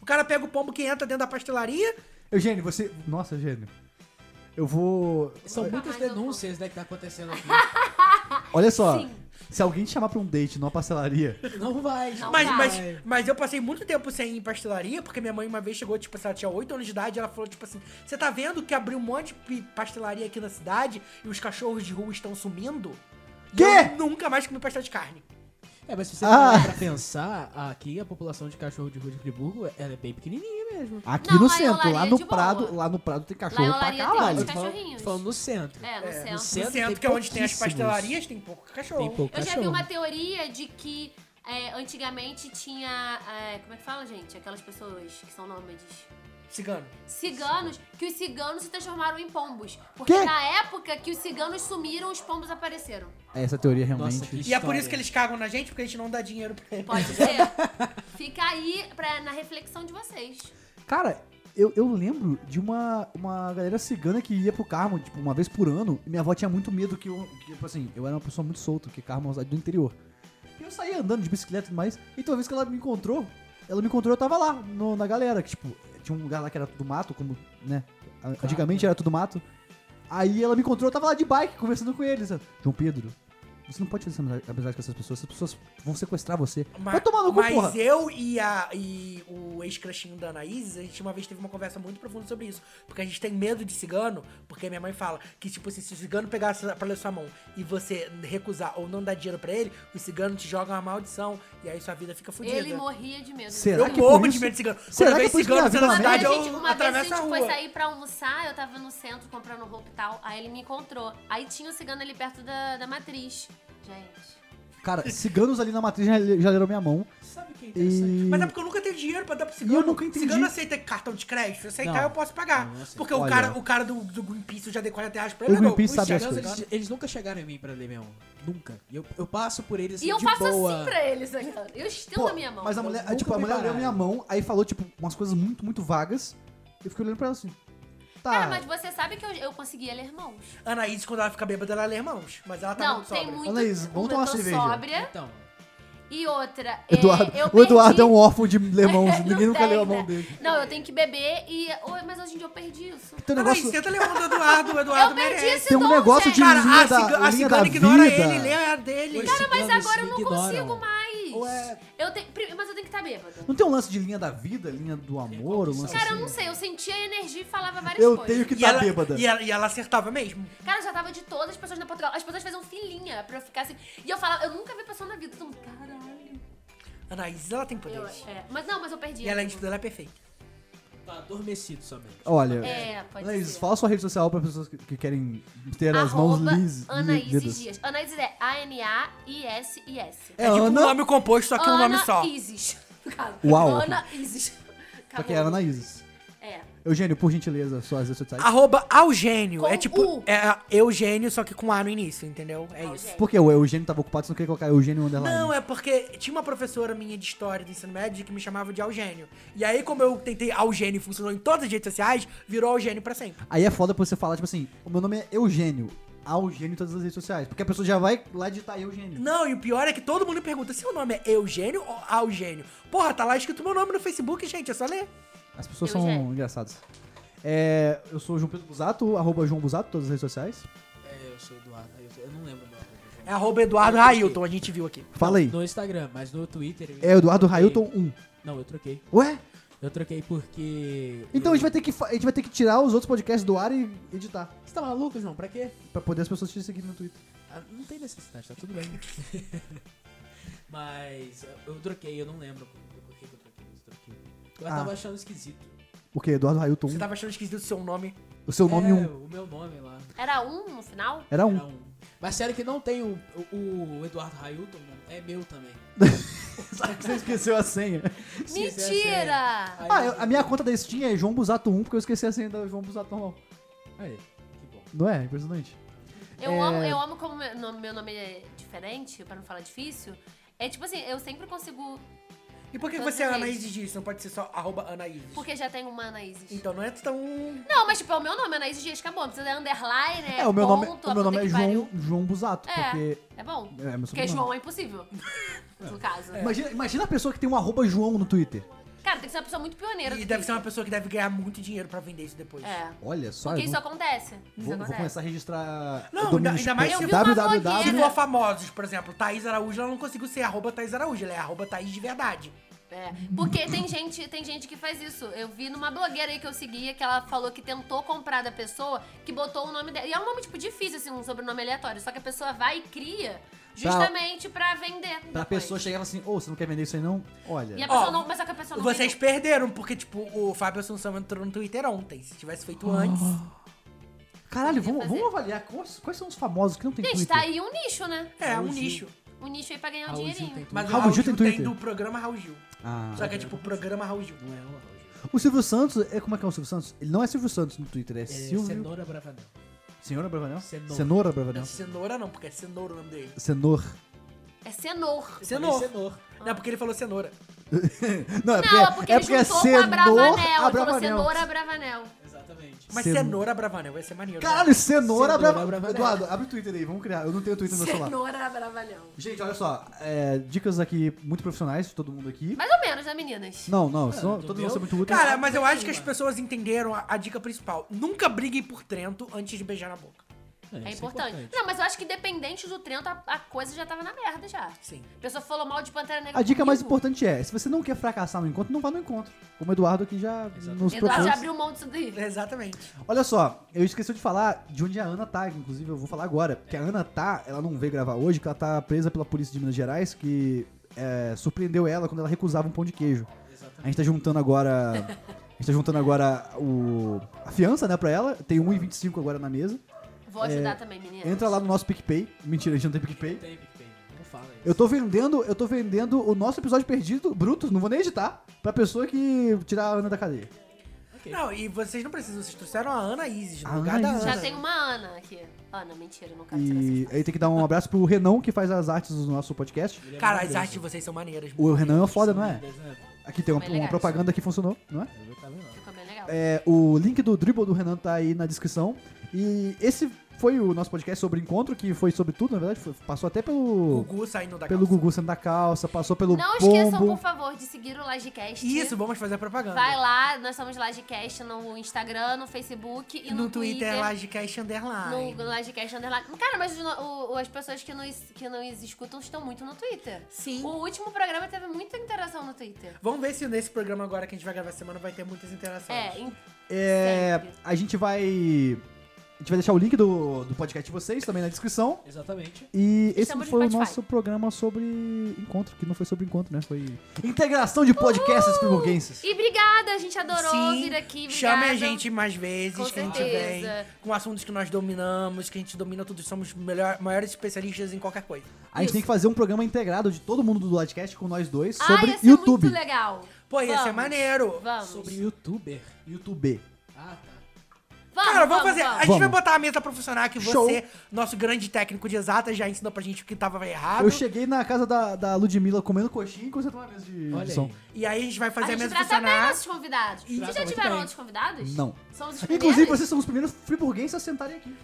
O cara pega o pombo que entra dentro da pastelaria.
Eugênio, você... Nossa, Eugênio. Eu vou...
São muitas
mais eu
denúncias né, que tá acontecendo aqui.
Olha só,
Sim.
se alguém te chamar pra um date numa pastelaria...
Não vai,
Não
Mas,
vai.
mas, mas eu passei muito tempo sem ir em pastelaria, porque minha mãe uma vez chegou, tipo, assim, ela tinha 8 anos de idade, ela falou, tipo assim, você tá vendo que abriu um monte de pi- pastelaria aqui na cidade e os cachorros de rua estão sumindo? E
Quê?
eu nunca mais comi pastel de carne.
É, mas se você
Ah.
parar pra pensar, aqui a população de cachorro de rua de Friburgo ela é bem pequenininha mesmo.
Aqui
Não,
no
lá em
centro, lá
Olaria é
no
de boa.
Prado, lá no Prado tem
Lá em
cachorro pra
Olaria tem
caralho.
muitos
Tô falando-
cachorrinhos.
tô falando no centro.
É, no
No
centro
centro.
centro,
tem
que é onde tem as
pouquíssimos.
pastelarias, tem pouco cachorro.
Tem pouco
Eu já vi
cachorro.
uma teoria de que é, antigamente tinha. é, como é que fala, gente? Aquelas pessoas que são nômades.
Cigano.
Ciganos, que os ciganos se transformaram em pombos. Porque
Quê?
na época que os ciganos sumiram, os pombos apareceram.
Essa teoria realmente...
Nossa, que
E é por
história.
isso que eles cagam na gente, porque a gente não dá dinheiro pra
Pode
eles.
*laughs*
ser. Fica aí pra, na reflexão de vocês.
Cara, eu, eu lembro de uma, uma galera cigana que ia pro Carmo, tipo, uma vez por ano, e minha avó tinha muito medo que eu. Que, tipo assim, eu era uma pessoa muito solta, que Carmo é uma cidade do interior. E eu saía andando de bicicleta e tudo mais. E toda vez que ela me encontrou, ela me encontrou, eu tava lá, no- na galera. Que, tipo, tinha um lugar lá que era tudo mato, como, né? a-
Tá,
Antigamente era tudo mato. Aí ela me encontrou, eu tava lá de bike, conversando com eles. João Pedro, você não pode fazer essa amizade- amizade com essas pessoas. Essas pessoas vão sequestrar você.
Ma-
Vai tomar no cu,
mas é
porra.
eu e, a, e o ex-crushinho da Anaís, a gente uma vez teve uma conversa muito profunda sobre isso. Porque a gente tem medo de cigano, porque minha mãe fala que, tipo, assim, se o cigano pegar a- pra ler sua mão e você recusar ou não dar dinheiro pra ele, o cigano te joga uma maldição e aí sua vida fica fodida.
Ele morria de medo.
Será
Eu
que por
morro de
isso-
medo de cigano. Quando
Será
eu
que é
vejo
por isso que
cigano
minha
sendo na
vida
cidade,
merda?
Uma vez,
eu
uma vez
atravesso
a
a
gente foi
rua.
sair pra almoçar, eu tava no centro comprando roupa e tal, aí ele me encontrou. Aí tinha um cigano ali perto da, da matriz. Gente.
Assim, Cara, ciganos ali na matriz já, já leram minha mão.
Sabe o que é interessante?
E...
Mas é porque eu nunca tenho dinheiro pra dar pro cigano.
E eu nunca entendi.
Cigano aceita cartão de crédito. Se aceitar,
Não.
eu posso pagar.
Não, não aceita.
porque o
Olha.
cara, o cara do, do Greenpeace, eu já dei 40 reais pra
O
ele. é meu.
Greenpeace
Os
sabe as
ciganos,
coisas.
eles-
Eles, eles nunca chegaram em mim pra ler minha mão. Nunca. E Eu, eu passo por eles assim,
E eu
de
faço
boa.
assim pra eles, sacana. Eu estendo
Pô,
a minha mão.
Mas a mulher,
nunca
tipo, a
me
mulher leu
pararam.
minha mão, aí falou, tipo, umas coisas muito, muito vagas. Eu fiquei olhando pra ela assim. Tá.
Cara, mas você sabe que eu, eu conseguia ler mãos.
Anaís, quando ela fica bêbada, ela lê irmãos. Mas ela tá
não,
muito
tem
sóbria.
muito.
Anaís, vamos
uma
tomar
eu tô
cerveja.
sóbria.
Então,
E outra, é,
Eduardo,
eu
o Eduardo
perdi-
é um órfão de ler mãos. Ninguém
*laughs* Não
nunca leu a
tem,
mão
né?
dele.
Não, eu tenho que beber e. Oi, mas hoje em dia eu perdi isso.
Tem um
Anaís,
negócio,
tenta ler a mão do Eduardo. O Eduardo
Eu perdi
merece.
esse
tem um
dom,
negócio
gente.
de
Cara, a,
linha da,
ciga- a
linha da
cigana ignora
vida.
ele, lê a dele.
Pois-
Cara, mas
Ciganos
agora eu não
ignoram.
consigo mais.
Ué.
Eu tenho, pri- mas eu tenho que tá estar bêbada.
Não tem um lance de linha da vida, linha do amor, um lance
Cara, eu
assim?
não sei, eu sentia a energia e falava várias
Eu
coisas.
tenho que
E
estar
ela,
bêbada.
e, ela, e ela acertava mesmo.
Cara, eu já tava de todas as pessoas na Portugal. As pessoas faziam filinha pra eu ficar assim. E eu falava, eu nunca vi pessoa na vida. Então, caralho.
Anaís, ela tem
Eu,
poderes.
é. Mas não, mas eu perdi.
E ela, é tipo, ela é perfeita.
tá adormecido somente.
Olha,
É, pode
Anaís,
ser.
fala sua rede social pra pessoas que, que querem ter as mãos
Arroba
lis-
Anaíses
lidas.
Dias. Anaíses é A-N-A-I-S-I-S.
É
É tipo um
Ana,
nome composto, só que é um nome só.
Isis. *laughs* Cara,
Uau.
Ana Isis.
só
tá
que é Anaíses.
É.
Eugênio, por gentileza, suas redes sociais.
Arroba Eugênio.
Com
É tipo,
U.
é Eugênio, só que com A no início, entendeu? É isso.
Eugênio.
Porque o Eugênio tava ocupado, você não queria colocar Eugênio Underline.
Não, é porque tinha uma professora minha de história do ensino médio que me chamava de Eugênio. E aí, como eu tentei Eugênio e funcionou em todas as redes sociais, virou Eugênio pra sempre.
Aí é foda pra você falar, tipo assim, o meu nome é Eugênio. Eugênio em todas as redes sociais. Porque a pessoa já vai lá digitar Eugênio.
Não, e o pior é que todo mundo me pergunta: seu nome é Eugênio ou Eugênio? Porra, tá lá escrito meu nome no Facebook, gente, é só ler.
As pessoas
Eugênio.
são engraçadas. É, eu sou o João Pedro Busato, arroba João Busato, todas as redes sociais.
É, eu sou Eduardo. Eu, eu não lembro o meu arroba.
É arroba Eduardo Railton, a gente viu aqui.
Fala aí.
No Instagram, mas no Twitter. eu-
É Eduardo
eu troquei.
Railton 1.
Não, eu troquei.
Ué?
Eu troquei porque.
Então a
eu...
gente vai ter que, fa- a gente vai ter que tirar os outros podcasts do ar e editar.
Você tá maluco, João? Pra quê?
Pra poder as pessoas te seguir no Twitter.
Ah, Não tem necessidade, tá tudo bem. *laughs* mas eu- eu troquei, eu não lembro por que que eu troquei, mas eu troquei. Eu
Ah.
tava achando esquisito.
O que? Eduardo Railton 1.
Você tava achando esquisito o seu nome?
O seu nome É
é,
1.
o meu nome lá.
Era um no final?
Era
Era
1.
um. Mas sério que não tem o, o, o Eduardo Railton, mano. É meu também.
Só que você esqueceu a senha.
Esqueci a senha.
Mentira!
Aí
Ah,
eu-
eu- a minha conta da Steam é João Busato 1, porque eu esqueci a senha da João Busato normal.
Aí, que bom.
Não é? Impressionante.
Eu,
É.
amo, eu amo como meu nome, meu nome é diferente, pra não falar difícil. É tipo assim, eu sempre consigo.
E por que
Todas
você é
as
Anaíses
vezes.
Dias? Não pode ser só arroba Anaíses.
Porque já tem uma Anaíses.
Então não é tão.
Não, mas tipo, é o meu nome, Anaíses Dias, acabou. Não precisa dar underline, né?
É, o meu nome,
ponto,
o meu
a puta
nome é
que
João,
pariu.
João Busato,
É.
porque
É bom.
É, meu É,
Porque
sobrenome.
João
*laughs*
é impossível. No caso.
Imagina, imagina a pessoa que tem um arroba João no Twitter.
Cara, tem que ser uma pessoa muito pioneira.
E
do
deve ser
Twitter.
uma pessoa que deve ganhar muito dinheiro pra vender isso depois.
É.
Olha só.
Porque
Tá, eu
isso
vou-
acontece. Isso
vou, vou
acontece.
começar a registrar.
Não,
domínios
ainda- ainda mais
tipo
se eu
vi uma
Se
blogueira.
www.
for famosos, por exemplo, Thaís Araújo, ela não conseguiu ser arroba Thaís Araújo, ela é arroba Thaís de verdade.
É, porque tem gente, tem gente que faz isso. Eu vi numa blogueira aí que eu seguia que ela falou que tentou comprar da pessoa que botou o nome dela. E é um nome, tipo, difícil, assim, um sobrenome aleatório. Só que a pessoa vai e cria justamente pra, vender.
Pra
depois.
pessoa chegar e falar assim, ô, você não quer vender isso aí não? Olha.
E a pessoa
Ó,
não. Mas só que a pessoa não.
Vocês
vendeu.
perderam, porque, tipo, o Fábio Assunção entrou no Twitter ontem. Se tivesse feito
Ah,
antes.
Caralho, vamos,
fazer.
vamos avaliar quais, quais são os famosos que não tem
Gente,
Twitter.
tá aí um nicho, né?
É, um
Raul Gil.
nicho.
Um nicho aí pra ganhar um
Raul Gil tem
dinheirinho.
tudo.
Mas o
Raul
Raul
Gil
Gil
tem
tem,
Twitter.
do programa Raul Gil.
Ah.
Só que é tipo o programa Raul Gil.
Não é o Raul Gil.
O Silvio Santos, é, como é que é o Silvio Santos? Ele não é Silvio Santos no Twitter, é,
É
Silvio...
Cenoura Bravanel.
Senhora Bravanel?
Cenoura.
Cenoura
Não.
Bravanel.
Cenoura não, porque é cenoura o nome dele.
Cenor.
É cenoura.
Cenoura.
Cenoura.
Não, é porque ele falou cenoura.
Não, é
Não, é porque ele juntou com a
Senor-
Bravanel.
a
Ele falou
Bravanel.
cenoura Bravanel.
Exatamente. Exatamente.
Mas
Ceno-
cenoura Bravanel vai ser maneiro. né?
Caralho, cenoura,
Cenoura
brava.
brava-
Eduardo, abre o Twitter aí, vamos criar. Eu não tenho Twitter no meu celular.
Cenoura Bravalhão.
Gente, olha só, é, dicas aqui muito profissionais de todo mundo aqui.
Mais ou menos, né, meninas?
Não, não, senão todos vão ser muito úteis.
Cara, mas eu acho que as pessoas entenderam a, a dica principal. Nunca briguem por Trento antes de beijar na boca.
É importante. Não, mas eu acho que dependente do Trento, a, a coisa já tava na merda já.
Sim.
A pessoa falou mal de Pantera Negra.
a dica mais
comigo.
importante é, se você não quer fracassar no encontro, não vá no encontro. Como o Eduardo aqui já nos
Eduardo já
propôs.
abriu mão disso daí.
Exatamente.
Olha só, eu esqueci de falar de onde a Ana tá, que inclusive eu vou falar agora. Porque a
É.
Ana tá, ela não veio gravar hoje, porque ela tá presa pela polícia de Minas Gerais, que é, surpreendeu ela quando ela recusava um pão de queijo. A gente tá juntando agora. A gente tá juntando agora o, a fiança, né, pra ela. Tem 1,25 agora na mesa.
Vou ajudar também, meninas.
É, Entra lá no nosso PicPay. Mentira, a gente não tem PicPay.
Tem, tem. Não fala isso.
Eu tô vendendo, eu tô vendendo o nosso episódio perdido, bruto, não vou nem editar, pra pessoa que tirar a Ana da cadeia.
Ok.
Não, e vocês não precisam, vocês trouxeram a Ana Isis no
A
lugar
Ana
da
Isis. um
Ana.
Já tem uma Ana aqui. Ana, mentira, eu não quero tirar essa
E
foto.
aí tem que dar um abraço pro Renan, que faz as artes do nosso podcast.
Ele é
Cara, as
maravilhoso.
artes de vocês são maneiras.
O Renan é foda, não é?
Deus, né?
Aqui tem uma,
Bem
uma
legais.
propaganda que funcionou, não é?
Eu também não.
Ficou bem legal.
É, O link do dribble do Renan tá aí na descrição. E esse foi o nosso podcast sobre encontro, que foi sobre tudo, na verdade. foi- passou até
O
pelo.
Gugu saindo da
Pelo
calça.
Gugu saindo da calça, passou pelo
Não um esqueçam,
Pombo.
por favor, de seguir o Lagecast.
Isso, vamos fazer propaganda.
Vai lá, nós somos Lagecast no Instagram, no Facebook e
no,
no,
Twitter, Lagecast
No
Underline.
Lagecast Underline. Cara, mas no- o- o- as pessoas que nos, que nos escutam estão muito no Twitter.
Sim.
O último programa teve muita interação no Twitter.
Vamos ver se nesse programa agora que a gente vai gravar essa semana vai ter muitas interações.
É, em-
É,
Sempre.
a gente vai. A gente vai deixar o link do, do podcast de vocês também na descrição.
Exatamente.
E esse
Estamos no
foi o
Spotify.
nosso programa sobre encontro, que não foi sobre encontro, né? Foi integração de podcasts friburguenses.
E obrigada, a gente adorou
Sim,
vir aqui. Obrigada.
Chame a gente mais vezes,
Com
que a gente
certeza.
vem com assuntos que nós dominamos, que a gente domina tudo, somos melhor, maiores especialistas em qualquer coisa.
A gente tem que fazer um programa integrado de todo mundo do podcast com nós dois
Ah,
sobre
ia ser
YouTube.
muito legal.
Pô, ia ser
Vamos,
maneiro.
Vamos.
Sobre youtuber.
YouTube.
Ah, tá.
Vamos,
Cara, vamos, fazer. A gente vai
Vamos.
botar a mesa pra funcionar que
Show.
você, nosso grande técnico de exatas, já ensinou pra gente o que tava
Ah,
errado.
Eu cheguei na casa da, da Ludmilla comendo coxinha e consertou uma mesa de,
Olha
de som.
aí.
E aí a gente vai fazer a,
a gente um
mesa
trata bem
funcionar.
nossos convidados. Vocês
Trata
já
muito
tiveram
bem.
outros convidados?
Não.
Somos os primeiros?
Inclusive, vocês são os primeiros friburguenses a sentarem aqui.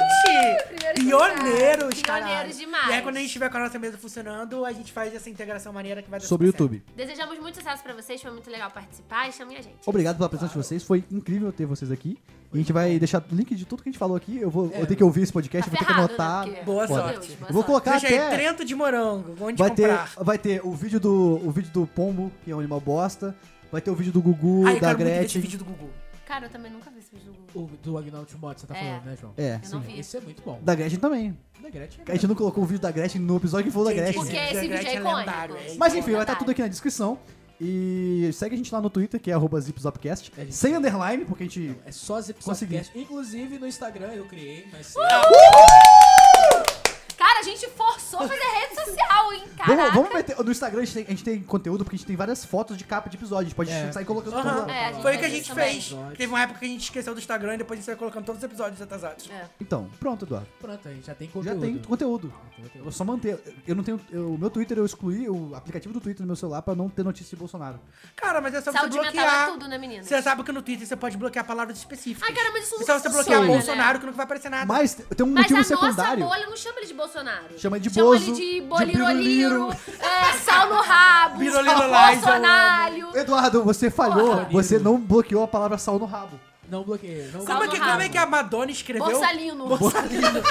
Gente,
primeiros
pioneiros,
convidados.
cara.
Pioneiros demais.
E aí quando a gente tiver com a nossa mesa funcionando, a gente faz essa integração maneira que vai dar
Sobre
super certo.
YouTube.
Desejamos muito sucesso pra vocês, foi muito legal participar e chamem a gente.
Obrigado pela presença de vocês, foi incrível ter vocês aqui. E a gente vai deixar o link de tudo que a gente falou aqui. Eu vou, eu tenho que ouvir esse podcast,
Tá
eu vou ter que
ferrado,
anotar.
né? porque-
Boa
Meu Deus,
sorte.
boa
Eu vou
sorte.
colocar
Seja aí,
até...
Trento de Morango, onde
Vai ter,
comprar.
vai ter o vídeo do o vídeo do pombo, que é um animal bosta. Vai ter o vídeo do Gugu,
Ai, Ah,
da
eu quero muito ver esse
Gretchen.
vídeo do Gugu.
Cara, eu também nunca vi esse vídeo do Google.
O do Agnaldo Timóteo, você tá
É.
falando, né, João?
É,
Eu não vi.
Esse é muito bom.
Da Gretchen também.
Da Gretchen.
A gente não colocou o vídeo da Gretchen no episódio que falou da
Gente,
Gretchen.
esse
Porque esse
da
vídeo é
Gretchen
icônico.
lendário, é.
Mas enfim, vai estar
lendário.
tudo aqui na descrição. E segue a gente lá no Twitter, que é arroba zipzopcast.
É, gente.
Sem underline, porque a gente.
É só zip
Consegui.
Zopcast. Inclusive no Instagram eu criei, mas.
Uh!
Ah,
Cara, a gente forçou fazer rede social, hein? Caraca.
Vamos, vamos meter. No Instagram a gente, tem, a gente tem conteúdo, porque a gente tem várias fotos de capa de episódio. A gente pode
É.
sair colocando tudo
Aham.
lá.
É, a gente
Foi o
faz
que a
isso
gente
também.
fez. Teve uma época que a gente esqueceu do Instagram e depois a gente saiu colocando todos os episódios atrasados.
É.
Então, pronto, Eduardo.
Pronto, a gente já tem
Já
conteúdo.
tem conteúdo. Eu vou só manter. Eu não tenho. eu- O meu Twitter eu excluí o aplicativo do Twitter no meu celular pra não ter notícia de Bolsonaro.
Cara, mas é só você
Saúde mental
bloquear.
é tudo, né, meninas?
Você sabe que no Twitter você pode bloquear palavras específicas.
Ai, cara, mas isso
É
não
só você bloquear
funciona, né?
Bolsonaro que nunca vai aparecer nada.
Mas tem um
Mas
motivo
a
secundário.
nossa bolha não chama ele de Bolsonaro.
Chama ele de
chama
Bozo,
ele
de
de Boliroliro,
Biroliro.
é, sal no rabo,
Biroliro Lies,
Bolsonaro.
Eduardo, você falhou.
Porra.
Você não bloqueou a palavra sal no rabo.
Não bloqueei. Não
Como é,
no
que,
bloqueei.
rabo.
como é que a Madonna escreveu?
Borsalino.
Borsalino.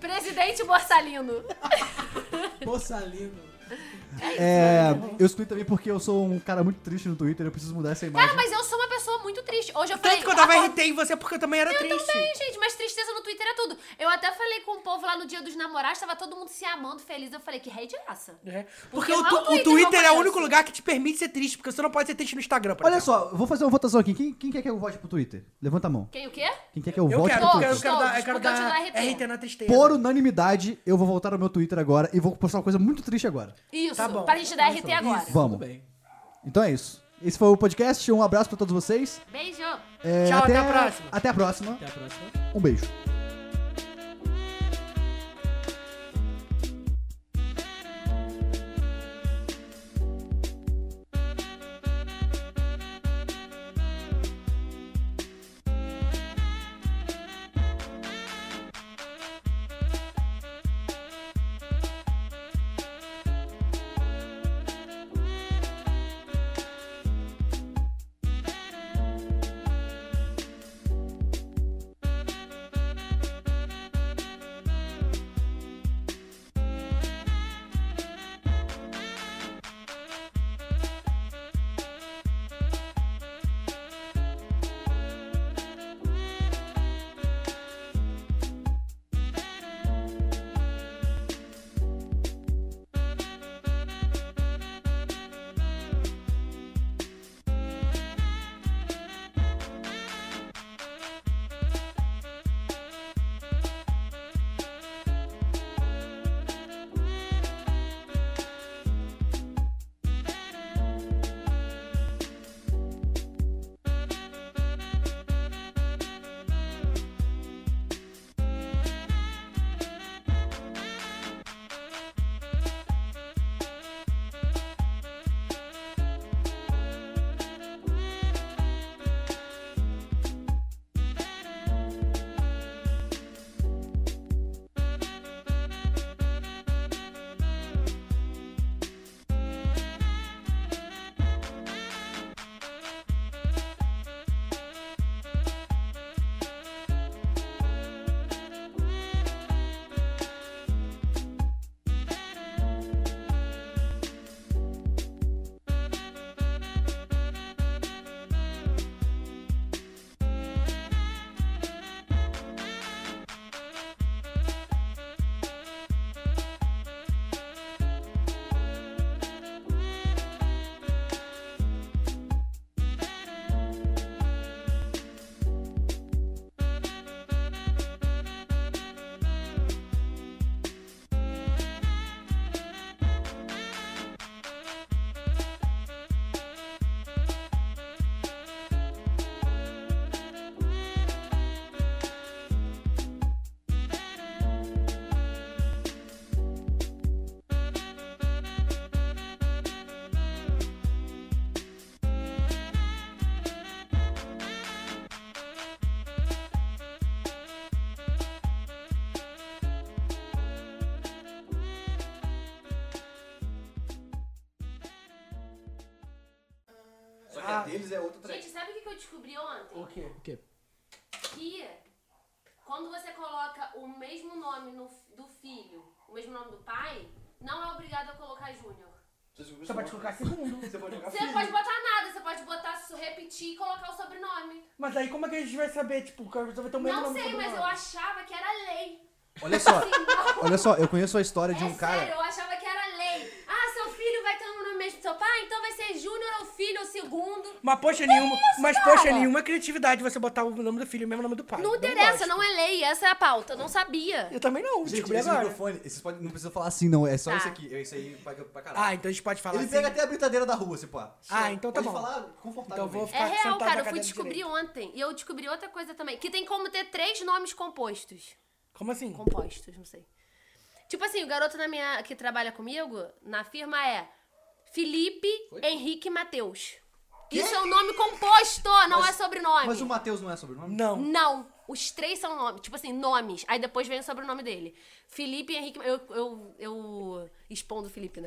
Presidente Borsalino.
Borsalino.
É, eu excluí também porque eu sou um cara muito triste no Twitter. Eu preciso mudar essa
Cara,
imagem.
mas eu sou uma pessoa muito triste. Hoje eu falei...
Tanto que eu tava
acor-
RT em você porque eu também era triste.
Sim, gente, mas tristeza no Twitter é tudo. Eu até falei com o povo lá no dia dos namorados, tava todo mundo se amando, feliz. Eu falei, que rei de raça.
É.
Porque
Porque, o,
lá
tu-
o
o
Twitter
Twitter,
não
é o
aparece.
único lugar que te permite ser triste, porque você não pode ser triste no Instagram, por
Olha
exemplo.
só, eu vou fazer uma votação aqui. Quem, quem quer que eu volte pro Twitter? Levanta a mão.
Quem o quê?
Quem quer que eu,
Eu
volte
quero,
pro
eu
Twitter?
quero, eu quero
Todos,
dar, eu quero
porque eu te
dar
dou RT.
RT na tristeza.
Por unanimidade, eu vou voltar ao meu Twitter agora e vou postar uma coisa muito triste agora.
Isso,
Tá bom.
pra gente dar RT agora.
É,
Isso,
Vamos.
Tudo bem.
Então é isso. Esse foi o podcast. Um abraço pra todos vocês.
Beijo.
É,
Tchau, até a próxima.
Até a próxima.
Até a próxima.
Um beijo. deles é outra
Gente, sabe o que que eu descobri ontem?
O quê?
O quê?
Que quando você coloca o mesmo nome no f- do filho, o mesmo nome do pai, não é obrigado a colocar Júnior.
Você pode colocar segundo.
Você pode jogar
Você não pode botar nada, você pode botar, su- repetir e colocar o sobrenome.
Mas aí como é que a gente vai saber, tipo, que a pessoa vai ter o mesmo
Não
nome
sei,
e
mas eu
sobrenome?
achava que era lei.
Olha só,
Assim, não.
olha só, eu conheço a história de
É
um cara.
sério, eu achava que era lei. Ah, seu filho vai ter o nome mesmo do seu pai, então vai ser Júnior ou filho ou segundo.
Mas poxa nenhuma, mas
é cara?
poxa nenhuma criatividade você botar o nome do filho e o mesmo nome do pai.
Não interessa,
gosto.
não é lei, essa é a pauta. Eu não sabia.
Eu também não,
Gente,
descobri
esse
agora.
microfone, vocês podem, não precisa falar assim, não. É só
Tá.
isso aqui. Esse aí vai pra caralho.
Ah, então a gente pode falar
Ele
assim.
pega até a britadeira da rua, se pá.
Ah, então tá
Pode
bom.
falar confortável.
Então vou
É
ficar
real, cara.
sentado na
Eu fui
cadeira
descobrir
direita.
ontem. E eu descobri outra coisa também. Que tem como ter três nomes compostos.
Como assim?
Hum.
Compostos, não sei. Tipo assim, o garoto na minha, que trabalha comigo, na firma é Felipe Henrique Mateus. Isso é um nome composto, não é sobrenome.
Mas o Matheus não é sobrenome?
Não.
Não, os três são nomes, tipo assim, nomes. Aí depois vem o sobrenome dele. Felipe Henrique. Eu, eu, eu expondo o Felipe, né?